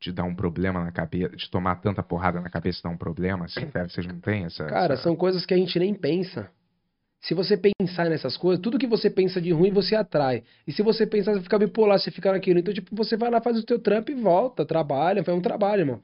Speaker 2: de dar um problema na cabeça, de tomar tanta porrada na cabeça e dar um problema? Assim, cara? Vocês não têm essa.
Speaker 4: Cara,
Speaker 2: essa-
Speaker 4: são coisas que a gente nem pensa. Se você pensar nessas coisas, tudo que você pensa de ruim, você atrai. E se você pensar, você fica bipolar, você fica naquilo. Então, tipo, você vai lá, faz o teu trampo e volta, trabalha, faz um trabalho, irmão.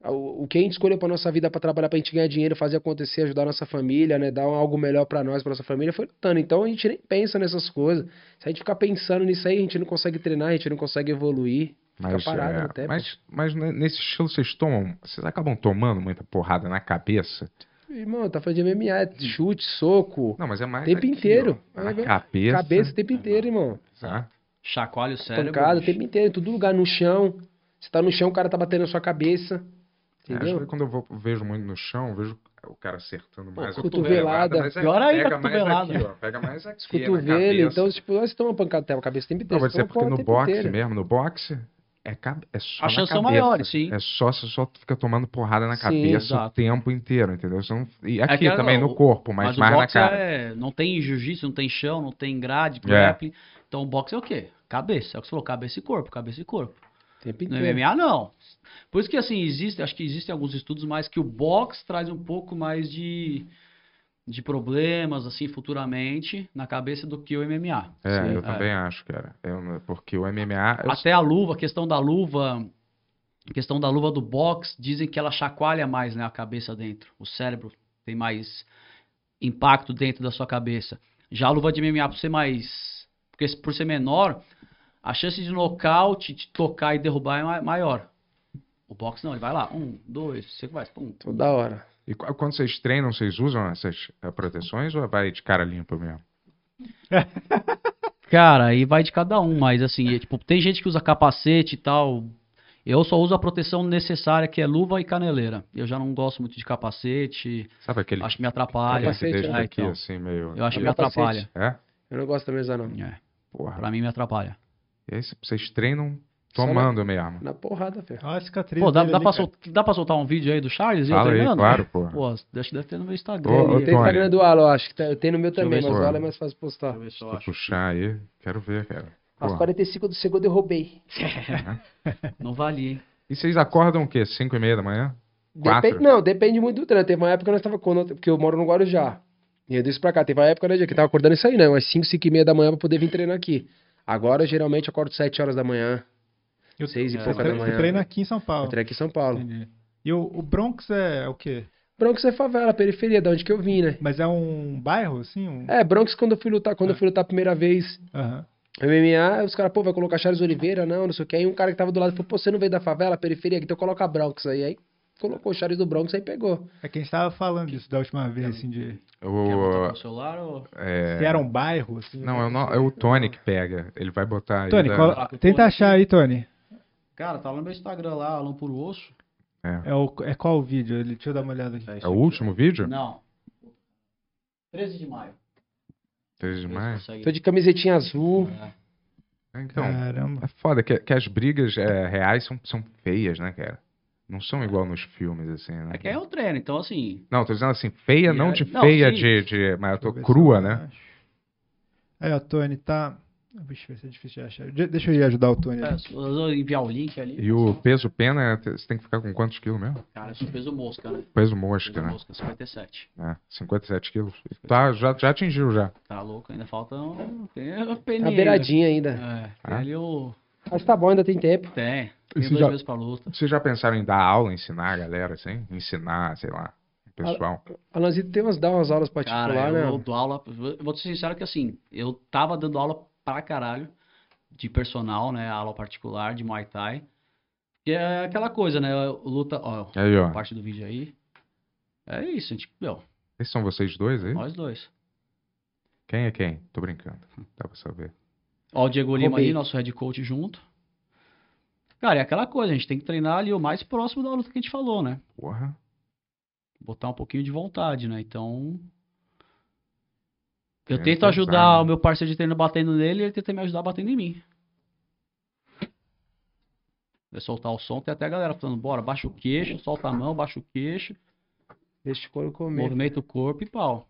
Speaker 4: O o que a gente escolheu pra nossa vida, pra trabalhar, pra gente ganhar dinheiro, fazer acontecer, ajudar a nossa família, né? Dar algo melhor pra nós, pra nossa família, foi lutando. Então a gente nem pensa nessas coisas. Se a gente ficar pensando nisso aí, a gente não consegue treinar, a gente não consegue evoluir. Fica
Speaker 2: Mas,
Speaker 4: parado
Speaker 2: é,
Speaker 4: no tempo.
Speaker 2: mas, mas ne- nesse estilo vocês tomam. Vocês acabam tomando muita porrada na cabeça.
Speaker 4: Irmão, tá fazendo MMA, chute, soco,
Speaker 2: Não, mas é mais.
Speaker 4: Tempo
Speaker 2: aqui, ó,
Speaker 4: inteiro.
Speaker 2: na
Speaker 4: É,
Speaker 2: cabeça.
Speaker 4: cabeça o tempo inteiro, irmão.
Speaker 2: tá?
Speaker 3: Chacoalha o cérebro.
Speaker 4: pancada o
Speaker 3: bicho.
Speaker 4: tempo inteiro, em todo lugar, no chão. Você tá no chão, o cara tá batendo na sua cabeça.
Speaker 2: É, acho que
Speaker 4: Entendeu?
Speaker 2: quando eu vou- vejo muito no chão, eu vejo o cara acertando mais a
Speaker 4: cotovelada.
Speaker 2: cotovelada, mas é-
Speaker 3: Pior ainda,
Speaker 2: pega
Speaker 3: a
Speaker 2: mais
Speaker 3: cotovelada.
Speaker 2: aqui, ó, pega mais aqui na
Speaker 4: Cotovelo,
Speaker 2: cabeça.
Speaker 4: então, tipo, nós tomamos pancada até a cabeça o tempo
Speaker 2: Não,
Speaker 4: inteiro.
Speaker 2: mas
Speaker 4: você
Speaker 2: é
Speaker 4: toma
Speaker 2: porque
Speaker 4: porra
Speaker 2: no
Speaker 4: o tempo
Speaker 2: boxe
Speaker 4: inteiro.
Speaker 2: mesmo, no boxe, é, cabe- é só
Speaker 3: As
Speaker 2: na
Speaker 3: chances são
Speaker 2: cabeça.
Speaker 3: maiores, sim.
Speaker 2: É só, você só fica tomando porrada na
Speaker 4: Sim,
Speaker 2: cabeça o
Speaker 3: exato.
Speaker 2: tempo inteiro, entendeu? Você não- e aqui
Speaker 3: aquela-
Speaker 2: também, no
Speaker 3: o-
Speaker 2: corpo, mas,
Speaker 3: Mas,
Speaker 2: mais
Speaker 3: o
Speaker 2: na
Speaker 3: boxe
Speaker 2: cara.
Speaker 3: é. Não tem jiu-jitsu, não tem chão, não tem grade,
Speaker 2: É.
Speaker 3: grappling. Então o boxe é o quê? Cabeça. É o que você falou, cabeça e corpo, cabeça e corpo.
Speaker 4: O tempo
Speaker 3: No
Speaker 4: inteiro.
Speaker 3: MMA, não. Por isso que, assim, existe, acho que existem alguns estudos mais que o boxe traz um pouco mais de, de problemas, assim, futuramente, na cabeça do que o MMA.
Speaker 2: É,
Speaker 3: Sim,
Speaker 2: eu também acho, cara. Eu não- porque o MMA, eu-
Speaker 3: Até a luva, a questão da luva, a questão da luva do box, dizem que ela chacoalha mais, né, a cabeça dentro. O cérebro tem mais impacto dentro da sua cabeça. Já a luva de MMA, por ser mais, porque se- por ser menor, a chance de nocaute, de tocar e derrubar é ma- maior. O box não, ele vai lá, um, dois, você que vai, pum.
Speaker 4: Toda hora.
Speaker 2: e qu- quando vocês treinam, vocês usam essas eh, proteções ou vai de cara limpa mesmo?
Speaker 3: Cara, aí vai de cada um, mas assim, é, tipo, tem gente que usa capacete e tal. Eu só uso a proteção necessária, que é luva e caneleira. Eu já não gosto muito de capacete,
Speaker 2: Sabe aquele
Speaker 3: acho que me atrapalha.
Speaker 2: capacete
Speaker 4: Capacete,
Speaker 2: desde
Speaker 3: né?
Speaker 2: aqui,
Speaker 3: Então.
Speaker 2: assim, meio...
Speaker 3: Eu acho que me
Speaker 4: Capacete.
Speaker 3: atrapalha.
Speaker 2: É?
Speaker 4: Eu não gosto também usar, não.
Speaker 3: É,
Speaker 2: Porra.
Speaker 3: pra mim me atrapalha.
Speaker 2: E aí vocês treinam
Speaker 4: Só na-
Speaker 2: tomando mesmo.
Speaker 4: Na porrada, filho.
Speaker 1: Olha a cicatriz
Speaker 3: Pô, dá,
Speaker 1: dele
Speaker 3: dá,
Speaker 1: ali,
Speaker 3: pra
Speaker 1: cara.
Speaker 3: sol- dá pra soltar um vídeo aí do Charles? e eu
Speaker 2: Fala aí,
Speaker 3: treinando?
Speaker 2: claro, porra.
Speaker 3: Pô, acho que deve ter no meu Instagram.
Speaker 2: Ô, ô,
Speaker 4: Eu
Speaker 3: aí.
Speaker 4: tenho
Speaker 2: Tony.
Speaker 4: o Instagram do Alo, acho que tá- eu tenho no meu
Speaker 2: eu
Speaker 4: também,
Speaker 2: ver
Speaker 4: mas
Speaker 2: se
Speaker 4: o
Speaker 2: eu
Speaker 4: Alo é
Speaker 2: acho.
Speaker 4: mais fácil postar.
Speaker 2: Vou puxar aí, quero ver, cara.
Speaker 4: Às
Speaker 2: Porra.
Speaker 4: 45 do segundo eu roubei.
Speaker 3: Não valia, hein?
Speaker 2: E vocês acordam o quê? 5 e meia da manhã? Quatro?
Speaker 4: Depende, não, depende muito do trânsito. Teve uma época que nós tava quando, porque eu moro no Guarujá. E eu disse pra cá, teve uma época né, que eu tava acordando isso aí, não, umas 5, 5 e meia da manhã pra poder vir treinar aqui. Agora, geralmente, eu acordo 7 horas da manhã,
Speaker 1: Eu-
Speaker 4: Seis e
Speaker 1: Você
Speaker 4: pouca
Speaker 1: tre-
Speaker 4: da manhã.
Speaker 1: Você treina aqui em São Paulo.
Speaker 4: Eu treino aqui em São Paulo.
Speaker 1: Entendi. E o, o Bronx é, o quê?
Speaker 4: Bronx é favela, periferia, da onde que eu vim, né?
Speaker 1: Mas é um bairro, assim? Um...
Speaker 4: É, Bronx quando eu fui lutar, quando eu
Speaker 3: É.
Speaker 4: fui lutar a primeira vez
Speaker 1: Aham.
Speaker 4: MMA, os caras, pô, vai colocar Charles Oliveira, não, não sei o que. Aí um cara que tava do lado falou, pô, você não veio da favela, periferia, então coloca Bronx aí. Aí colocou o Charles do Bronx aí pegou.
Speaker 1: É que a gente tava falando disso da última vez, assim, de...
Speaker 3: Quer botar
Speaker 2: O,
Speaker 3: com o celular ou...
Speaker 2: é,
Speaker 1: Se era um bairro, assim...
Speaker 2: Não, é o, no- é o Tony que pega. Ele vai botar aí.
Speaker 1: Tony,
Speaker 2: da-
Speaker 1: qual- tenta achar aí, Tony.
Speaker 3: Cara, tá lá no meu Instagram lá, Alan Puro Osso.
Speaker 1: É, o, é qual o vídeo? Ele- Deixa eu dar uma olhada aqui.
Speaker 2: É o último vídeo?
Speaker 3: Não. 13 de maio.
Speaker 2: 13 de maio?
Speaker 4: Tô de camisetinha azul.
Speaker 2: É, Então,
Speaker 1: Caramba.
Speaker 2: é foda que, que as brigas é, reais são, são feias, né, cara? Não são igual nos filmes, assim, né?
Speaker 3: É que é o treino, então assim.
Speaker 2: Não, tô dizendo assim, feia, não de
Speaker 3: Não,
Speaker 2: feia,
Speaker 3: sim.
Speaker 2: de, de. Mas eu tô
Speaker 1: Deixa eu ver
Speaker 2: crua,
Speaker 1: se eu
Speaker 2: né?
Speaker 1: acho. Aí, ó, Tony, tá... Deixa eu ver se é difícil de achar. De- Deixa eu ir ajudar o Tony.
Speaker 3: É,
Speaker 1: ali.
Speaker 3: se eu vou enviar o link ali. assim,
Speaker 2: E o peso pena, você tem que ficar com quantos quilos mesmo?
Speaker 3: Cara, eu sou peso mosca, né?
Speaker 2: Peso
Speaker 3: Peso
Speaker 2: mosca, né?
Speaker 3: mosca, 57.
Speaker 2: É, 57 quilos. Tá, já, já atingiu já.
Speaker 3: Tá louco, ainda falta um. Tem a peninha.
Speaker 4: Tá beiradinha ainda.
Speaker 3: ainda. É, tem
Speaker 2: Ah.
Speaker 3: ali o.
Speaker 4: Mas tá bom, ainda tem tempo.
Speaker 3: Tem. Tem
Speaker 2: Esse
Speaker 3: dois
Speaker 2: já-
Speaker 3: meses pra luta.
Speaker 2: Vocês já pensaram em dar aula, ensinar a galera, assim? Ensinar, sei lá, o pessoal.
Speaker 4: Alanzito tem umas, dá umas aulas
Speaker 3: Cara,
Speaker 4: particulares,
Speaker 3: eu, eu
Speaker 4: né?
Speaker 3: dou aula. eu Vou ser sincero que assim, eu tava dando aula pra caralho de personal, né? Aula particular de Muay Thai. Que é aquela coisa, né? Luta. Ó,
Speaker 2: Aí, ó.
Speaker 3: parte do vídeo aí. É isso, gente. Meu,
Speaker 2: Esses são vocês dois aí?
Speaker 3: nós dois.
Speaker 2: Quem é quem? Tô brincando. Dá pra saber.
Speaker 3: Ó, o Diego Lima
Speaker 4: Roubei.
Speaker 3: aí, nosso head coach junto. Cara, é aquela coisa, a gente tem que treinar ali o mais próximo da luta que a gente falou, né?
Speaker 2: Porra.
Speaker 3: Botar um pouquinho de vontade, né? Então. Eu
Speaker 2: Tenta
Speaker 3: tento
Speaker 2: usar,
Speaker 3: ajudar
Speaker 2: né?
Speaker 3: o meu parceiro de treino batendo nele e ele tenta me ajudar batendo em mim. Vai soltar o som, tem até a galera falando, bora, baixa o queixo, solta a mão, baixa o queixo,
Speaker 4: Deixa o couro comer.
Speaker 3: movimenta o corpo e pau.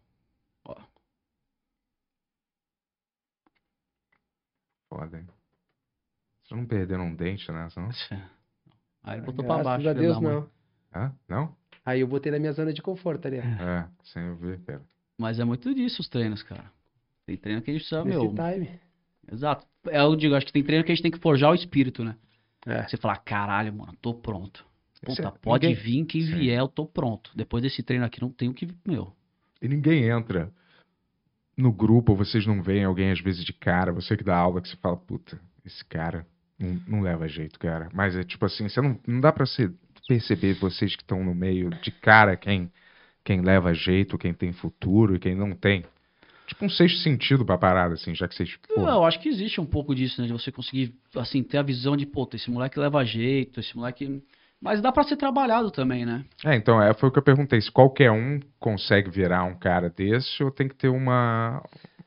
Speaker 2: Foda, hein? Vocês não perderam um dente nessa, não?
Speaker 3: Aí ele botou pra
Speaker 4: Graças
Speaker 3: baixo.
Speaker 4: a
Speaker 3: filho da
Speaker 4: Deus,
Speaker 3: mãe.
Speaker 4: não.
Speaker 2: Hã? Não?
Speaker 4: Aí eu botei na minha zona de conforto tá ali. ó.
Speaker 2: É, sem eu ver, cara.
Speaker 3: Mas é muito disso os treinos, cara. Tem treino que a gente precisa,
Speaker 4: Nesse
Speaker 3: É meu.
Speaker 4: time.
Speaker 3: Exato. É, Eu digo, acho que tem treino que a gente tem que forjar o espírito, né?
Speaker 4: É.
Speaker 3: Você fala, caralho, mano, tô pronto.
Speaker 2: Esse
Speaker 3: Puta,
Speaker 2: é-
Speaker 3: pode
Speaker 2: ninguém-
Speaker 3: vir quem
Speaker 2: Sim.
Speaker 3: vier, eu tô pronto. Depois desse treino aqui, não tenho o que. Meu.
Speaker 2: E ninguém entra no grupo, vocês não veem alguém às vezes de cara, você que dá aula, que você fala, puta, esse cara não, não leva jeito, cara. Mas é tipo assim, você não, não dá pra você perceber vocês que estão no meio de cara quem, quem leva jeito, quem tem futuro e quem não tem. Tipo um sexto sentido pra parada, assim, já que vocês. Pô,
Speaker 3: Não, eu acho que existe um pouco disso, né? De você conseguir, assim, ter a visão de, puta, esse moleque leva jeito, esse moleque. Mas dá pra ser trabalhado também, né?
Speaker 2: É, então, é, foi o que eu perguntei. Se qualquer um consegue virar um cara desse, ou tem que ter uma,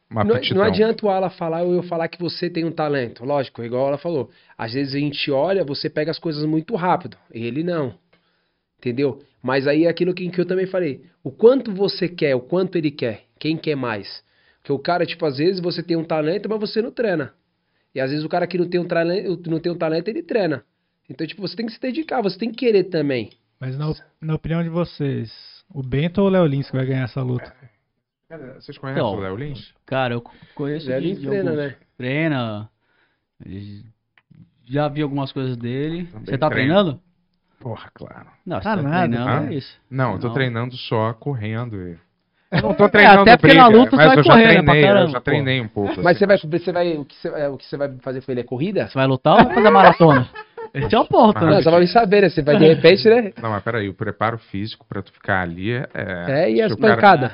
Speaker 2: uma
Speaker 4: Não,
Speaker 2: aptidão?
Speaker 4: não adianta o Ala falar ou eu falar que você tem um talento. Lógico, igual ela falou. Às vezes a gente olha, você pega as coisas muito rápido. Ele não. Entendeu? Mas aí é aquilo que, que eu também falei. O quanto você quer, o quanto ele quer. Quem quer mais? Porque o cara, tipo, às vezes você tem um talento, mas você não treina. E às vezes o cara que não tem um talento, não tem um talento ele treina. Então, tipo, você tem que se dedicar, você tem que querer também.
Speaker 1: Mas na, op- na opinião de vocês, o Bento ou o Léo Lins que vai ganhar essa luta?
Speaker 2: Cara, Vocês conhecem
Speaker 3: Não.
Speaker 2: o Léo Lins?
Speaker 3: Cara, eu co- conheço.
Speaker 4: Zé
Speaker 3: de-
Speaker 4: Lins
Speaker 3: é de
Speaker 4: treina,
Speaker 3: alguns-
Speaker 4: né?
Speaker 3: Treina. E Já vi algumas coisas dele.
Speaker 2: Também
Speaker 3: Você tá
Speaker 2: treino.
Speaker 3: treinando?
Speaker 2: Porra, claro.
Speaker 3: Não, você
Speaker 1: Tá
Speaker 3: tá,
Speaker 1: nada,
Speaker 3: treinando,
Speaker 2: cara.
Speaker 3: é isso.
Speaker 2: Não, eu tô
Speaker 3: Não.
Speaker 2: treinando só correndo. E... Eu não tô treinando
Speaker 3: treinando É, até porque na briga, luta você
Speaker 2: mas
Speaker 3: mas vai
Speaker 2: eu
Speaker 3: eu
Speaker 2: já
Speaker 3: já correr, né, pra
Speaker 2: treinei,
Speaker 3: treinei, eu
Speaker 2: eu
Speaker 3: caramba,
Speaker 2: já
Speaker 3: já
Speaker 2: treinei
Speaker 3: treinei
Speaker 2: um pouco.
Speaker 4: Mas você vai, você vai, o que você, é, o que você vai fazer com ele é corrida?
Speaker 3: Você vai lutar ou vai fazer maratona? Esse é o ponto,
Speaker 2: Ah,
Speaker 4: Não,
Speaker 3: né?
Speaker 4: só pra me saber, né? Você vai de repente, né?
Speaker 2: Não, mas peraí, o preparo físico pra tu ficar ali é...
Speaker 4: É, e
Speaker 2: se
Speaker 4: as
Speaker 2: o cara-
Speaker 4: pancadas.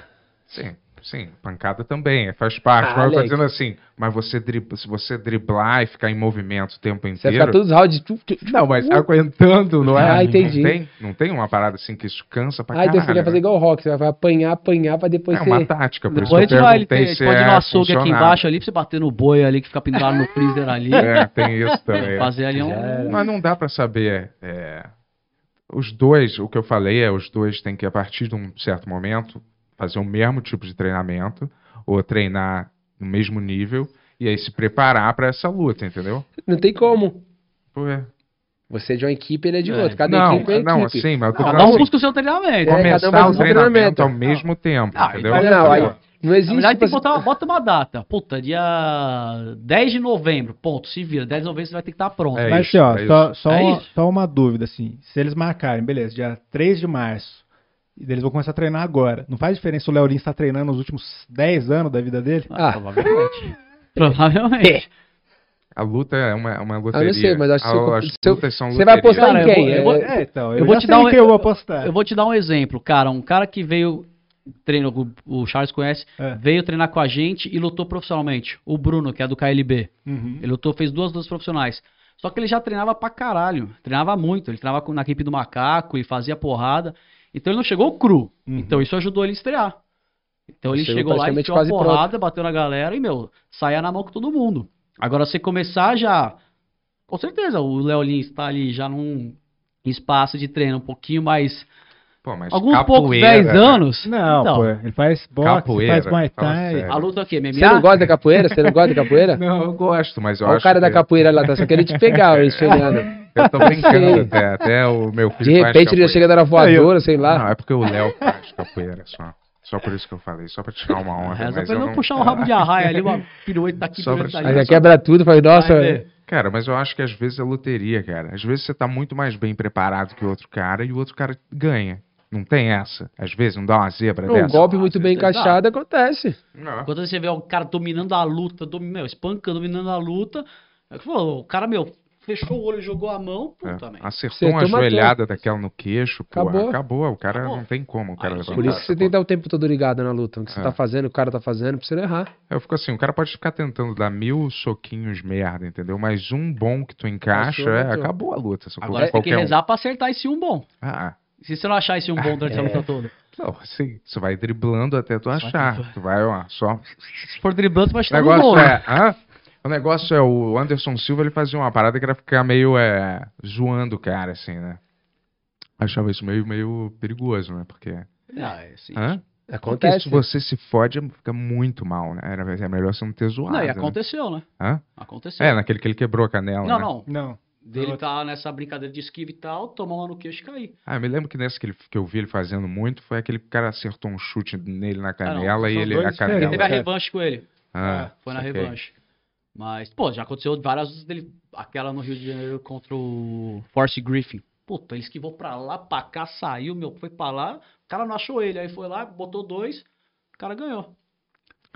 Speaker 2: Sim, sim, pancada também, é, faz parte.
Speaker 4: Ah,
Speaker 2: mas eu tô
Speaker 4: Alex.
Speaker 2: dizendo assim, mas você drib... se você driblar e ficar em movimento o tempo
Speaker 4: Você vai ficar
Speaker 2: inteiro...
Speaker 4: todos os rounds. tu, tu, tu.
Speaker 2: Não, mas aguentando, não é?
Speaker 4: Ah, entendi.
Speaker 2: Não tem, não tem uma parada assim que isso cansa pra
Speaker 4: Ah, então
Speaker 2: caralho.
Speaker 4: você quer fazer
Speaker 2: né?
Speaker 4: igual o Rock, você vai apanhar, apanhar pra depois
Speaker 2: É
Speaker 4: você.
Speaker 2: uma tática, por isso
Speaker 3: Depois a
Speaker 2: que eu
Speaker 3: gente vai, ele tem,
Speaker 2: perguntei
Speaker 3: ele
Speaker 2: se
Speaker 3: pode ir
Speaker 2: é
Speaker 3: no açougue aqui
Speaker 2: funcional.
Speaker 3: embaixo ali pra você bater no boi ali que fica pendurado no freezer ali.
Speaker 2: É, tem isso também.
Speaker 3: Fazer ali um.
Speaker 2: Mas não dá pra saber. é, os dois, o que eu falei é, os dois têm que, a partir de um certo momento, fazer o mesmo tipo de treinamento, ou treinar no mesmo nível, e aí se preparar pra essa luta, entendeu?
Speaker 4: Não tem como.
Speaker 2: Pô, é.
Speaker 4: Você é de uma equipe, ele é de
Speaker 3: É.
Speaker 4: outra. Cada
Speaker 2: Não,
Speaker 4: equipe é
Speaker 2: não,
Speaker 4: equipe.
Speaker 2: assim, mas eu tô
Speaker 3: Cada um
Speaker 2: falando assim,
Speaker 3: busca o seu treinamento.
Speaker 4: É, cada um
Speaker 2: começar
Speaker 4: faz
Speaker 2: o
Speaker 4: o
Speaker 2: treinamento
Speaker 4: treinamento.
Speaker 2: ao mesmo tempo,
Speaker 3: Ah,
Speaker 2: entendeu?
Speaker 4: mas não, aí-
Speaker 2: Pô,
Speaker 4: Não existe.
Speaker 3: Na verdade, tem que
Speaker 4: tipo
Speaker 3: botar
Speaker 4: assim-
Speaker 3: uma, bota uma data. Puta, dia 10 de novembro. Ponto, se vira. 10 de novembro você vai ter que estar pronto. Ah,
Speaker 2: É
Speaker 3: Mas-
Speaker 1: Mas
Speaker 2: isso,
Speaker 1: assim, ó,
Speaker 2: é
Speaker 1: só, só
Speaker 3: É
Speaker 1: uma,
Speaker 3: isso.
Speaker 1: só uma dúvida, assim. Se eles marcarem, beleza, dia 3 de março, e eles vão começar a treinar agora. Não faz diferença o Léo Lins estar treinando nos últimos 10 anos da vida dele?
Speaker 4: Ah.
Speaker 3: Provavelmente. Provavelmente.
Speaker 2: A luta é uma, é uma
Speaker 4: sei,
Speaker 2: loteria.
Speaker 4: mas acho que
Speaker 2: A-
Speaker 4: se eu-
Speaker 2: as
Speaker 4: se eu-
Speaker 2: lutas são
Speaker 4: você vai
Speaker 2: loterias.
Speaker 4: apostar em
Speaker 3: Cara, eu
Speaker 4: quem?
Speaker 3: vou- eu vou-
Speaker 4: É-
Speaker 1: É, então, eu,
Speaker 3: eu vou
Speaker 1: já
Speaker 3: te
Speaker 1: sei
Speaker 3: dar um-
Speaker 1: que eu vou apostar.
Speaker 2: É.
Speaker 3: Eu vou te dar um exemplo, cara. Um cara que veio. Treino, o, o Charles conhece,
Speaker 1: É.
Speaker 3: veio treinar com a gente e lutou profissionalmente. O Bruno, que é do KLB.
Speaker 1: Uhum.
Speaker 3: Ele lutou, fez duas lutas profissionais. Só que ele já treinava pra caralho. Treinava muito. Ele treinava com- na equipe do macaco e fazia porrada. Então ele não chegou cru.
Speaker 1: Uhum.
Speaker 3: Então isso ajudou ele a estrear. Então ele
Speaker 4: Chegou
Speaker 3: chegou, lá e
Speaker 4: praticamente
Speaker 3: deu uma
Speaker 4: quase pronto.
Speaker 3: porrada, bateu na galera e, meu, saia na mão com todo mundo. Agora, se começar já. Com certeza, o Léo Lins tá ali já num espaço de treino um pouquinho mais.
Speaker 2: Pô, mas
Speaker 3: Alguns poucos,
Speaker 2: capoeira,
Speaker 3: 10
Speaker 2: né?
Speaker 3: anos.
Speaker 1: Não,
Speaker 3: então,
Speaker 1: pô, ele faz boxe,
Speaker 2: Capoeira,
Speaker 1: faz muay
Speaker 2: fala
Speaker 1: thai.
Speaker 2: sério.
Speaker 3: A luta é o quê? MMA?
Speaker 4: Você não gosta da capoeira? Você não gosta da capoeira?
Speaker 2: Não, eu gosto, mas eu
Speaker 4: Olha
Speaker 2: acho
Speaker 4: o cara da
Speaker 2: que- É.
Speaker 4: capoeira lá, tá só querendo te pegar, eles Fernando.
Speaker 2: Eu tô brincando até, até o meu filho
Speaker 4: De
Speaker 2: faz
Speaker 4: repente ele
Speaker 2: capoeira.
Speaker 4: já chega dando a voadora, sei lá.
Speaker 2: Não, é porque o Léo faz capoeira só. Só por isso que eu falei, só pra tirar uma honra.
Speaker 3: Reza
Speaker 2: mas
Speaker 3: pra
Speaker 2: eu
Speaker 3: ele não puxar um rabo de arraia ali, uma pirueta daqui,
Speaker 2: Só pra-
Speaker 3: pirueta
Speaker 4: Aí
Speaker 3: ali.
Speaker 4: já
Speaker 2: Olha só.
Speaker 4: quebra tudo, fala, nossa.
Speaker 3: Vai ver.
Speaker 2: Cara, mas eu acho que às vezes é loteria, cara. Às vezes você tá muito mais bem preparado que o outro cara e o outro cara ganha. Não tem essa. Às vezes não dá uma zebra
Speaker 4: Um
Speaker 2: dessa.
Speaker 4: golpe muito bem
Speaker 3: Exato.
Speaker 4: encaixado acontece.
Speaker 2: Não.
Speaker 3: Quando você vê o cara dominando a luta, domi- meu, espancando, dominando a luta, é que, pô, o cara, meu, fechou o olho, jogou a mão, puta,
Speaker 2: É.
Speaker 3: merda.
Speaker 2: Acertou uma
Speaker 4: Acertou, matou.
Speaker 2: joelhada daquela no queixo, pô,
Speaker 4: Acabou.
Speaker 2: acabou. O cara
Speaker 3: Acabou.
Speaker 2: não tem como o cara
Speaker 3: Aí,
Speaker 2: levantar
Speaker 4: Por isso que
Speaker 2: essa
Speaker 4: você tem que estar o tempo todo ligado na luta. O que você
Speaker 2: É.
Speaker 4: tá fazendo, o cara tá fazendo, pra você não errar.
Speaker 2: Eu fico assim, o cara pode ficar tentando dar mil soquinhos merda, entendeu? Mas um bom que tu encaixa,
Speaker 4: Passou,
Speaker 2: é,
Speaker 4: matou.
Speaker 2: acabou a luta. sacou?
Speaker 3: Agora você tem que
Speaker 2: Qualquer um.
Speaker 3: rezar pra acertar esse um bom.
Speaker 2: Ah,
Speaker 3: Se você não achar esse um bom durante a luta toda.
Speaker 2: não, assim, você vai driblando até tu achar. Tu vai, ó, só...
Speaker 3: Se for driblando, você vai
Speaker 2: O
Speaker 3: estar no gol,
Speaker 2: negócio
Speaker 3: né?
Speaker 2: é... hã? O negócio é, o Anderson Silva, ele fazia uma parada que era ficar meio, é, zoando o cara, assim, né? Achava isso meio, meio perigoso, né? Porque...
Speaker 3: Ah, é assim.
Speaker 2: Hã? Porque
Speaker 4: Acontece.
Speaker 2: se você se fode, fica muito mal, né? Era, é melhor você não ter zoado.
Speaker 3: Não, e
Speaker 2: né?
Speaker 3: aconteceu, né?
Speaker 2: Hã?
Speaker 3: Aconteceu.
Speaker 2: É, naquele que ele quebrou a canela,
Speaker 3: não,
Speaker 2: né?
Speaker 3: não.
Speaker 1: Não.
Speaker 3: Dele tá nessa brincadeira de esquiva e tal, tomou uma no queixo e cair.
Speaker 2: Ah, eu me lembro que nessa que, ele, que eu vi ele fazendo muito foi aquele que o cara acertou um chute nele na
Speaker 3: Ah, não,
Speaker 2: canela e
Speaker 1: são
Speaker 2: ele.
Speaker 1: dois
Speaker 2: A canela.
Speaker 1: diferentes.
Speaker 3: Teve a
Speaker 1: Ela-
Speaker 3: revanche com ele.
Speaker 2: Ah,
Speaker 3: É, Foi na
Speaker 2: saquei.
Speaker 3: revanche. Mas, pô, já aconteceu várias vezes dele. Aquela no Rio de Janeiro contra o Force Griffin. Puta, ele esquivou pra lá, pra cá, saiu, meu, foi pra lá. O cara não achou ele. Aí foi lá, botou dois, o cara ganhou.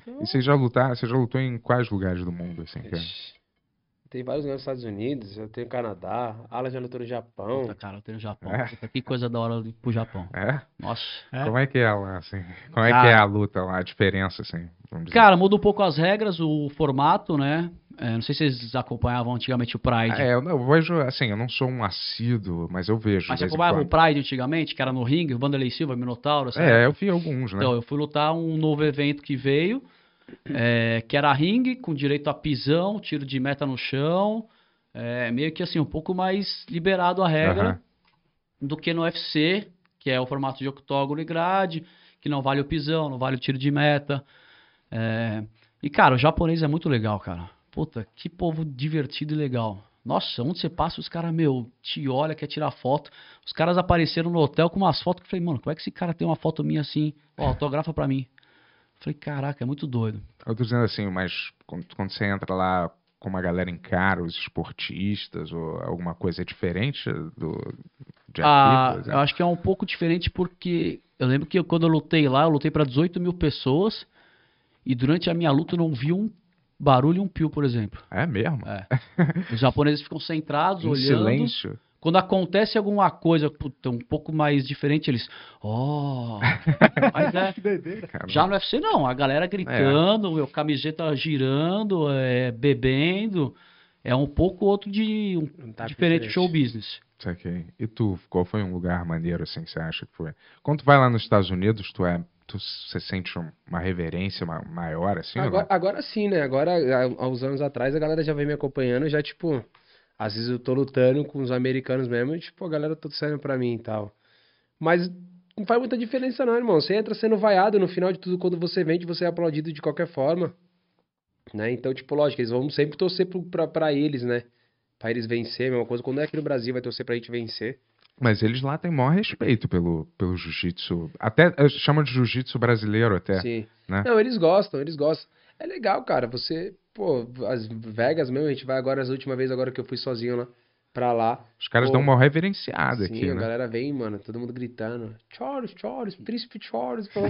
Speaker 2: E você já, lutar, você já lutou em quais lugares do mundo, assim, cara?
Speaker 4: Tem vários lugares nos Estados Unidos, eu tenho Canadá, Alan já lutou no Japão.
Speaker 3: Puta, cara, eu tenho no Japão.
Speaker 2: Oh. É.
Speaker 3: Puta, que coisa da hora eu ir pro Japão.
Speaker 2: É?
Speaker 3: Nossa.
Speaker 1: É.
Speaker 2: Como é que é lá, assim? Como é
Speaker 3: Cara.
Speaker 2: que é a luta lá, a diferença, assim? Vamos dizer.
Speaker 3: Ah. Cara, muda um pouco as regras, o formato, né? É, não sei se vocês acompanhavam antigamente o Pride.
Speaker 2: Ah, é, eu, não, eu vejo, assim, eu não sou um assíduo, mas eu vejo.
Speaker 3: Mas é
Speaker 2: de
Speaker 3: você
Speaker 2: vez em
Speaker 3: acompanhava o
Speaker 2: quando.
Speaker 3: Pride antigamente, que era no ringue, o Vanderlei Silva, Minotauro, essa
Speaker 2: É, eu vi alguns, né?
Speaker 3: Então, eu fui lutar um novo evento que veio, é, que era ringue, com direito a pisão, tiro de meta no chão, é, meio que assim, um pouco mais liberado a regra
Speaker 2: Aham.
Speaker 3: do que no UFC, que é o formato de octógono e grade, que não vale o pisão, não vale o tiro de meta. É, E, cara, o japonês é muito legal, cara. Puta, que povo divertido e legal. Nossa, onde você passa, os caras, meu, te olha, quer tirar foto. Os caras apareceram no hotel com umas fotos que eu falei, mano, como é que esse cara tem uma foto minha assim? Ó, autografa pra mim. Eu Falei, caraca, é muito doido.
Speaker 2: Eu tô dizendo assim, mas quando, quando você entra lá com uma galera encara os esportistas ou alguma coisa diferente do de aqui,
Speaker 3: Ah,
Speaker 2: por exemplo?
Speaker 3: eu acho que é um pouco diferente porque eu lembro que eu- quando eu lutei lá, eu lutei pra 18 mil pessoas e durante a minha luta eu não vi um barulho e um pio, por exemplo.
Speaker 2: É mesmo?
Speaker 3: É. Os japoneses ficam centrados,
Speaker 2: Em
Speaker 3: olhando.
Speaker 2: silêncio.
Speaker 3: Quando acontece alguma coisa puta, um pouco mais diferente, eles. Oh! Mas é.
Speaker 1: Que doideira.
Speaker 2: Cara,
Speaker 3: Já no UFC não, a galera gritando, meu, camiseta girando, é, bebendo. É um pouco outro de. Um,
Speaker 4: Não tá
Speaker 3: diferente
Speaker 4: diferente.
Speaker 3: show business.
Speaker 2: saquei. E tu, qual foi um lugar maneiro assim que você acha que foi? Quando tu vai lá nos Estados Unidos, tu é. Tu, você sente um- uma reverência ma- maior, assim? ou não?
Speaker 4: Agora, agora sim, né? Agora, há- há uns anos atrás, a galera já vem me acompanhando, já, tipo, às vezes eu tô lutando com os americanos mesmo, e, tipo, a galera tá saindo pra mim e tal. Mas não faz muita diferença, não, irmão. Você entra sendo vaiado no final de tudo, quando você vende, você é aplaudido de qualquer forma. Né? Então, tipo, lógico, eles vão sempre é torcer pro, pra, pra eles, né? Pra eles vencer, a mesma coisa. Quando é aqui no Brasil, vai torcer pra gente vencer.
Speaker 2: Mas eles lá têm maior respeito pelo, pelo jiu-jitsu. Até eh, chama de jiu-jitsu brasileiro até.
Speaker 4: Sim.
Speaker 2: né?
Speaker 4: Não, eles gostam, eles gostam. É legal, cara. Você, pô, as Vegas mesmo, a gente vai agora, as última vez agora que eu fui sozinho lá, pra lá.
Speaker 2: Os caras
Speaker 4: Pô.
Speaker 2: dão uma reverenciada
Speaker 4: Sim,
Speaker 2: aqui,
Speaker 4: a
Speaker 2: né?
Speaker 4: galera vem, mano, todo mundo gritando. Charles, Charles, Príncipe Charles. Pô.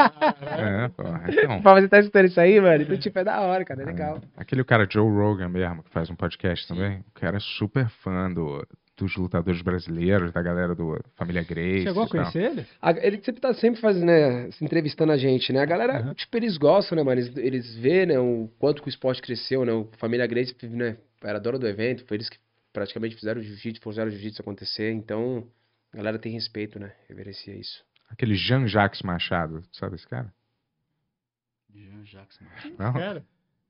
Speaker 2: É, porra. Então,
Speaker 4: pra você tá escutando isso aí, mano, então, tipo, é da hora, cara, é
Speaker 2: Ah,
Speaker 4: legal.
Speaker 2: Aquele cara Joe Rogan mesmo, que faz um podcast também, o cara é super fã do, dos lutadores brasileiros, da galera do Família Grace.
Speaker 1: Chegou a
Speaker 2: e tal.
Speaker 1: conhecer ele?
Speaker 4: A- ele sempre tá sempre fazendo, né, se entrevistando a gente, né? A galera,
Speaker 1: Aham.
Speaker 4: tipo, eles gostam, né, mano? Eles, eles vê, né, o quanto que o esporte cresceu, né? O Família Grace, né, era dona do evento, foi eles que praticamente fizeram o jiu-jitsu, forjaram o jiu-jitsu acontecer, então a galera tem respeito, né? Reverencia isso.
Speaker 2: Aquele Jean-Jacques Machado, sabe esse cara?
Speaker 3: Jean Jackson.
Speaker 2: Não?
Speaker 1: Cara.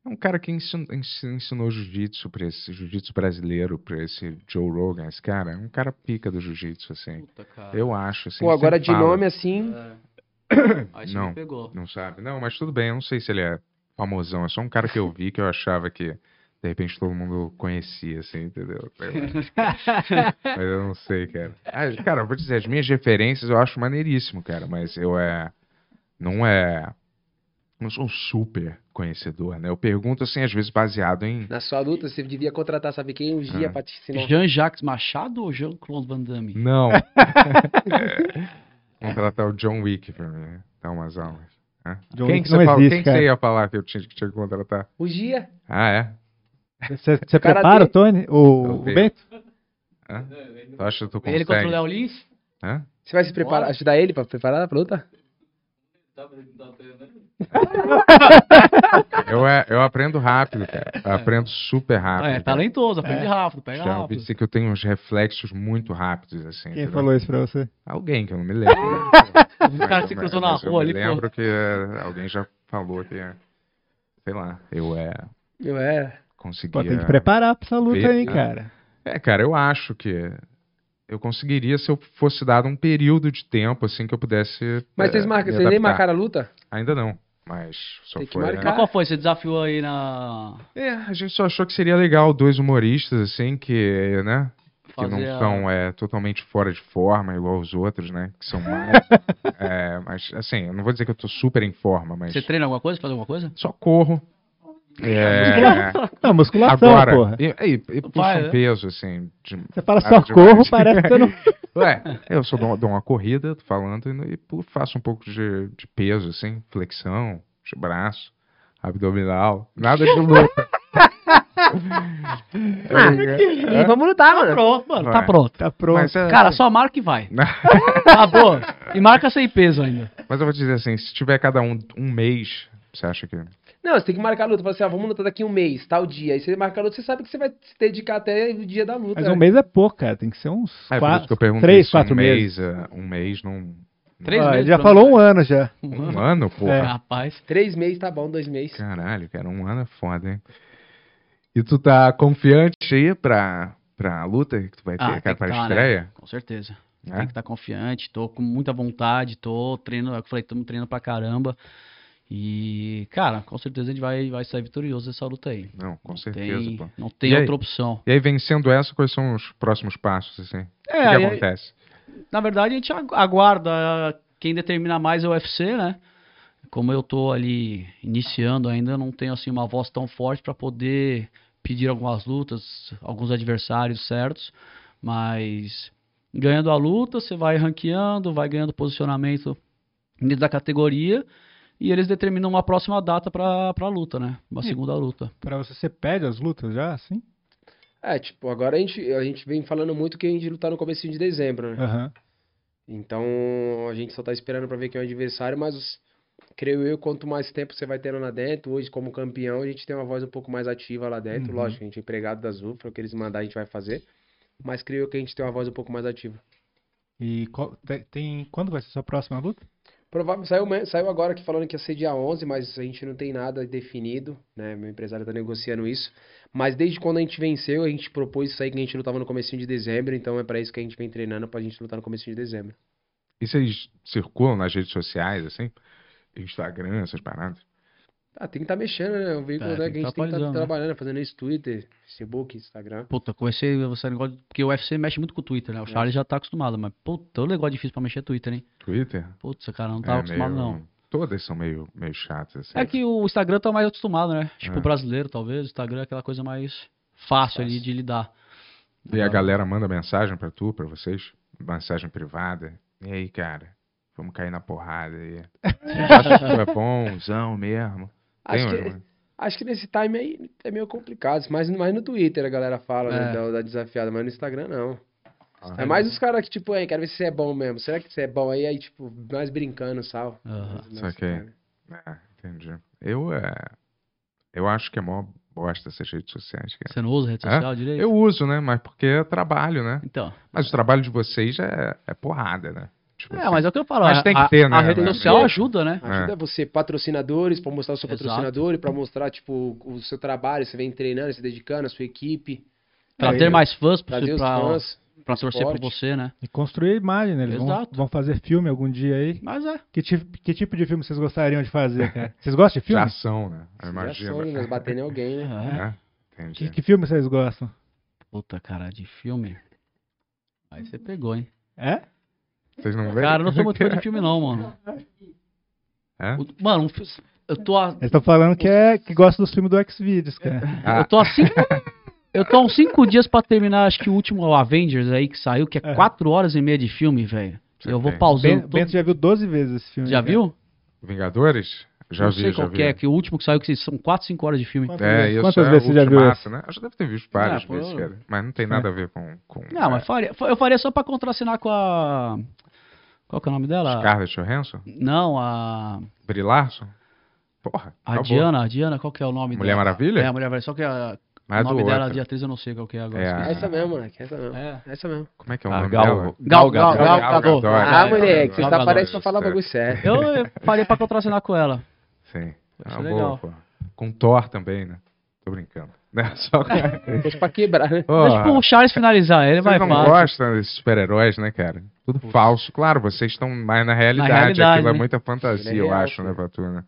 Speaker 2: É um cara que ensin- ensin- ensinou, jiu-jitsu pra esse jiu-jitsu brasileiro, pra esse Joe Rogan, esse cara. É um cara pica do jiu-jitsu, assim.
Speaker 3: Puta, cara.
Speaker 2: Eu acho, assim.
Speaker 4: Pô, agora
Speaker 2: sempre
Speaker 4: de
Speaker 2: fala.
Speaker 4: nome assim,
Speaker 3: É. Aí você
Speaker 2: Não.
Speaker 3: me pegou.
Speaker 2: Não sabe. Não, mas tudo bem, eu não sei se ele é famosão. É só um cara que eu vi que eu achava que, de repente, todo mundo conhecia, assim, entendeu? Sei lá. Mas eu não sei, cara. Ah, cara, eu vou dizer, as minhas referências eu acho maneiríssimo, cara, mas eu é. Não é. Não sou um super conhecedor, né? Eu pergunto, assim, às vezes baseado em.
Speaker 4: na sua luta, você devia contratar, sabe quem? O Gia
Speaker 2: Ah.
Speaker 4: pra te ensinar.
Speaker 3: Jean Jacques Machado ou Jean-Claude Van Damme?
Speaker 2: Não! Vamos tratar o John Wick pra mim, né? Dar umas aulas. Hã?
Speaker 1: John
Speaker 2: quem
Speaker 1: Wick
Speaker 2: que,
Speaker 1: não
Speaker 2: você fala-
Speaker 1: existe,
Speaker 2: quem que você
Speaker 1: cara.
Speaker 2: ia falar que eu tinha que tinha que contratar?
Speaker 4: O Gia?
Speaker 2: Ah, é?
Speaker 1: Você, você
Speaker 4: Cara
Speaker 1: prepara o
Speaker 4: dele.
Speaker 1: Tony?
Speaker 2: Eu
Speaker 1: O, o
Speaker 2: vejo.
Speaker 1: Bento?
Speaker 2: Tu acha que tu consegue?
Speaker 3: Ele contra o Léo Lins?
Speaker 2: Hã?
Speaker 4: Você vai se preparar,
Speaker 3: Bora.
Speaker 4: ajudar ele pra preparar pra luta?
Speaker 2: Eu, é- eu aprendo rápido, cara. Eu aprendo super rápido.
Speaker 3: Ah, é
Speaker 2: cara.
Speaker 3: talentoso, aprende rápido, pega
Speaker 2: Já ouvi
Speaker 3: rápido.
Speaker 2: dizer que eu tenho uns reflexos muito rápidos, assim.
Speaker 1: Quem
Speaker 2: entendeu?
Speaker 1: falou isso pra você?
Speaker 2: Alguém que eu não me lembro. né?
Speaker 3: O Um cara se
Speaker 2: Mas-
Speaker 3: cruzou na
Speaker 2: mas
Speaker 3: rua ali,
Speaker 2: Eu me lembro
Speaker 3: pô.
Speaker 2: que eh, alguém já falou que, eh, sei lá, eu é,
Speaker 4: Eu é.
Speaker 2: conseguia...
Speaker 1: Pô, tem que preparar pra essa luta
Speaker 2: Ver,
Speaker 1: aí,
Speaker 2: né?
Speaker 1: cara.
Speaker 2: É, cara, eu acho que eu conseguiria se eu fosse dado um período de tempo, assim, que eu pudesse
Speaker 4: Mas
Speaker 2: eh,
Speaker 4: vocês, marcam,
Speaker 2: me
Speaker 4: vocês nem
Speaker 2: adaptar.
Speaker 4: marcaram a luta?
Speaker 2: Ainda não, mas só
Speaker 4: Tem que
Speaker 2: foi... né?
Speaker 4: marcar.
Speaker 3: Mas qual foi? Você desafiou aí na.
Speaker 2: É, a gente só achou que seria legal dois humoristas, assim, que, né... Que não
Speaker 3: Fazer a-
Speaker 2: são é, totalmente fora de forma, igual os outros, né? Que são mais. é, mas, assim, eu não vou dizer que eu tô super em forma, mas.
Speaker 3: Você treina alguma coisa? Faz alguma coisa?
Speaker 2: Só corro. É,
Speaker 1: Não, musculação,
Speaker 2: agora.
Speaker 1: porra.
Speaker 2: E, e, e puxa
Speaker 3: Vai,
Speaker 2: um
Speaker 3: né?
Speaker 2: peso, assim. de-
Speaker 1: Você fala
Speaker 2: Nada
Speaker 1: só
Speaker 2: demais.
Speaker 1: corro, parece que você não.
Speaker 2: Ué, eu só dou, dou uma corrida, tô falando, e, e pu- faço um pouco de, de peso, assim, flexão, de braço, abdominal. Nada de louco. É,
Speaker 3: Ah,
Speaker 4: E vamos lutar,
Speaker 3: Tá
Speaker 4: mano.
Speaker 3: pronto, mano. Tá
Speaker 2: Vai.
Speaker 3: pronto.
Speaker 1: Tá pronto.
Speaker 2: Mas, é,
Speaker 3: Cara, só marca e vai. Acabou. E marca sem peso ainda.
Speaker 2: mas eu vou dizer assim, se tiver cada um um mês, você acha que.
Speaker 4: Não, você tem que marcar a luta. Fala assim, ah, vamos lutar daqui um mês, tal dia. Aí você marca a luta, você sabe que você vai se dedicar até o dia da luta.
Speaker 1: Mas
Speaker 4: né?
Speaker 1: um mês é Ah, pouco, cara. Tem que ser uns
Speaker 2: É por isso que
Speaker 1: quatro,
Speaker 2: eu perguntei
Speaker 1: três,
Speaker 2: se
Speaker 1: quatro
Speaker 2: um
Speaker 1: meses.
Speaker 2: mês, é, um mês num.
Speaker 3: Três
Speaker 1: Ó,
Speaker 3: meses.
Speaker 1: ele já
Speaker 3: pronto.
Speaker 1: falou um ano já.
Speaker 2: Um ano, porra.
Speaker 1: É.
Speaker 3: Rapaz.
Speaker 4: Três meses tá bom, dois meses.
Speaker 2: Caralho, cara, um ano é foda, hein? E tu tá confiante aí pra, pra luta que tu vai ter,
Speaker 3: Ah, tem
Speaker 2: cara,
Speaker 3: que
Speaker 2: pra
Speaker 3: tá, né?
Speaker 2: estreia?
Speaker 3: Com certeza.
Speaker 2: É?
Speaker 3: Tem que estar confiante, tô com muita vontade, tô treinando, é o que eu falei, estamos treinando pra caramba. E, cara, com certeza a gente vai, vai sair vitorioso dessa luta aí.
Speaker 2: Não, com
Speaker 3: Não
Speaker 2: certeza,
Speaker 3: tem,
Speaker 2: pô.
Speaker 3: Não
Speaker 2: E
Speaker 3: tem
Speaker 2: aí?
Speaker 3: outra opção.
Speaker 2: E aí, vencendo essa, quais são os próximos passos, assim?
Speaker 3: É,
Speaker 2: o que
Speaker 3: aí-
Speaker 2: acontece?
Speaker 3: Na verdade, a gente agu- aguarda quem determina mais é o UFC, né? Como eu tô ali iniciando ainda, eu não tenho assim uma voz tão forte para poder pedir algumas lutas, alguns adversários certos, mas ganhando a luta, você vai ranqueando, vai ganhando posicionamento dentro da categoria e eles determinam uma próxima data para a luta, né? Uma segunda luta.
Speaker 1: Pra você, você pede as lutas já, assim?
Speaker 4: É, tipo, agora a gente, a gente vem falando muito que a gente lutar no comecinho de dezembro, né?
Speaker 1: Aham.
Speaker 4: Então a gente só tá esperando pra ver quem é o adversário, mas os- creio eu, quanto mais tempo você vai tendo lá dentro, hoje como campeão, a gente tem uma voz um pouco mais ativa lá dentro.
Speaker 1: Uhum.
Speaker 4: Lógico, a gente é empregado da Zufra, o que eles mandar a gente vai fazer. Mas creio eu que a gente tem uma voz um pouco mais ativa.
Speaker 1: E qual- te- tem, quando vai ser a sua próxima luta?
Speaker 4: Provável, saiu, me- saiu agora que falando que ia ser dia 11, mas a gente não tem nada definido, né? Meu empresário tá negociando isso. Mas desde quando a gente venceu, a gente propôs isso aí que a gente lutava no comecinho de dezembro, então é pra isso que a gente vem treinando pra gente lutar no comecinho de dezembro.
Speaker 2: E vocês circulam nas redes sociais, assim? Instagram, essas paradas?
Speaker 4: Ah, tem que estar mexendo, né? O veículo
Speaker 3: É,
Speaker 4: né,
Speaker 3: tem
Speaker 4: que
Speaker 3: que
Speaker 4: a
Speaker 3: tá
Speaker 4: gente tem que estar
Speaker 3: atualizando, né?
Speaker 4: trabalhando, fazendo isso Twitter, Facebook, Instagram.
Speaker 3: Puta, comecei esse negócio. Porque o UFC mexe muito com o Twitter, né? O Charles já tá acostumado, mas, puta, o negócio difícil pra mexer é Twitter, hein?
Speaker 2: Twitter?
Speaker 3: Putz, cara, não
Speaker 2: É
Speaker 3: tava acostumado, não.
Speaker 2: Todas são meio, meio chatas. assim.
Speaker 3: É que o Instagram tá mais acostumado, né? Tipo,
Speaker 2: É.
Speaker 3: o brasileiro, talvez. O Instagram é aquela coisa mais fácil ali de lidar.
Speaker 2: E a galera manda mensagem pra tu, pra vocês? Mensagem privada. E aí, cara? Vamos cair na porrada aí. Você acha que tu é bonzão mesmo? Tem
Speaker 4: Acho que,
Speaker 2: umas-
Speaker 4: acho que nesse time aí é meio complicado. Mas, mas no Twitter a galera fala né,
Speaker 3: É.
Speaker 4: da, da desafiada, mas no Instagram não.
Speaker 2: Ah,
Speaker 4: é mais os caras que, tipo, aí, quero ver se você é bom mesmo. Será que você é bom aí? Aí, tipo, mais brincando, sal.
Speaker 3: Aham.
Speaker 4: Mas- mas-
Speaker 2: Saquei. Ah, entendi. Eu, é, eu acho que é mó bosta essas redes sociais, cara.
Speaker 3: Você não usa rede
Speaker 2: É?
Speaker 3: social direito?
Speaker 2: Eu uso, né? Mas porque é trabalho, né?
Speaker 3: Então.
Speaker 2: Mas o trabalho de vocês é, é porrada, né? Tipo
Speaker 3: É,
Speaker 2: assim,
Speaker 3: mas é o que eu falo.
Speaker 2: Mas
Speaker 3: a-
Speaker 2: tem que
Speaker 3: a-
Speaker 2: ter, né,
Speaker 3: A rede
Speaker 2: né?
Speaker 3: social
Speaker 2: É.
Speaker 3: ajuda, né?
Speaker 4: Ajuda você, patrocinadores, pra mostrar o seu
Speaker 3: Exato.
Speaker 4: patrocinador e pra mostrar, tipo, o seu trabalho. Você vem treinando, se dedicando, a sua equipe.
Speaker 3: Pra
Speaker 4: Aí,
Speaker 2: é.
Speaker 3: ter mais fãs, pra,
Speaker 4: Trazer os
Speaker 3: pra-
Speaker 4: fãs.
Speaker 3: pra torcer por
Speaker 4: esporte.
Speaker 3: você, né?
Speaker 1: E construir a imagem, né? Eles vão,
Speaker 3: Exato.
Speaker 1: vão fazer filme algum dia aí.
Speaker 3: Mas é.
Speaker 1: Que tipo, que tipo de filme vocês gostariam de fazer, cara? Vocês gostam de
Speaker 2: de
Speaker 1: filme?
Speaker 2: ação, né? Eu
Speaker 4: Já é sonho,
Speaker 2: imagino.
Speaker 4: mas bater em alguém, né?
Speaker 3: é.
Speaker 2: É,
Speaker 1: Que,
Speaker 2: entendi.
Speaker 1: que filme vocês gostam?
Speaker 3: Puta, cara, de filme. Aí você pegou, hein?
Speaker 1: É?
Speaker 2: Vocês não veem?
Speaker 3: Cara, eu não sou muito fã de filme, não, mano.
Speaker 2: É?
Speaker 3: O- Mano, um fi- eu tô. A...
Speaker 1: Eles estão falando que, é, que gostam dos filmes do X-Videos, cara.
Speaker 2: Ah.
Speaker 3: Eu tô há cinco. Eu tô há uns cinco dias pra terminar, acho que o último o Avengers aí que saiu, que é
Speaker 1: Aham.
Speaker 3: quatro horas e meia de filme, velho.
Speaker 2: Você
Speaker 3: Eu
Speaker 2: tem.
Speaker 3: vou
Speaker 1: Ben,
Speaker 3: pausando. todo-
Speaker 1: Bento já viu 12 vezes esse filme.
Speaker 3: Já
Speaker 1: cara.
Speaker 3: viu?
Speaker 2: Vingadores? Já
Speaker 3: não
Speaker 2: vi,
Speaker 3: sei
Speaker 2: já
Speaker 3: qual
Speaker 2: vi.
Speaker 3: que é, que o último que saiu, que são quatro, cinco horas de filme.
Speaker 1: Quantas
Speaker 2: É,
Speaker 1: vezes-
Speaker 2: isso
Speaker 1: Quantas
Speaker 2: é
Speaker 1: vezes você já viu
Speaker 2: Ultimato,
Speaker 1: esse?
Speaker 2: né? Eu já deve ter visto várias
Speaker 3: Ah, pô,
Speaker 2: vezes, cara. Mas não tem nada a ver com... com
Speaker 3: Não, mas
Speaker 2: é,
Speaker 3: faria- eu faria só pra contracenar com a. Qual que é o nome dela?
Speaker 2: Scarlett Johansson?
Speaker 3: Não, a.
Speaker 2: Brie Larson? Porra,
Speaker 3: A
Speaker 2: acabou.
Speaker 3: Diana, a Diana, qual que é o nome
Speaker 2: Mulher
Speaker 3: dela?
Speaker 2: Maravilha?
Speaker 3: É, a Mulher Maravilha. Só que a,
Speaker 2: Mas é
Speaker 3: o nome
Speaker 2: do
Speaker 3: dela
Speaker 2: outro.
Speaker 3: de atriz eu não sei qual que é agora.
Speaker 2: É
Speaker 3: esqueci.
Speaker 2: a-
Speaker 4: Essa mesmo, moleque. Essa mesmo.
Speaker 3: É.
Speaker 4: Essa mesmo.
Speaker 2: Como é que é o
Speaker 5: Ah,
Speaker 2: nome
Speaker 5: Gal,
Speaker 2: dela?
Speaker 3: Gal, Gal,
Speaker 2: Gal
Speaker 3: Gal,
Speaker 2: Gadot.
Speaker 3: Gadot.
Speaker 4: Ah,
Speaker 2: é,
Speaker 4: moleque, você
Speaker 2: Gal
Speaker 4: tá
Speaker 2: Gadot.
Speaker 4: parecendo pra falar bagulho sério.
Speaker 3: Eu faria pra contracenar com ela.
Speaker 2: Sim.
Speaker 3: Vai
Speaker 2: Ah,
Speaker 3: ser
Speaker 2: boa,
Speaker 3: legal.
Speaker 2: pô. Com Thor também, né? Tô brincando. Né? Só que...
Speaker 4: Depois pra quebrar, né?
Speaker 2: Porra,
Speaker 3: Mas, tipo, o Charles finalizar, ele vai
Speaker 2: vocês não
Speaker 3: falar.
Speaker 2: gostam desses super-heróis, né, cara? Tudo falso. Claro, vocês estão mais na realidade.
Speaker 3: realidade,
Speaker 2: Aquilo é
Speaker 3: né?
Speaker 2: muita fantasia,
Speaker 4: Ele é
Speaker 2: eu
Speaker 4: real,
Speaker 2: acho, né, pra tu, né?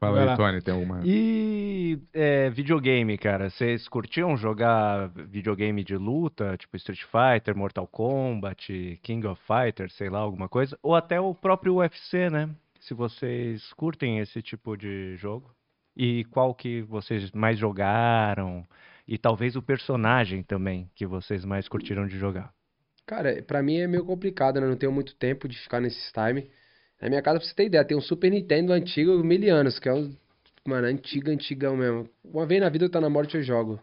Speaker 2: Fala
Speaker 1: Vai
Speaker 2: aí,
Speaker 1: lá.
Speaker 2: Tony, tem alguma...
Speaker 5: E é, videogame, cara, vocês curtiam jogar videogame de luta, tipo Street Fighter, Mortal Kombat, King of Fighters, sei lá, alguma coisa? Ou até o próprio UFC, né? Se vocês curtem esse tipo de jogo. E qual que vocês mais jogaram? E talvez o personagem também que vocês mais curtiram de jogar.
Speaker 4: Cara, pra mim é meio complicado, né? Eu Não tenho muito tempo de ficar nesses time. Na minha casa, pra você ter ideia, tem um Super Nintendo antigo, mil anos, que é um, mano, antigo, antigão mesmo. Uma vez na vida eu tá na morte, eu jogo.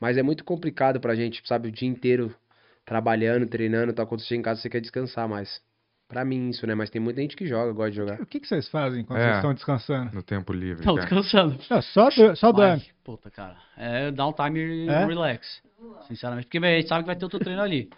Speaker 4: Mas é muito complicado pra gente, sabe, o dia inteiro trabalhando, treinando, e tal. Quando você chega em casa, você quer descansar mais. Pra mim, isso, né? Mas tem muita gente que joga, gosta de jogar.
Speaker 1: O que, que vocês fazem quando
Speaker 2: É.
Speaker 1: vocês estão descansando?
Speaker 2: No tempo livre,
Speaker 3: Não,
Speaker 2: cara.
Speaker 3: descansando.
Speaker 1: Não, só do, só dorme.
Speaker 3: Mas, puta, cara. É downtime e
Speaker 1: É?
Speaker 3: relax. Sinceramente. Porque a gente sabe que vai ter outro treino ali.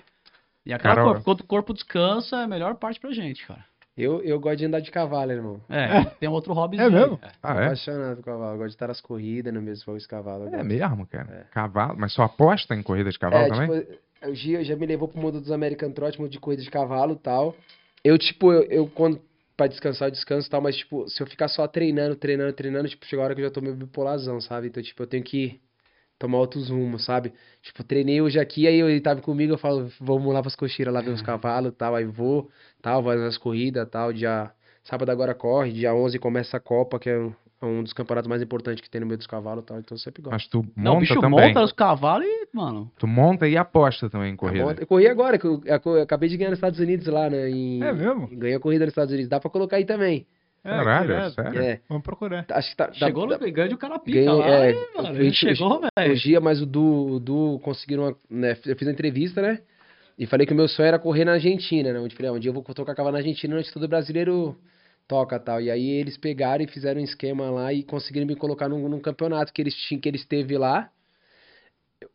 Speaker 3: E aquela
Speaker 2: Cara,
Speaker 3: coisa,
Speaker 2: ó.
Speaker 3: quando o corpo descansa, é a melhor parte pra gente, cara.
Speaker 4: Eu, eu gosto de andar de cavalo, irmão.
Speaker 3: É, tem um outro hobbyzinho.
Speaker 1: É mesmo?
Speaker 3: aí.
Speaker 2: Ah, é?
Speaker 4: Apaixonado por cavalo. Eu gosto de estar nas corridas, no mesmo fogo de cavalo. eu
Speaker 2: É
Speaker 4: gosto.
Speaker 2: mesmo, cara. Cavalo. Mas só aposta em corrida de cavalo
Speaker 4: É,
Speaker 2: também?
Speaker 4: tipo, o Gia já me levou pro mundo dos American Trot, mundo de corrida de cavalo e tal. Eu, tipo, eu, eu quando. Pra descansar, eu descanso e tal, mas, tipo, se eu ficar só treinando, treinando, treinando, tipo, chega a hora que eu já tô meio bipolarzão, sabe? Então, tipo, eu tenho que tomar outros rumos, sabe? Tipo, treinei hoje aqui, aí ele tava comigo, eu falo, vamos lá pras cocheiras, lá ver
Speaker 2: É.
Speaker 4: os cavalos e tal, aí vou, tal, vai nas corridas tal, dia... Sábado agora corre, dia 11 começa a Copa, que é um, é um dos campeonatos mais importantes que tem no meio dos cavalos e tal, então eu sempre gosto.
Speaker 2: Mas tu monta
Speaker 3: Não, o bicho
Speaker 2: também.
Speaker 3: monta os cavalos e, mano.
Speaker 2: Tu monta e aposta também em
Speaker 4: Tá bom,
Speaker 3: né?
Speaker 2: corrida.
Speaker 4: Eu corri agora, que eu, é, eu acabei de ganhar nos Estados Unidos lá, né? em-
Speaker 1: É mesmo?
Speaker 4: Ganhei a corrida nos Estados Unidos. Dá pra colocar aí também.
Speaker 1: É,
Speaker 2: Caralho,
Speaker 1: irado.
Speaker 2: sério?
Speaker 4: É.
Speaker 1: Vamos procurar.
Speaker 4: Acho que tá. dá-
Speaker 3: Chegou
Speaker 4: dá-
Speaker 3: no grande o um cara pica
Speaker 4: ganhei,
Speaker 3: lá,
Speaker 4: é,
Speaker 3: e, mano,
Speaker 4: eu-
Speaker 3: ele
Speaker 4: eu-
Speaker 3: chegou,
Speaker 4: o
Speaker 3: velho.
Speaker 4: Gia, um mas o Du, o Du conseguiram. uma- né, eu fiz uma entrevista, né? E falei que o meu sonho era correr na Argentina, né? Onde falei, ah, um dia eu vou tocar cavalo na Argentina, onde todo brasileiro toca tal. E aí eles pegaram e fizeram um esquema lá e conseguiram me colocar num, num campeonato que eles tinham, que eles teve lá.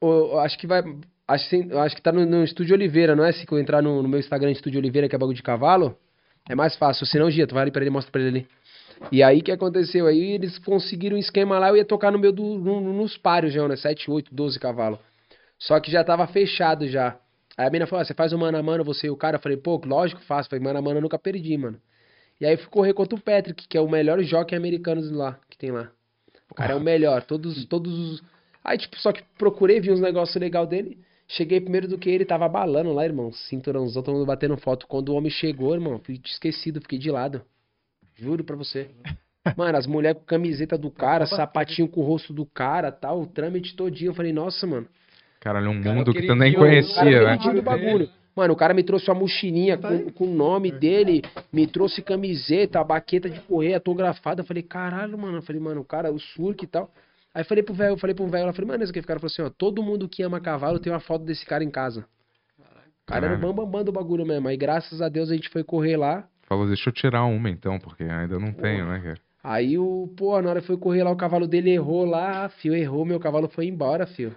Speaker 4: Eu, eu acho que vai. Acho, que- eu acho que tá no, no Estúdio Oliveira, não é? Se eu entrar no, no meu Instagram Estúdio Oliveira, que é bagulho de cavalo, é mais fácil. Se não, Gia, tu vai ali pra ele, mostra pra ele ali. E aí o que aconteceu? Aí eles conseguiram um esquema lá, eu ia tocar no meu do, no- no- nos páreos já, né? 7, 8, 12 cavalos. Só que já tava fechado já. Aí a mina falou: ah, você faz o mano a mano, você e o cara. Eu falei, pô, lógico, faço. Falei, mano a mano eu nunca perdi, mano. E aí eu fui correr contra o Patrick, que é o melhor jockey americano de lá, que tem lá. O cara é o melhor. Todos, todos os. Aí, tipo, só que procurei, vi uns negócios legal dele. Cheguei primeiro do que ele, tava balando lá, irmão. Cinturãozão, todo mundo batendo foto. Quando o homem chegou, irmão, fui esquecido, fiquei de lado. Juro pra você. Mano, as mulheres com camiseta do cara, sapatinho com o rosto do cara, tal, o trâmite todinho. Eu falei, nossa, mano.
Speaker 2: Caralho, um
Speaker 5: Cara,
Speaker 2: mundo que tu
Speaker 5: queridinho,
Speaker 2: nem
Speaker 5: o cara
Speaker 4: O cara
Speaker 2: conhecia,
Speaker 4: que
Speaker 2: né?
Speaker 4: me tirou o bagulho. Mano, o cara me trouxe uma mochilinha com, com o nome dele, me trouxe camiseta, baqueta de correr autografada. Eu falei, caralho, mano. Eu falei, mano, o cara, o surk e tal. Aí eu falei pro velho, eu falei pro velho, ela falei, mano, esse aqui, o cara falou assim, ó, todo mundo que ama cavalo tem uma foto desse cara em casa. O cara era o
Speaker 2: Caralho.
Speaker 4: bambambam do bagulho mesmo. Aí graças a Deus a gente foi correr lá.
Speaker 2: Falou, assim, deixa eu tirar uma então, porque ainda não tenho, né, cara?
Speaker 4: Aí o, pô, na hora que foi correr lá, o cavalo dele errou lá, fio, errou, meu cavalo foi embora, fio.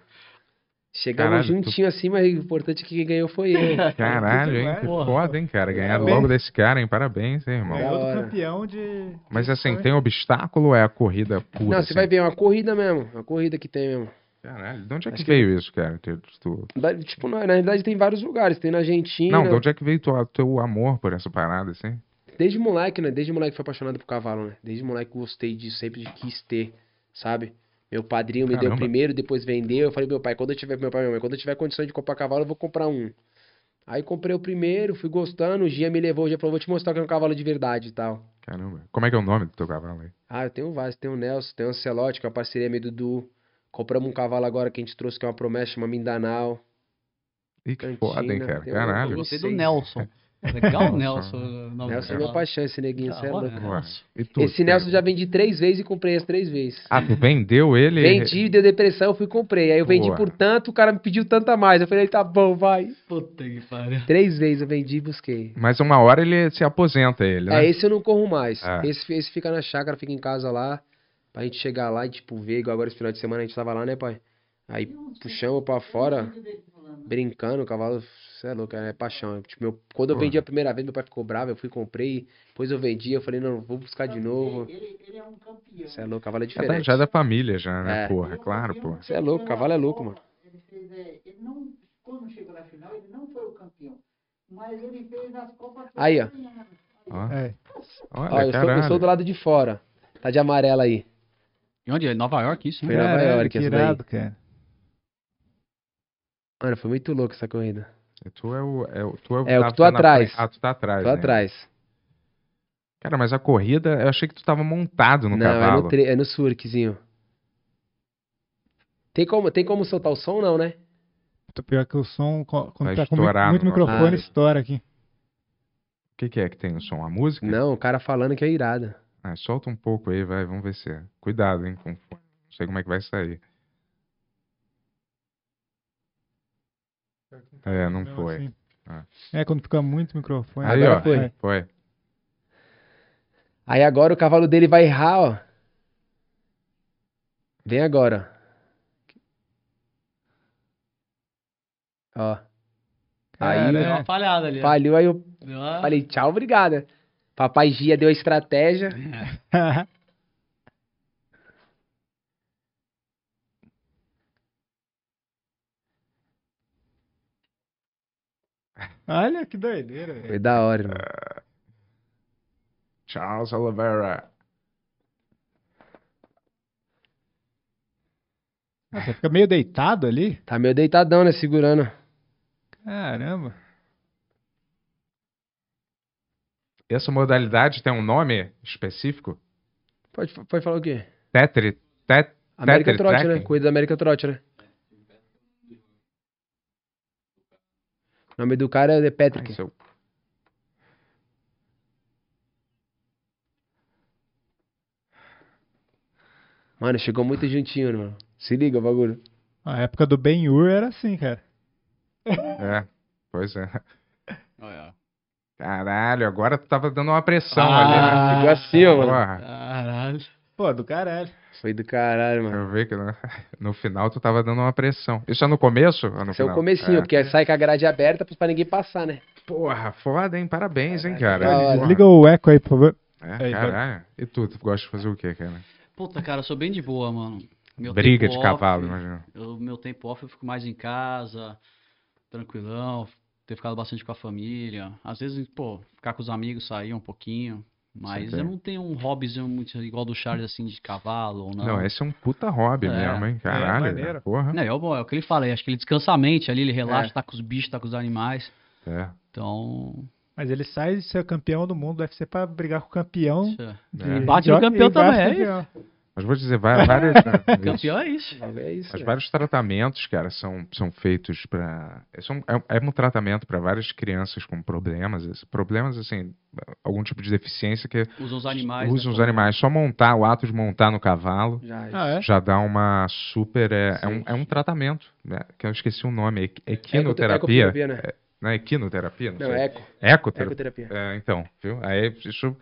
Speaker 4: Chegamos
Speaker 2: Caralho,
Speaker 4: juntinho assim, mas o importante é que quem ganhou foi eu.
Speaker 2: Caralho, hein? Que
Speaker 3: Porra.
Speaker 2: foda, hein, cara? Ganhar
Speaker 1: Parabéns.
Speaker 2: logo desse cara, hein? Parabéns, hein, irmão?
Speaker 1: Ganhou
Speaker 4: Da
Speaker 1: do
Speaker 4: hora.
Speaker 1: É campeão de.
Speaker 2: Tá Mas assim, tem obstáculo ou é a corrida pura?
Speaker 4: Não,
Speaker 2: assim?
Speaker 4: você vai ver, é uma corrida mesmo, uma corrida que tem mesmo.
Speaker 2: Caralho, de onde é que veio isso, cara? Tu- tu-
Speaker 4: Da- tipo, na, na realidade tem vários lugares, tem na Argentina.
Speaker 2: Não, de onde é que veio teu, teu amor por essa parada, assim?
Speaker 4: Desde moleque, né? Desde moleque fui apaixonado por cavalo, né? Desde moleque gostei disso, sempre de- quis ter, sabe? Meu padrinho me deu
Speaker 2: Caramba.
Speaker 4: primeiro, depois vendeu. Eu falei, meu pai, quando eu tiver, meu pai, e minha mãe, quando eu tiver condição de comprar cavalo, eu vou comprar um. Aí comprei o primeiro, fui gostando, o Gia me levou, o Gia falou, vou te mostrar o que é um cavalo de verdade e tal.
Speaker 2: Caramba. Como é que é o nome do teu cavalo aí?
Speaker 4: Ah, eu tenho vários, tenho o Nelson, tenho o Ancelotti, que é uma parceria meio Dudu. Compramos um cavalo agora que a gente trouxe, que é uma promessa, chama Mindanao.
Speaker 2: Ih, que
Speaker 4: Cantina,
Speaker 2: foda, hein, cara?
Speaker 4: tem um-
Speaker 3: Eu
Speaker 2: Caralho.
Speaker 3: gostei do
Speaker 4: Seis.
Speaker 3: Nelson. Legal,
Speaker 2: Nelson.
Speaker 3: Nelson. o nome
Speaker 4: Nelson é
Speaker 3: do
Speaker 4: meu
Speaker 3: cara.
Speaker 4: paixão, esse neguinho, cê é
Speaker 3: Da hora,
Speaker 4: louco.
Speaker 3: né?
Speaker 2: Ué,
Speaker 3: Nossa.
Speaker 2: e tu,
Speaker 4: Esse
Speaker 2: cara?
Speaker 4: Nelson eu já vendi três vezes e comprei as três vezes.
Speaker 2: Ah, tu vendeu ele?
Speaker 4: Vendi, deu depressão, eu fui e comprei. Aí eu vendi
Speaker 2: Boa.
Speaker 4: por tanto, o cara me pediu tanto a mais. Eu falei, tá bom, vai.
Speaker 3: Puta que pariu.
Speaker 4: Três vezes eu vendi e busquei.
Speaker 2: Mas uma hora ele se aposenta, ele, né?
Speaker 4: É, esse eu não corro mais.
Speaker 2: Ah.
Speaker 4: Esse, esse fica na chácara, fica em casa lá. Pra gente chegar lá e, tipo, ver, igual agora esse final de semana a gente tava lá, né, pai? Aí puxamos pra fora, brincando, o cavalo, cê é louco, é paixão. Tipo, meu, quando eu
Speaker 2: Porra.
Speaker 4: vendi a primeira vez, meu pai ficou bravo, eu fui e comprei. Depois eu vendi, eu falei, não, vou buscar de novo. Ele, é um campeão. Cê é louco, cavalo é
Speaker 2: Já, da,
Speaker 4: diferente.
Speaker 2: tá já da família, já, né?
Speaker 4: É.
Speaker 2: Porra, claro, pô.
Speaker 4: Você é louco, cavalo é louco, mano.
Speaker 6: Ele fez, é, ele não, quando chegou na final, ele não foi o campeão. Mas ele fez as Copas todas
Speaker 4: Aí, ó.
Speaker 6: ganhando.
Speaker 2: Ó,
Speaker 1: É.
Speaker 2: Olha,
Speaker 4: Ó, eu sou, eu
Speaker 2: caralho.
Speaker 4: sou do lado de fora. Tá de amarelo aí.
Speaker 3: E onde é? Nova York, isso?
Speaker 4: Foi
Speaker 3: Né?
Speaker 4: Nova
Speaker 1: Caralho,
Speaker 4: York
Speaker 1: que
Speaker 4: essa daí.
Speaker 1: é, irado, cara.
Speaker 4: Mano, foi muito louco essa corrida.
Speaker 2: Tu é o, é o, tu é o,
Speaker 4: É, o
Speaker 2: tá-
Speaker 4: que tô
Speaker 2: tá na
Speaker 4: atrás.
Speaker 2: frente. Ah, tu tá atrás.
Speaker 4: Tô
Speaker 2: né?
Speaker 4: atrás.
Speaker 2: Cara, mas a corrida, eu achei que tu tava montado no
Speaker 4: Não, é
Speaker 2: cavalo.
Speaker 4: no, tre- é no surquezinho. Tem como, tem como soltar o som, não, né?
Speaker 1: Tô pior que o som, co- quando
Speaker 2: Vai
Speaker 1: tá com muito,
Speaker 2: estourar Ah.
Speaker 1: muito
Speaker 2: no nosso
Speaker 1: microfone,
Speaker 4: áudio.
Speaker 1: estoura aqui.
Speaker 2: O que, que é que tem no som? A música?
Speaker 4: Não, o cara falando que é irada.
Speaker 2: Ah, solta um pouco aí, vai, vamos ver se é. Cuidado, hein, com o fone. Não sei como é que vai sair. É, não
Speaker 1: Mesmo
Speaker 2: foi.
Speaker 1: assim.
Speaker 2: Ah.
Speaker 1: É, quando fica muito microfone.
Speaker 2: Aí,
Speaker 4: Agora
Speaker 2: ó,
Speaker 4: foi.
Speaker 2: foi. foi.
Speaker 4: Aí agora o cavalo dele vai errar, ó. Vem agora. Ó. Aí é.
Speaker 3: Deu uma falhada ali. ó.
Speaker 4: falhou, aí eu
Speaker 3: Deu uma-
Speaker 4: falei, tchau, obrigada. Papai Gia deu a estratégia.
Speaker 3: É.
Speaker 1: Cara. Olha que doideira, velho.
Speaker 4: Foi da hora, irmão.
Speaker 2: Charles Oliveira.
Speaker 1: Ah, Você fica meio deitado ali?
Speaker 4: Tá meio deitadão, né? Segurando.
Speaker 1: Caramba.
Speaker 2: Essa modalidade tem um nome específico?
Speaker 4: Pode, pode falar o quê?
Speaker 2: Tetri. Tet...
Speaker 4: América
Speaker 2: Tetris
Speaker 4: Trot, né?
Speaker 2: Tracking?
Speaker 4: Corrida da América Trot, né? O nome do cara é
Speaker 2: Ai,
Speaker 4: Patrick.
Speaker 2: seu-
Speaker 4: Mano, chegou muito juntinho, mano. Se liga o bagulho.
Speaker 1: A época do Ben-Hur era assim, cara.
Speaker 2: É, pois é.
Speaker 3: Olha, ó.
Speaker 2: Caralho, agora tu tava dando uma pressão ali, né?
Speaker 3: Ah,
Speaker 4: Ficou assim, ó, mano.
Speaker 2: Porra,
Speaker 3: Caralho.
Speaker 1: Pô, do caralho.
Speaker 4: Foi do caralho, mano.
Speaker 2: eu vi que no, no final tu tava dando uma pressão. Isso é no começo? Ou no
Speaker 4: Esse é o
Speaker 2: final?
Speaker 4: comecinho,
Speaker 2: É.
Speaker 4: porque sai com a grade aberta pra ninguém passar, né?
Speaker 2: Porra, foda, hein? Parabéns, hein, cara.
Speaker 4: da hora.
Speaker 2: Porra.
Speaker 1: Desliga o eco aí, por favor.
Speaker 2: É,
Speaker 1: Aí,
Speaker 2: caralho. E tu, tu gosta de fazer o quê, cara?
Speaker 3: Puta, cara, eu sou bem de boa, mano. Meu
Speaker 2: Briga
Speaker 3: tempo
Speaker 2: de
Speaker 3: off,
Speaker 2: cavalo, né? imagina.
Speaker 3: Eu, meu tempo off eu fico mais em casa, tranquilão, ter ficado bastante com a família. Às vezes, pô, ficar com os amigos, sair um pouquinho. Mas
Speaker 2: Saquei.
Speaker 3: eu não tenho um hobbyzinho muito igual do Charles, assim, de cavalo ou não.
Speaker 2: Não, esse é um puta hobby
Speaker 3: É.
Speaker 2: mesmo, hein? Caralho.
Speaker 5: maneiro.
Speaker 2: porra.
Speaker 3: Não, é, o- é o que ele fala, é, acho que ele descansa a mente ali, ele relaxa,
Speaker 4: É.
Speaker 3: tá com os bichos, tá com os animais.
Speaker 2: É.
Speaker 3: Então.
Speaker 1: Mas ele sai de ser campeão do mundo do UFC pra brigar com o campeão.
Speaker 3: isso é.
Speaker 1: de-
Speaker 2: É.
Speaker 1: de
Speaker 3: Bate no
Speaker 1: jockey
Speaker 3: campeão
Speaker 1: e bate
Speaker 3: também,
Speaker 1: no
Speaker 3: é
Speaker 1: campeão.
Speaker 2: Mas vou dizer, vai- várias. isso.
Speaker 3: Campeão é isso.
Speaker 4: É isso.
Speaker 2: Mas
Speaker 4: né?
Speaker 2: vários tratamentos, cara, são, são feitos pra. é só um- É, é um tratamento pra várias crianças com problemas, esse- problemas assim, algum tipo de deficiência que
Speaker 3: Usam os animais.
Speaker 2: usam
Speaker 3: né,
Speaker 2: os
Speaker 3: como-
Speaker 2: animais. Só montar, o ato de montar no cavalo
Speaker 4: Já,
Speaker 1: Ah, é?
Speaker 2: já dá uma super. É, é um,
Speaker 4: Sim.
Speaker 2: é um tratamento, né, que eu esqueci o nome, equ-
Speaker 4: Ecoterapia,
Speaker 2: equinoterapia.
Speaker 4: né?
Speaker 2: Não é equinoterapia? Não,
Speaker 4: Não,
Speaker 2: sei.
Speaker 4: é eco.
Speaker 2: Ecoterapia.
Speaker 4: Ecoterapia.
Speaker 2: É, então, viu? Aí isso.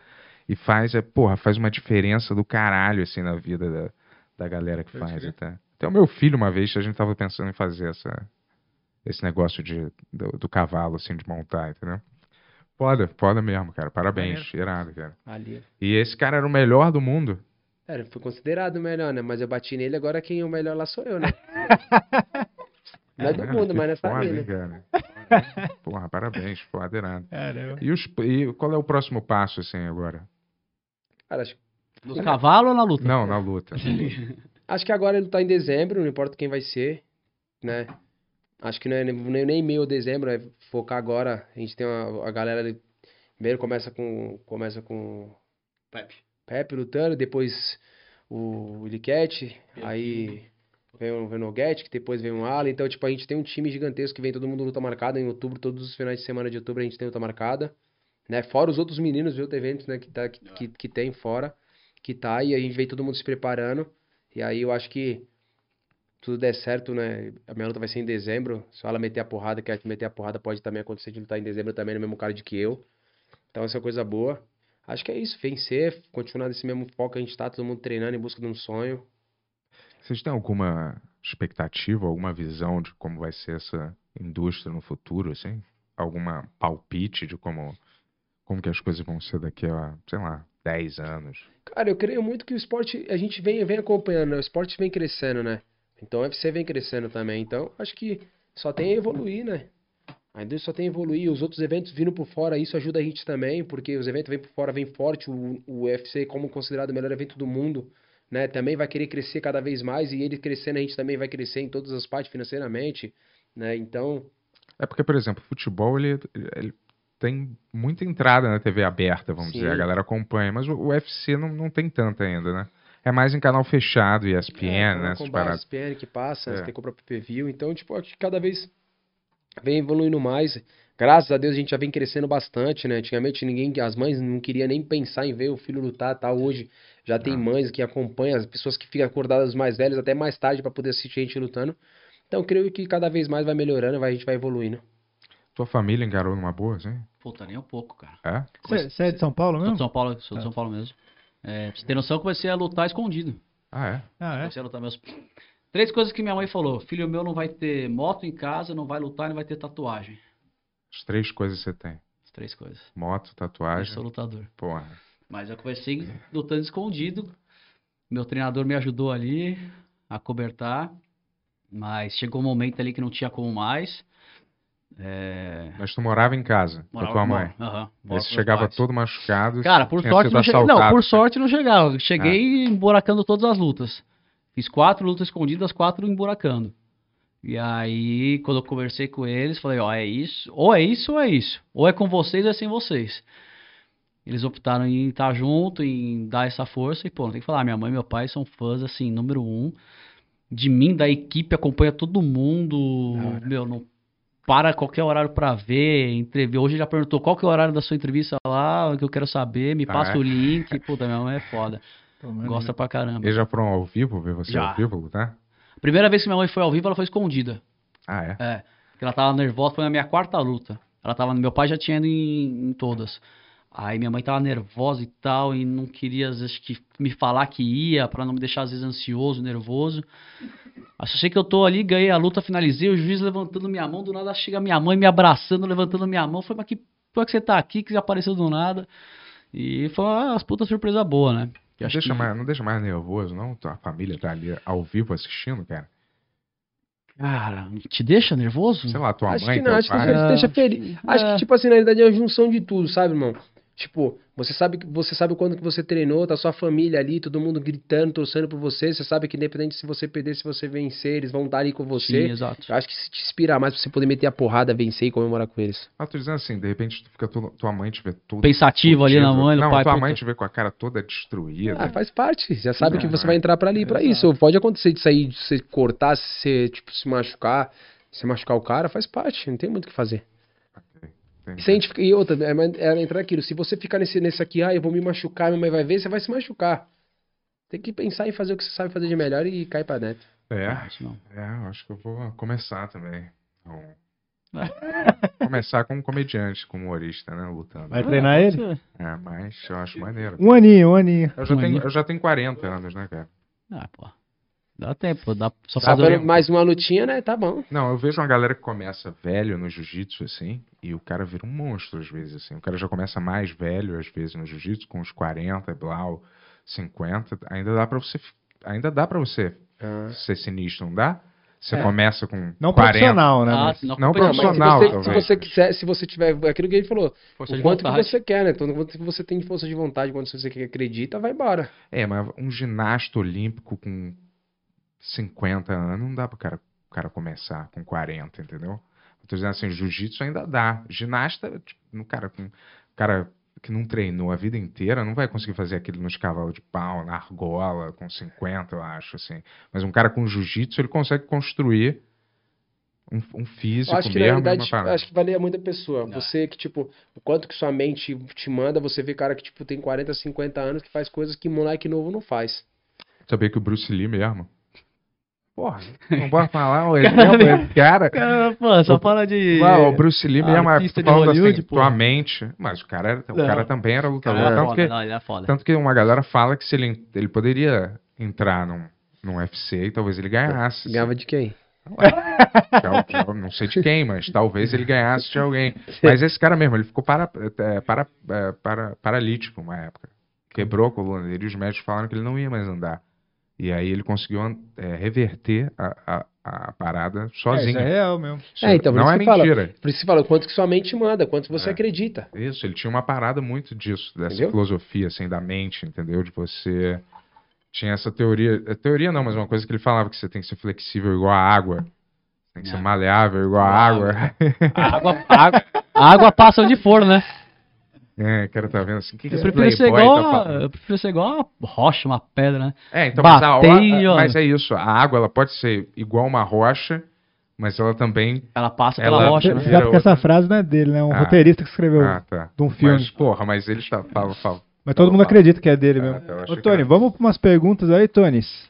Speaker 2: E faz, é, porra, faz uma diferença do caralho, assim, na vida da, da galera que
Speaker 7: Pode
Speaker 2: faz
Speaker 7: crer.
Speaker 2: até. Até o meu filho, uma vez, a gente tava pensando em fazer essa, esse negócio de, do, do cavalo, assim, de montar, entendeu? Foda, foda mesmo, cara. Parabéns, irado, cara.
Speaker 4: Ali.
Speaker 2: E esse cara era o melhor do mundo.
Speaker 4: Era, É, foi considerado o melhor, né? Mas eu bati nele, agora quem é o melhor lá sou eu, né? Não é do
Speaker 2: Caralho,
Speaker 4: mundo,
Speaker 2: que
Speaker 4: mas nessa
Speaker 2: foda,
Speaker 4: família.
Speaker 2: hein, cara. Porra, parabéns, foda, irado.
Speaker 1: Caramba.
Speaker 2: E, os, e qual é o próximo passo, assim, agora?
Speaker 4: Cara, acho,
Speaker 3: No cavalo ou na luta?
Speaker 2: Não, na luta.
Speaker 4: acho que agora ele tá em dezembro, não importa quem vai ser, né? Acho que não é nem, nem meio dezembro, é focar agora. A gente tem uma, a galera ali. Primeiro começa com. Começa com.
Speaker 7: Pepe.
Speaker 4: Pepe lutando, depois o Liquete, aí vem o Venoguete, que depois vem o Ala. Então, tipo, a gente tem um time gigantesco que vem todo mundo luta marcada em outubro, todos os finais de semana de outubro a gente tem luta marcada, né? Fora os outros meninos, viu, eventos, né, que, tá, que, que, que tem fora, que tá, e a gente vem todo mundo se preparando. E aí eu acho que tudo der certo, né? A minha luta vai ser em dezembro. Se ela meter a porrada, quer meter a porrada, pode também acontecer de lutar em dezembro também no mesmo card que eu. Então essa é uma coisa boa. Acho que é isso, vencer, continuar nesse mesmo foco que a gente tá, todo mundo treinando em busca de um sonho.
Speaker 2: Vocês têm alguma expectativa, alguma visão de como vai ser essa indústria no futuro, assim? Alguma palpite de como, como que as coisas vão ser daqui a, sei lá, 10 anos?
Speaker 4: Cara, eu creio muito que o esporte, a gente vem, vem acompanhando, né? O esporte vem crescendo, né? Então o UFC vem crescendo também. Então acho que só tem a evoluir, né? A indústria só tem a evoluir. Os outros eventos vindo por fora, isso ajuda a gente também, porque os eventos vêm por fora, vem forte. O, o UFC, como considerado o melhor evento do mundo, né? Também vai querer crescer cada vez mais. E ele crescendo, a gente também vai crescer em todas as partes financeiramente, né? Então.
Speaker 2: É porque, por exemplo, futebol, ele, ele tem muita entrada na TV aberta, vamos dizer, a
Speaker 4: Sim.
Speaker 2: galera acompanha, mas o, o UFC não, não tem tanta ainda, né? É mais em canal fechado, ESPN,
Speaker 4: É,
Speaker 2: né? Essas
Speaker 4: com
Speaker 2: paradas.
Speaker 4: ESPN que passa,
Speaker 2: É.
Speaker 4: você tem que comprar pro pay-per-view. Então, tipo, acho que cada vez vem evoluindo mais. Graças a Deus a gente já vem crescendo bastante, né? Antigamente ninguém, as mães não queriam nem pensar em ver o filho lutar, tal. Hoje já tem
Speaker 2: Ah.
Speaker 4: mães que acompanham, as pessoas que ficam acordadas mais velhas até mais tarde pra poder assistir a gente lutando. Então, creio que cada vez mais vai melhorando, vai, a gente vai evoluindo.
Speaker 2: Tua família encarou numa boa, assim?
Speaker 3: Puta, nem um pouco, cara.
Speaker 2: É?
Speaker 1: Você você é de São Paulo
Speaker 3: Sou de
Speaker 1: mesmo?
Speaker 3: São Paulo, sou de São Paulo mesmo. É, pra você ter noção, eu comecei a lutar escondido.
Speaker 2: Ah, é?
Speaker 1: Ah, é?
Speaker 3: Comecei a lutar meus. Três coisas que minha mãe falou: filho meu não vai ter moto em casa, não vai lutar, não vai ter tatuagem.
Speaker 2: As três coisas você tem.
Speaker 3: As três coisas.
Speaker 2: Moto,
Speaker 3: Eu
Speaker 2: tatuagem, É.
Speaker 3: sou lutador.
Speaker 2: porra.
Speaker 3: Mas eu comecei lutando escondido. Meu treinador me ajudou ali a cobertar. Mas chegou um momento ali que não tinha como mais. É...
Speaker 2: Mas tu morava em casa, com a tua mãe.
Speaker 3: Aham, morava com
Speaker 2: Aí
Speaker 3: meus
Speaker 2: você chegava
Speaker 3: pais.
Speaker 2: todo machucado.
Speaker 3: Cara, por
Speaker 2: tinha
Speaker 3: sorte
Speaker 2: sido
Speaker 3: não cheguei. Não,
Speaker 2: assaltado.
Speaker 3: por sorte não chegava. Eu Cheguei emburacando todas as lutas. Fiz quatro lutas escondidas, quatro emburacando. E aí, quando eu conversei com eles, falei, ó, é isso, ou é isso, ou é isso. Ou é com vocês ou é sem vocês. Eles optaram em estar junto, em dar essa força, e pô, não tem que falar, minha mãe e meu pai são fãs, assim, número um. De mim, da equipe, acompanha todo mundo. Meu, não para qualquer horário pra ver, entrevista. Hoje já perguntou qual que é o horário da sua entrevista lá, o que eu quero saber, me
Speaker 2: Ah,
Speaker 3: passa
Speaker 2: é? Uhum.
Speaker 3: o link. Puta, minha mãe é foda. Gosta pra caramba.
Speaker 2: Eles já foram ao vivo ver você
Speaker 3: Já.
Speaker 2: ao vivo, tá?
Speaker 3: Primeira vez que minha mãe foi ao vivo, ela foi escondida.
Speaker 2: Ah, é?
Speaker 3: É. Porque ela tava nervosa, foi na minha quarta luta. Ela tava. Meu pai já tinha ido em, em todas. Aí minha mãe tava nervosa e tal, e não queria, às vezes, que me falar que ia, pra não me deixar, às vezes, ansioso, nervoso. Mas eu sei que eu tô ali, ganhei a luta, finalizei, o juiz levantando minha mão, do nada chega minha mãe me abraçando, levantando minha mão. Foi, mas que porra que você tá aqui, que apareceu do nada. E foi uma puta surpresa boa, né? Eu
Speaker 2: Não
Speaker 3: acho
Speaker 2: deixa,
Speaker 3: que-
Speaker 2: mais, não deixa mais nervoso, não? Tua família tá ali ao vivo assistindo, cara.
Speaker 3: Cara, te deixa nervoso?
Speaker 2: Sei lá, tua
Speaker 4: acho
Speaker 2: mãe, então,
Speaker 4: que
Speaker 2: teu
Speaker 4: não, acho que
Speaker 2: pai.
Speaker 4: isso deixa feliz. Acho
Speaker 3: É.
Speaker 4: que, tipo assim, na realidade é a junção de tudo, sabe, irmão? Tipo, Você sabe, que- você sabe o quanto que você treinou, tá sua família ali, todo mundo gritando, torcendo por você. Você sabe que independente se você perder, se você vencer, eles vão estar ali com você.
Speaker 3: Sim, exato.
Speaker 4: Eu acho que se te inspirar mais pra você poder meter a porrada, vencer e comemorar com eles.
Speaker 2: Ah, tô dizendo assim, de repente tu fica tu- tua mãe te vê toda.
Speaker 3: Pensativo ali na
Speaker 2: fodida.
Speaker 3: mãe, no
Speaker 2: Não,
Speaker 3: pai.
Speaker 2: tua
Speaker 3: puta.
Speaker 2: mãe te vê com a cara toda destruída.
Speaker 4: Ah, faz parte. Já sabe que
Speaker 2: Ah,
Speaker 4: você vai entrar pra ali, pra isso. Pode acontecer de sair, de você cortar, se você, tipo, se machucar, se machucar o cara, faz parte. Não tem muito o que fazer.
Speaker 2: Entende?
Speaker 4: Se a gente fica- e outra, é, mas é entrar aquilo. Se você ficar nesse, nesse aqui, ah, eu vou me machucar, minha mãe vai ver, você vai se machucar. Tem que pensar em fazer o que você sabe fazer de melhor e cair pra dentro.
Speaker 2: É,
Speaker 3: Isso não.
Speaker 2: é, eu acho que eu vou começar também. Então, começar como comediante, como humorista, né? Lutando.
Speaker 1: Vai treinar ele?
Speaker 2: É, mas eu acho maneiro.
Speaker 1: Um aninho, um aninho.
Speaker 2: Eu já,
Speaker 3: Um
Speaker 2: tenho,
Speaker 3: aninho.
Speaker 2: eu já tenho 40 anos, né, cara?
Speaker 3: Ah, pô. Dá tempo, pô, dá só
Speaker 2: Dá
Speaker 4: Tá
Speaker 3: fazer
Speaker 2: pra-
Speaker 3: o
Speaker 4: dando mais uma lutinha, né? Tá bom.
Speaker 2: Não, eu vejo uma galera que começa velho no jiu-jitsu, assim, e o cara vira um monstro às vezes, assim. O cara já começa mais velho, às vezes, no jiu-jitsu, com uns 40, blau, 50. Ainda dá pra você. fi- Ainda dá pra você
Speaker 3: Ah.
Speaker 2: ser sinistro, não dá? Você começa com
Speaker 1: Não
Speaker 2: 40.
Speaker 1: profissional, né?
Speaker 3: Ah,
Speaker 1: mas-
Speaker 3: não,
Speaker 2: Não,
Speaker 4: Não, mas se
Speaker 2: Profissional,
Speaker 4: você, se
Speaker 2: talvez.
Speaker 4: você quiser, se você tiver. é Aquilo que ele falou,
Speaker 3: Força
Speaker 4: o
Speaker 3: de
Speaker 4: quanto que
Speaker 3: vontade.
Speaker 4: você quer, né? Então, o quanto que você tem de força de vontade, quanto você acredita, vai embora.
Speaker 2: É, mas um ginasta olímpico com 50 anos, não dá pro cara, o cara começar com 40, entendeu? Eu tô dizendo assim, jiu-jitsu ainda dá. Ginasta, tipo, um cara, com- um cara que não treinou a vida inteira não vai conseguir fazer aquilo nos cavalos de pau, na argola, com 50, eu acho, assim. Mas um cara com jiu-jitsu, ele consegue construir um, um
Speaker 4: Eu
Speaker 2: físico
Speaker 4: acho que na
Speaker 2: mesmo. e uma
Speaker 4: realidade,
Speaker 2: parada.
Speaker 4: acho que valia muito a pessoa.
Speaker 3: Ah.
Speaker 4: Você que, tipo, o quanto que sua mente te manda, você vê cara que, tipo, tem 40, 50 anos que faz coisas que moleque novo não faz.
Speaker 2: Sabia que o Bruce Lee mesmo... Porra, não bora falar o exemplo desse cara...
Speaker 3: Cara, pô, só fala de.
Speaker 2: Não, o Bruce Lee mesmo, mas tô
Speaker 3: artista de
Speaker 2: falando
Speaker 3: Hollywood,
Speaker 2: assim,
Speaker 3: pô.
Speaker 2: tua mente. Mas o cara, era- o
Speaker 3: Não.
Speaker 2: cara também era lutador.
Speaker 3: Cara, ele é
Speaker 2: tanto,
Speaker 3: foda,
Speaker 2: que,
Speaker 3: não, ele é foda.
Speaker 2: tanto que uma galera fala que se ele, ele poderia entrar num, num UFC e talvez ele ganhasse. assim.
Speaker 4: Ganhava de quem?
Speaker 2: Tal- tal- não sei de quem, mas talvez ele ganhasse de alguém. Mas esse cara mesmo, ele ficou para, é, para, é, para- paralítico uma época. Quebrou a coluna dele e os médicos falaram que ele não ia mais andar. E aí ele conseguiu an- é, reverter a, a- a parada
Speaker 1: É,
Speaker 2: sozinho.
Speaker 1: isso é real mesmo.
Speaker 2: Isso
Speaker 4: É, então, por
Speaker 2: não
Speaker 4: isso
Speaker 2: é
Speaker 4: que fala.
Speaker 2: mentira.
Speaker 4: Por isso que fala, o quanto que sua mente manda, quanto você
Speaker 2: É.
Speaker 4: acredita.
Speaker 2: Isso, ele tinha uma parada muito disso, dessa
Speaker 4: Entendeu?
Speaker 2: filosofia, assim, da mente, entendeu? De você. Tinha essa teoria. é, Teoria não, mas uma coisa que ele falava que você tem que ser flexível igual a água. Tem que ser
Speaker 3: É.
Speaker 2: maleável igual a
Speaker 3: Igual a
Speaker 2: água.
Speaker 3: A água, a água, a água passa onde for, né?
Speaker 2: é, o cara tá vendo assim. O que, que
Speaker 3: Eu
Speaker 2: esse
Speaker 3: prefiro, ser
Speaker 2: playboy
Speaker 3: igual
Speaker 2: tá
Speaker 3: a,
Speaker 2: falando?
Speaker 3: eu prefiro ser igual uma rocha, uma pedra, né?
Speaker 2: É, então, mas, a,
Speaker 3: Batei,
Speaker 2: hora-
Speaker 3: ó.
Speaker 2: mas é isso. A água, ela pode ser igual uma rocha, mas ela também.
Speaker 3: Ela passa pela
Speaker 2: Ela-
Speaker 1: Você
Speaker 3: rocha, né?
Speaker 2: Vira
Speaker 1: sabe que essa
Speaker 2: outra.
Speaker 1: frase não é dele, né? Um
Speaker 2: Ah.
Speaker 1: roteirista que
Speaker 3: Hum.
Speaker 1: escreveu.
Speaker 2: Ah, tá.
Speaker 1: de um filme.
Speaker 2: Mas, porra, mas ele está. Fala, fala.
Speaker 1: Mas todo mundo
Speaker 2: Opa.
Speaker 1: acredita que é dele mesmo.
Speaker 2: Ah, tá, eu achei
Speaker 1: Ô,
Speaker 2: que
Speaker 1: Tony,
Speaker 2: era-
Speaker 1: vamos pra umas perguntas aí, Tones.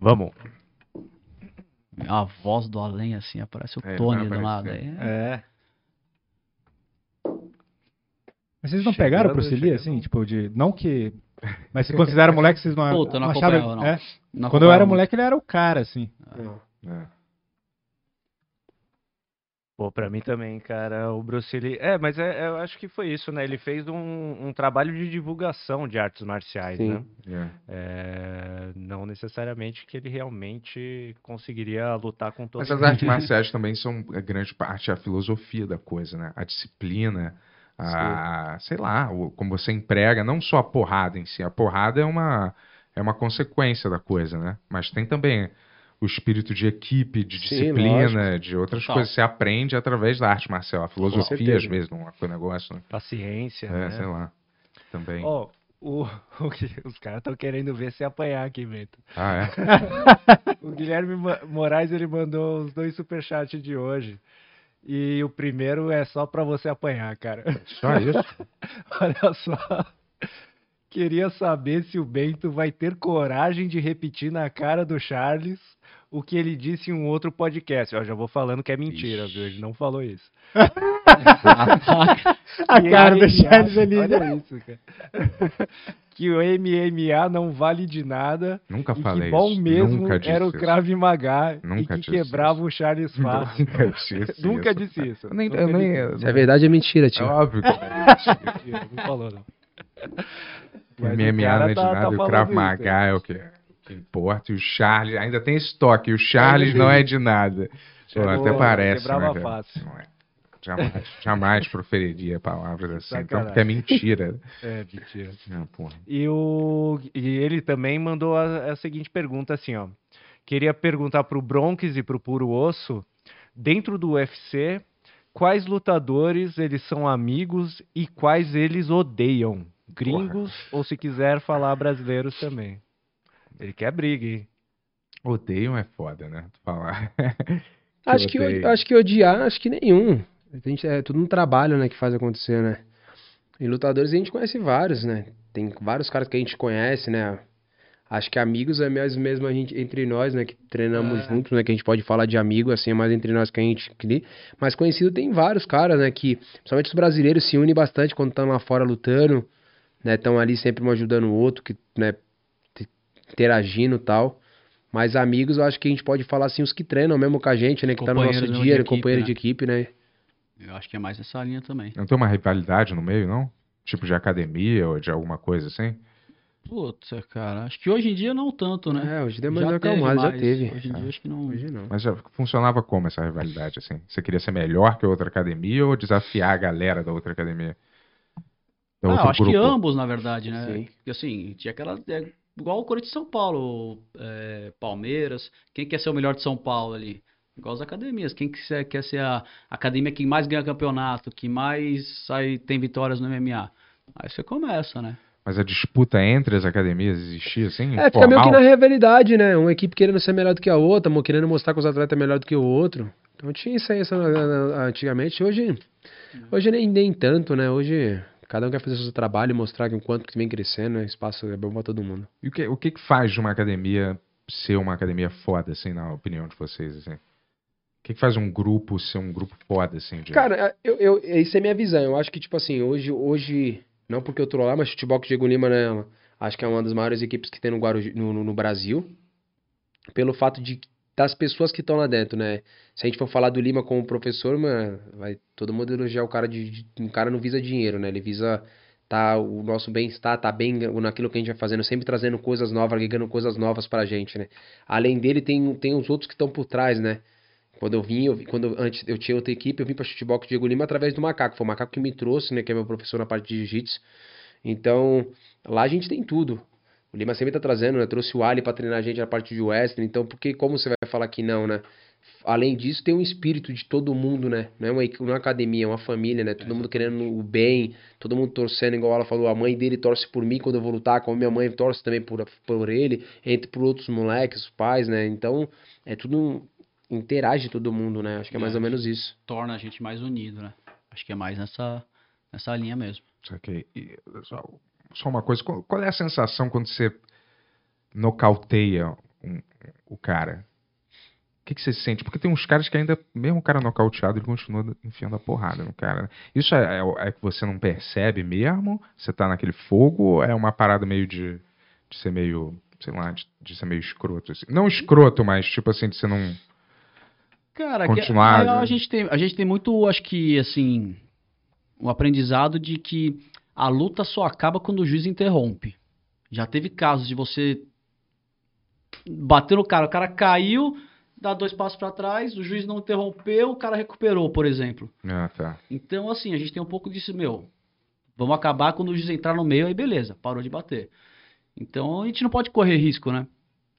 Speaker 5: Vamos.
Speaker 3: A voz do além, assim, aparece o
Speaker 2: É,
Speaker 3: Tony
Speaker 2: vai
Speaker 3: do lado.
Speaker 2: aparecer.
Speaker 3: aí.
Speaker 5: É.
Speaker 1: Mas vocês não pegaram o
Speaker 5: Chegando,
Speaker 1: Bruce Lee,
Speaker 5: chegando.
Speaker 1: assim? Tipo, de. Não que. Mas se consideraram moleque, vocês não,
Speaker 3: Puta, eu não
Speaker 1: acharam.
Speaker 3: acompanhava, não.
Speaker 1: é?
Speaker 3: Não
Speaker 1: Quando eu era
Speaker 3: acompanhava
Speaker 1: moleque, ele era o cara, assim.
Speaker 2: É.
Speaker 5: Pô, pra mim também, cara, o Bruce Lee. É, mas é- eu acho que foi isso, né? Ele fez um, um trabalho de divulgação de artes marciais,
Speaker 4: Sim.
Speaker 5: né?
Speaker 2: é.
Speaker 5: É, não necessariamente que ele realmente conseguiria lutar com todos.
Speaker 2: Mas as artes marciais também são a grande parte a filosofia da coisa, né? A disciplina, a, sei lá, o- como você emprega, não só a porrada em si. A porrada é uma, é uma consequência da coisa, né? Mas tem também o espírito de equipe, de
Speaker 4: Sim,
Speaker 2: disciplina, de outras
Speaker 3: Total.
Speaker 2: coisas. Você aprende através da arte marcial, a filosofia
Speaker 4: certeza.
Speaker 2: às vezes, não é negócio, né?
Speaker 5: Paciência,
Speaker 2: É, sei
Speaker 5: né?
Speaker 2: lá. Também.
Speaker 5: Ó, o, o que- os caras estão querendo ver se apanhar aqui, Bento.
Speaker 2: Ah, é?
Speaker 5: O Guilherme Ma- Moraes, ele mandou os dois superchats de hoje. E o primeiro é só pra você apanhar, cara.
Speaker 2: Só isso?
Speaker 5: Olha só. Queria saber se o Bento vai ter coragem de repetir na cara do Charles o que ele disse em um outro podcast. Eu já vou falando que é mentira, viu? Ele não falou isso.
Speaker 1: A
Speaker 5: Que
Speaker 1: cara do
Speaker 5: MMA
Speaker 1: Charles ali. né?
Speaker 5: Olha isso, cara. que o MMA não vale de nada.
Speaker 2: Nunca
Speaker 5: e
Speaker 2: falei
Speaker 5: que bom
Speaker 2: isso.
Speaker 5: mesmo
Speaker 2: Nunca disse
Speaker 5: era o
Speaker 2: isso.
Speaker 5: Krav Maga
Speaker 2: Nunca
Speaker 5: e
Speaker 2: disse
Speaker 5: que quebrava o Charles fácil.
Speaker 2: Nunca disse
Speaker 5: Nunca
Speaker 2: isso.
Speaker 5: disse isso.
Speaker 2: Eu nem,
Speaker 5: Nunca
Speaker 2: eu
Speaker 5: disse
Speaker 2: nem,
Speaker 4: Se é verdade, é mentira,
Speaker 2: É
Speaker 4: tio.
Speaker 2: óbvio que
Speaker 5: Mentira, não falou, não. Mas o
Speaker 2: MMA não
Speaker 5: cara
Speaker 2: é de
Speaker 5: tá- tá
Speaker 2: nada, e o
Speaker 5: falando
Speaker 2: Krav
Speaker 5: isso,
Speaker 2: Maga é o que, o que importa, e o Charles, ainda tem esse toque, e o Charles não é de nada. Pô,
Speaker 5: Charles
Speaker 2: até parece,
Speaker 5: quebrava
Speaker 2: né, cara?
Speaker 5: fácil.
Speaker 2: Não é. Jamais, jamais proferiria palavras assim. Então,
Speaker 5: Sacanagem.
Speaker 2: porque é mentira.
Speaker 5: É, mentira.
Speaker 2: Não, porra.
Speaker 5: E, o, e ele também mandou a, a seguinte pergunta assim, ó. Queria perguntar pro Bronx e pro Puro Osso, dentro do UFC, quais lutadores eles são amigos e quais eles odeiam? Gringos ou se quiser falar brasileiros também. Ele quer briga, hein?
Speaker 2: Odeiam é foda, né? Tu Falar.
Speaker 4: Acho que,
Speaker 2: odeio.
Speaker 4: eu- acho que odiar, acho que nenhum. A gente, é tudo um trabalho, né, que faz acontecer, né? E lutadores a gente conhece vários, né? Tem vários caras que a gente conhece, né? Acho que amigos é mais mesmo a gente, entre nós, né? Que treinamos juntos, né? Que a gente pode falar de amigo, assim, é mais entre nós que a gente cria. Mas conhecido tem vários caras, né? Que, principalmente os brasileiros, se unem bastante quando estão lá fora lutando, né? Estão ali sempre um ajudando o outro, que, né? te- Interagindo e tal. Mas amigos, eu acho que a gente pode falar, assim, os que treinam mesmo com a gente, né? Que tá no nosso
Speaker 3: Companheiros mesmo de
Speaker 4: dia, né,
Speaker 3: equipe,
Speaker 4: companheiro
Speaker 3: né?
Speaker 4: de equipe, né?
Speaker 3: Eu acho que é mais nessa linha também.
Speaker 2: Não tem uma rivalidade no meio, não? Tipo de academia ou de alguma coisa assim?
Speaker 3: Puta, cara. Acho que hoje em dia não tanto, né?
Speaker 4: É, hoje deu mais
Speaker 3: teve
Speaker 4: acalmado, já
Speaker 3: mais.
Speaker 4: teve.
Speaker 3: Hoje em dia acho que não.
Speaker 4: Hoje não.
Speaker 2: Mas já funcionava como essa rivalidade, assim? Você queria ser melhor que a outra academia ou desafiar a galera da outra academia? Da
Speaker 3: Ah,
Speaker 2: outro
Speaker 3: eu acho que
Speaker 2: grupo?
Speaker 3: ambos, na verdade, né?
Speaker 4: Sim.
Speaker 3: Porque, Assim, tinha aquela. é igual o Corinthians de São Paulo, é, Palmeiras. Quem quer ser o melhor de São Paulo ali? Igual as academias. Quem quiser, quer ser a academia que mais ganha campeonato, que mais sai, tem vitórias no MMA? Aí você começa, né?
Speaker 2: Mas a disputa entre as academias existia, assim?
Speaker 4: É, fica meio que
Speaker 2: informal?
Speaker 4: na rivalidade, né? Uma equipe querendo ser melhor do que a outra, uma querendo mostrar que os atletas é melhor do que o outro. Então tinha isso aí isso, na- na- antigamente. Hoje, hoje nem, nem tanto, né? Hoje cada um quer fazer o seu trabalho e mostrar que o quanto que vem crescendo, né? espaço é bom pra todo mundo.
Speaker 2: E o que, o que que faz de uma academia ser uma academia foda, assim, na opinião de vocês, assim? O que que faz um grupo ser um grupo foda, assim? de-
Speaker 4: Cara, eu, eu, isso é minha visão. Eu acho que, tipo assim, hoje, hoje não porque eu tô lá, mas Chutibox Diego Lima, né? Acho que é uma das maiores equipes que tem no, Guaruj- no, no- no Brasil. Pelo fato de das pessoas que estão lá dentro, né? Se a gente for falar do Lima como professor, mano, vai todo mundo elogiar o cara de, de- um cara não visa dinheiro, né? Ele visa tá o nosso bem-estar, tá bem naquilo que a gente vai fazendo, sempre trazendo coisas novas, agregando coisas novas pra gente, né? Além dele tem tem os outros que estão por trás, né? Quando eu vim, eu vim- quando eu- antes eu tinha outra equipe, eu vim para futebol com o Diego Lima através do Macaco. Foi o Macaco que me trouxe, né? Que é meu professor na parte de jiu-jitsu. Então, lá a gente tem tudo. O Lima sempre tá trazendo, né? Trouxe o Ali para treinar a gente na parte de wrestling. Então, porque como você vai falar que não, né? Além disso, tem um espírito de todo mundo, né? Não é uma, equi- não é uma academia, é uma família, né? Todo mundo querendo o bem, todo mundo torcendo, igual ela falou, a mãe dele torce por mim quando eu vou lutar, como minha mãe torce também por, por ele, entre por outros moleques, os pais, né? Então, é tudo um- interage todo mundo, né? Acho que é mais ou menos isso.
Speaker 3: Torna a gente mais unido, né? Acho que é mais nessa, nessa linha mesmo.
Speaker 2: Saquei. E, só, só uma coisa, qual, qual é a sensação quando você nocauteia um- o cara? O que, que você sente? Porque tem uns caras que ainda, mesmo o cara nocauteado, ele continua enfiando a porrada no cara. né? Isso é, é o- é que você não percebe mesmo? Você tá naquele fogo? Ou é uma parada meio de, de ser meio, sei lá, de, de ser meio escroto? assim? Não escroto, mas tipo assim, de você não...
Speaker 3: Cara, que-
Speaker 2: Continuar,
Speaker 3: na real,
Speaker 2: né?
Speaker 3: a gente tem, a gente tem muito, acho que assim, o aprendizado de que a luta só acaba quando o juiz interrompe. Já teve casos de você bater no cara, o cara caiu, dá dois passos pra trás, o juiz não interrompeu, o cara recuperou, por exemplo.
Speaker 2: Ah, tá.
Speaker 3: Então, assim, a gente tem um pouco disso, meu. Vamos acabar quando o juiz entrar no meio, aí beleza, parou de bater. Então a gente não pode correr risco, né?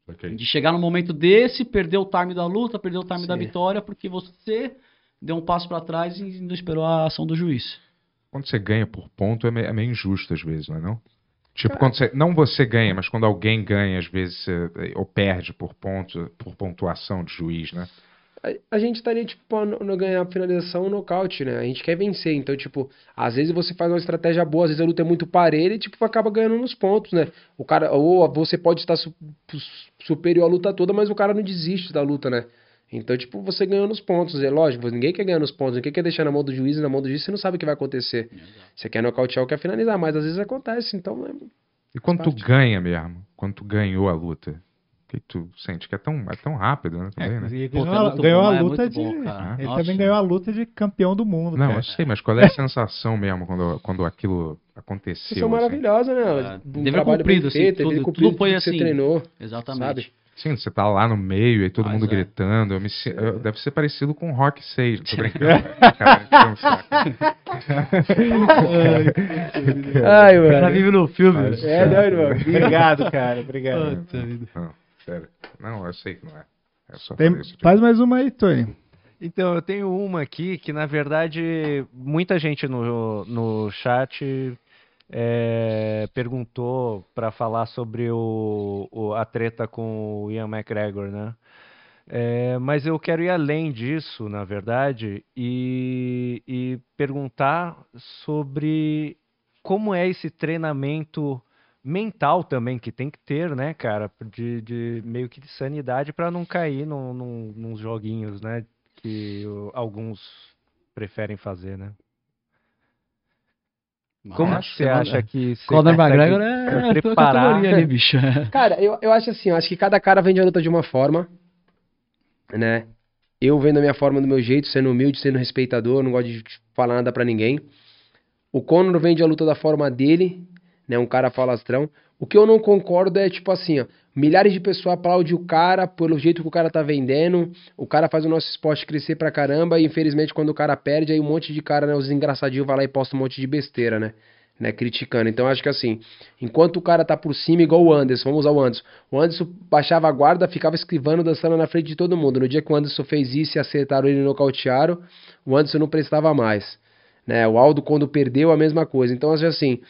Speaker 2: Saquei.
Speaker 3: De chegar num momento desse, perder o time da luta, perder o time da
Speaker 4: Sim.
Speaker 3: vitória, porque você deu um passo pra trás e não esperou a ação do juiz.
Speaker 2: quando você ganha por ponto é me- é meio, injusto às vezes, não é não? Tipo, quando você, não você ganha, mas quando alguém ganha, às vezes, você, eh, ou perde por ponto, por pontuação de juiz, né?
Speaker 4: A, a gente estaria, tipo, a no, no ganhar a finalização, o nocaute, né? A gente quer vencer. Então, tipo, às vezes você faz uma estratégia boa, às vezes a luta é muito parelha e, tipo, acaba ganhando nos pontos, né? O cara, ou você pode estar su- su- superior à luta toda, mas o cara não desiste da luta, né? Então, tipo, você ganhou nos pontos. É lógico, ninguém quer ganhar nos pontos, ninguém quer deixar na mão do juiz e na mão do juiz você não sabe o que vai acontecer. Você quer nocautear ou quer finalizar, mas às vezes acontece, então né?
Speaker 2: E quando tu
Speaker 4: Parte.
Speaker 2: ganha mesmo, quando tu ganhou a luta, o que que tu sente? Que é tão, é tão rápido, né? Também, né?
Speaker 1: Ele
Speaker 3: Pô,
Speaker 1: ganhou,
Speaker 3: é
Speaker 1: a-
Speaker 3: muito
Speaker 1: ganhou
Speaker 3: bom,
Speaker 1: a
Speaker 3: é
Speaker 1: luta
Speaker 3: muito
Speaker 1: de.
Speaker 3: bom, cara.
Speaker 1: ele
Speaker 3: Nossa.
Speaker 1: também ganhou a luta de campeão do mundo.
Speaker 2: Não,
Speaker 1: cara.
Speaker 2: eu sei, mas qual é a sensação mesmo quando, quando aquilo aconteceu?
Speaker 4: Isso é
Speaker 2: assim?
Speaker 4: maravilhosa, né?
Speaker 3: É,
Speaker 4: Um
Speaker 3: dever
Speaker 4: trabalho bem
Speaker 3: cumprido, assim,
Speaker 4: feito,
Speaker 3: tudo-
Speaker 4: dever
Speaker 3: tudo
Speaker 4: cumprido,
Speaker 3: foi
Speaker 4: tudo que você
Speaker 3: assim.
Speaker 4: treinou.
Speaker 3: Exatamente.
Speaker 4: Sabe?
Speaker 2: Sim, você tá lá no meio e todo
Speaker 3: Mas
Speaker 2: mundo
Speaker 3: é.
Speaker 2: gritando. Eu me si- eu- deve ser parecido com Rock 6. Tô brincando. Cara, encheu o saco.
Speaker 1: Ai,
Speaker 5: Tá
Speaker 1: mano.
Speaker 5: vivo no filme.
Speaker 2: Mas-
Speaker 5: velho.
Speaker 1: É, não, irmão. Obrigado, cara. Obrigado.
Speaker 3: é,
Speaker 2: Não, sério. Não, eu sei que não é. É só
Speaker 1: Tem-
Speaker 2: fazer isso.
Speaker 1: faz mais uma aí, Tony.
Speaker 5: Então, eu tenho uma aqui que, na verdade, muita gente no, no chat é, perguntou pra falar sobre o, o- a treta com o Ian McGregor, né? É, mas eu quero ir além disso, na verdade, e, e perguntar sobre como é esse treinamento mental também que tem que ter, né, cara, de, de meio que de sanidade pra não cair num, num, nos joguinhos, né, que o- alguns preferem fazer, né? Como que você acha
Speaker 3: né?
Speaker 5: que você
Speaker 3: Conor
Speaker 5: consegue
Speaker 3: McGregor é tua
Speaker 5: se preparar?
Speaker 3: categoria ali, bicho.
Speaker 4: Cara, eu, eu acho assim, eu acho que cada cara vende a luta de uma forma, né? Eu vendo a minha forma do meu jeito, sendo humilde, sendo respeitador, não gosto de falar nada pra ninguém. O Conor vende a luta da forma dele, né? Um cara falastrão. O que eu não concordo é, tipo assim, ó, milhares de pessoas aplaudem o cara pelo jeito que o cara tá vendendo, o cara faz o nosso esporte crescer pra caramba e infelizmente quando o cara perde, aí um monte de cara, né, os engraçadinhos vai lá e posta um monte de besteira, né? Né, criticando. Então acho que assim, Enquanto o cara tá por cima, igual o Anderson, vamos usar o Anderson. O Anderson baixava a guarda, ficava esquivando, dançando na frente de todo mundo. No dia que o Anderson fez isso e acertaram ele e nocautearam, o Anderson não prestava mais. Né? O Aldo, quando perdeu, a mesma coisa. Então, acho assim,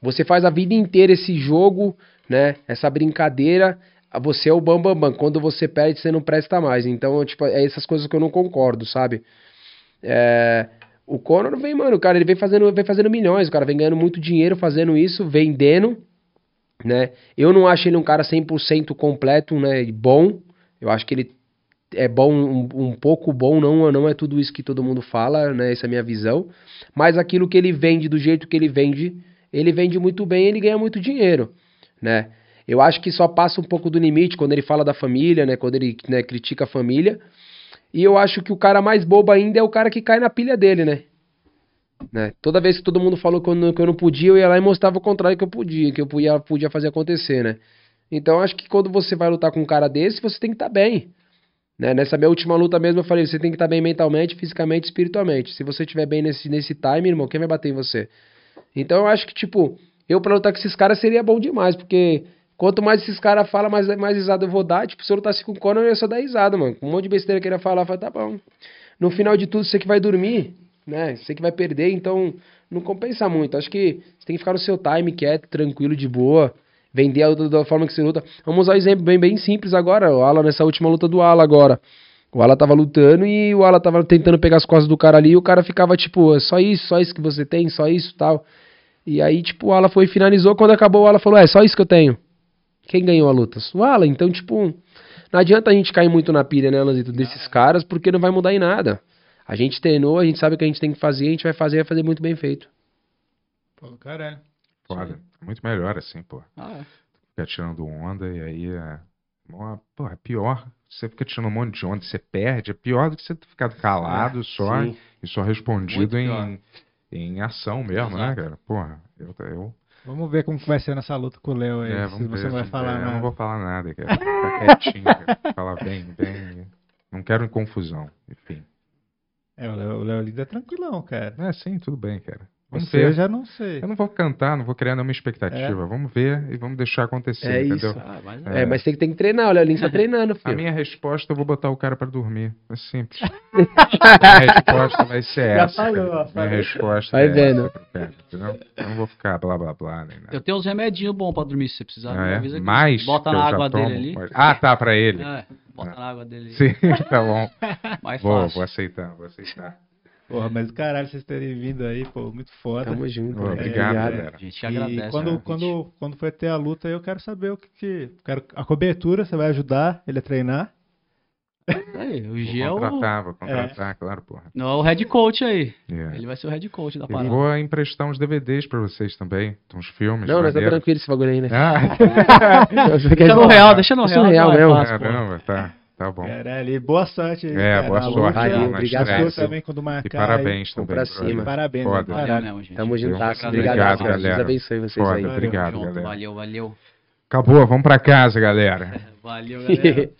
Speaker 4: você faz a vida inteira esse jogo, né? essa brincadeira, você é o bambambam. Bam, bam. Quando você perde, você não presta mais. Então, tipo, é essas coisas que eu não concordo, sabe? É, O Conor vem, mano, cara, ele vem fazendo, vem fazendo milhões, o cara vem ganhando muito dinheiro fazendo isso, vendendo né? Eu não acho ele um cara 100% completo, né? e Bom. Eu acho que ele é bom, um, um pouco bom, não, não é tudo isso que todo mundo fala, né? Essa é a minha visão. Mas aquilo que ele vende, do jeito que ele vende, ele vende muito bem, ele ganha muito dinheiro, né? Eu acho que só passa um pouco do limite quando ele fala da família, né? Quando ele né, critica a família. E eu acho que o cara mais bobo ainda é o cara que cai na pilha dele, né? né? Toda vez que todo mundo falou que eu, não, que eu não podia, eu ia lá e mostrava o contrário que eu podia, que eu podia, podia fazer acontecer, né? Então acho que quando você vai lutar com um cara desse, você tem que estar bem. Né? Nessa minha última luta mesmo, eu falei, você tem que estar bem mentalmente, fisicamente, espiritualmente. Se você estiver bem nesse, nesse time, irmão, quem vai bater em você? Então eu acho que, tipo, eu pra lutar com esses caras seria bom demais, porque quanto mais esses caras falam, mais, mais risada eu vou dar. Tipo, se eu lutasse com o Conor, eu ia só dar risada, mano. Um monte de besteira que ele ia falar, eu falei, tá bom. No final de tudo, você que vai dormir, né? Você que vai perder, então não compensa muito. Acho que você tem que ficar no seu time, quieto, tranquilo, de boa. Vender a luta da forma que você luta. Vamos usar um exemplo bem, bem simples agora. O Alan, nessa última luta do Alan agora. O Alan tava lutando e o Alan tava tentando pegar as costas do cara ali e o cara ficava tipo, "É só isso, só isso que você tem, só isso tal. E aí, tipo, o Alan foi e finalizou. Quando acabou, o Alan falou, é, só isso que eu tenho. Quem ganhou a luta? O Alan. Então, tipo, não adianta a gente cair muito na pilha, né, Alanzito, desses caras, porque não vai mudar em nada. A gente treinou, a gente sabe o que a gente tem que fazer, a gente vai fazer, vai fazer muito bem feito.
Speaker 1: Pô, caralho.
Speaker 2: Foda. Muito melhor assim, pô.
Speaker 3: Ah, é.
Speaker 2: Fica tirando onda e aí é. mó- Pô, é pior. Você fica tirando um monte de onda, você perde. É pior do que você ficar calado
Speaker 1: É,
Speaker 2: só
Speaker 4: Sim.
Speaker 2: e só respondido
Speaker 3: pior.
Speaker 2: em, em ação mesmo, né,
Speaker 3: Exato.
Speaker 2: cara? Porra, eu. eu
Speaker 1: Vamos ver como que vai ser nessa luta com o Léo aí.
Speaker 2: é,
Speaker 1: se
Speaker 2: vamos
Speaker 1: você
Speaker 2: ver,
Speaker 1: vai
Speaker 2: assim,
Speaker 1: falar,
Speaker 2: é, Eu
Speaker 1: não.
Speaker 2: não vou falar nada, cara. Fica quietinho, cara. Falar bem, bem. Não quero confusão. Enfim.
Speaker 1: É, o Léo- o Léo Lida é tranquilão, cara.
Speaker 2: É, sim, tudo bem, cara. Vamos
Speaker 1: Você eu
Speaker 2: ver.
Speaker 1: já não sei.
Speaker 2: Eu não vou cantar, não vou criar nenhuma expectativa. Vamos ver e vamos deixar acontecer,
Speaker 4: É
Speaker 2: entendeu?
Speaker 4: isso.
Speaker 3: Ah, mas é.
Speaker 4: É, mas tem que, tem que treinar, o Leolin tá treinando,
Speaker 2: A
Speaker 4: filho.
Speaker 2: minha resposta, eu vou botar o cara pra dormir. É simples. minha resposta vai ser
Speaker 1: Já
Speaker 2: essa.
Speaker 1: falou,
Speaker 2: cara.
Speaker 1: falou.
Speaker 2: Minha resposta
Speaker 4: Vai
Speaker 2: é
Speaker 4: vendo.
Speaker 2: essa pro cara, entendeu? Então, Eu não vou ficar blá blá blá nem nada.
Speaker 3: Eu tenho uns remedinhos bons pra dormir se você
Speaker 2: É.
Speaker 3: precisar.
Speaker 2: Ah,
Speaker 3: me
Speaker 2: é?
Speaker 3: avisa que
Speaker 2: Mais
Speaker 3: Bota
Speaker 2: que
Speaker 3: na
Speaker 2: eu já
Speaker 3: água dele
Speaker 2: tomo,
Speaker 3: ali.
Speaker 2: mas- Ah, tá, pra ele.
Speaker 3: É, bota na água dele.
Speaker 2: Sim, tá bom.
Speaker 3: Mais
Speaker 2: Vou,
Speaker 3: É fácil.
Speaker 2: vou aceitar, vou aceitar.
Speaker 1: Porra, mas caralho, vocês terem vindo aí, pô, muito
Speaker 3: tá
Speaker 1: foda.
Speaker 4: Tamo
Speaker 3: É,
Speaker 4: junto.
Speaker 2: Ô,
Speaker 4: né?
Speaker 2: Obrigado, galera.
Speaker 3: A gente que agradece.
Speaker 1: E quando,
Speaker 3: né, gente?
Speaker 1: quando, quando foi ter a luta, eu quero saber o que, que. Quero a cobertura, você vai ajudar ele a treinar.
Speaker 3: Aí, o G é
Speaker 2: Vou
Speaker 3: o...
Speaker 2: contratar, vou contratar, claro, porra.
Speaker 3: Não, é o head coach aí.
Speaker 2: Yeah.
Speaker 3: Ele tá vai ser o head coach da
Speaker 2: Eu
Speaker 3: parada.
Speaker 2: vou emprestar uns DVDs pra vocês também, uns filmes.
Speaker 4: Não, nós tá
Speaker 2: maneiros.
Speaker 4: tranquilo esse bagulho aí, né?
Speaker 2: Ah,
Speaker 3: Deixa no real, deixa no
Speaker 4: Isso é
Speaker 3: real.
Speaker 4: real
Speaker 3: não é
Speaker 4: mesmo.
Speaker 3: fácil, pô.
Speaker 2: caramba, tá, tá bom.
Speaker 1: Caralho, e boa sorte aí.
Speaker 2: É,
Speaker 1: É, tá cara,
Speaker 2: boa
Speaker 1: na
Speaker 2: sorte.
Speaker 1: luta.
Speaker 4: Valeu,
Speaker 2: na
Speaker 4: obrigado.
Speaker 1: Você
Speaker 2: estreia.
Speaker 1: também quando marcar.
Speaker 2: E parabéns
Speaker 1: aí.
Speaker 2: também.
Speaker 4: pra
Speaker 2: brother.
Speaker 4: cima.
Speaker 1: Parabéns,
Speaker 2: Foda.
Speaker 1: caralho.
Speaker 3: Valeu mesmo, gente.
Speaker 4: Tamo
Speaker 3: Obrigado,
Speaker 4: juntaço. tá, Obrigado, cara.
Speaker 2: galera.
Speaker 4: Deus abençoe vocês
Speaker 2: Foda.
Speaker 4: aí.
Speaker 2: Obrigado,
Speaker 3: Tamo junto,
Speaker 2: galera.
Speaker 3: Valeu, valeu.
Speaker 2: Acabou, vamos pra casa, galera.
Speaker 3: Valeu, galera.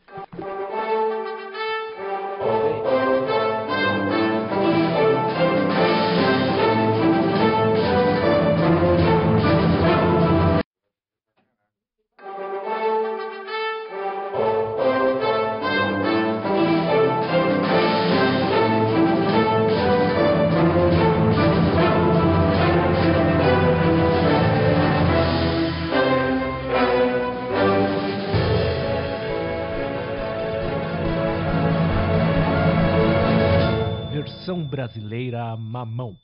Speaker 5: Versão brasileira mamão.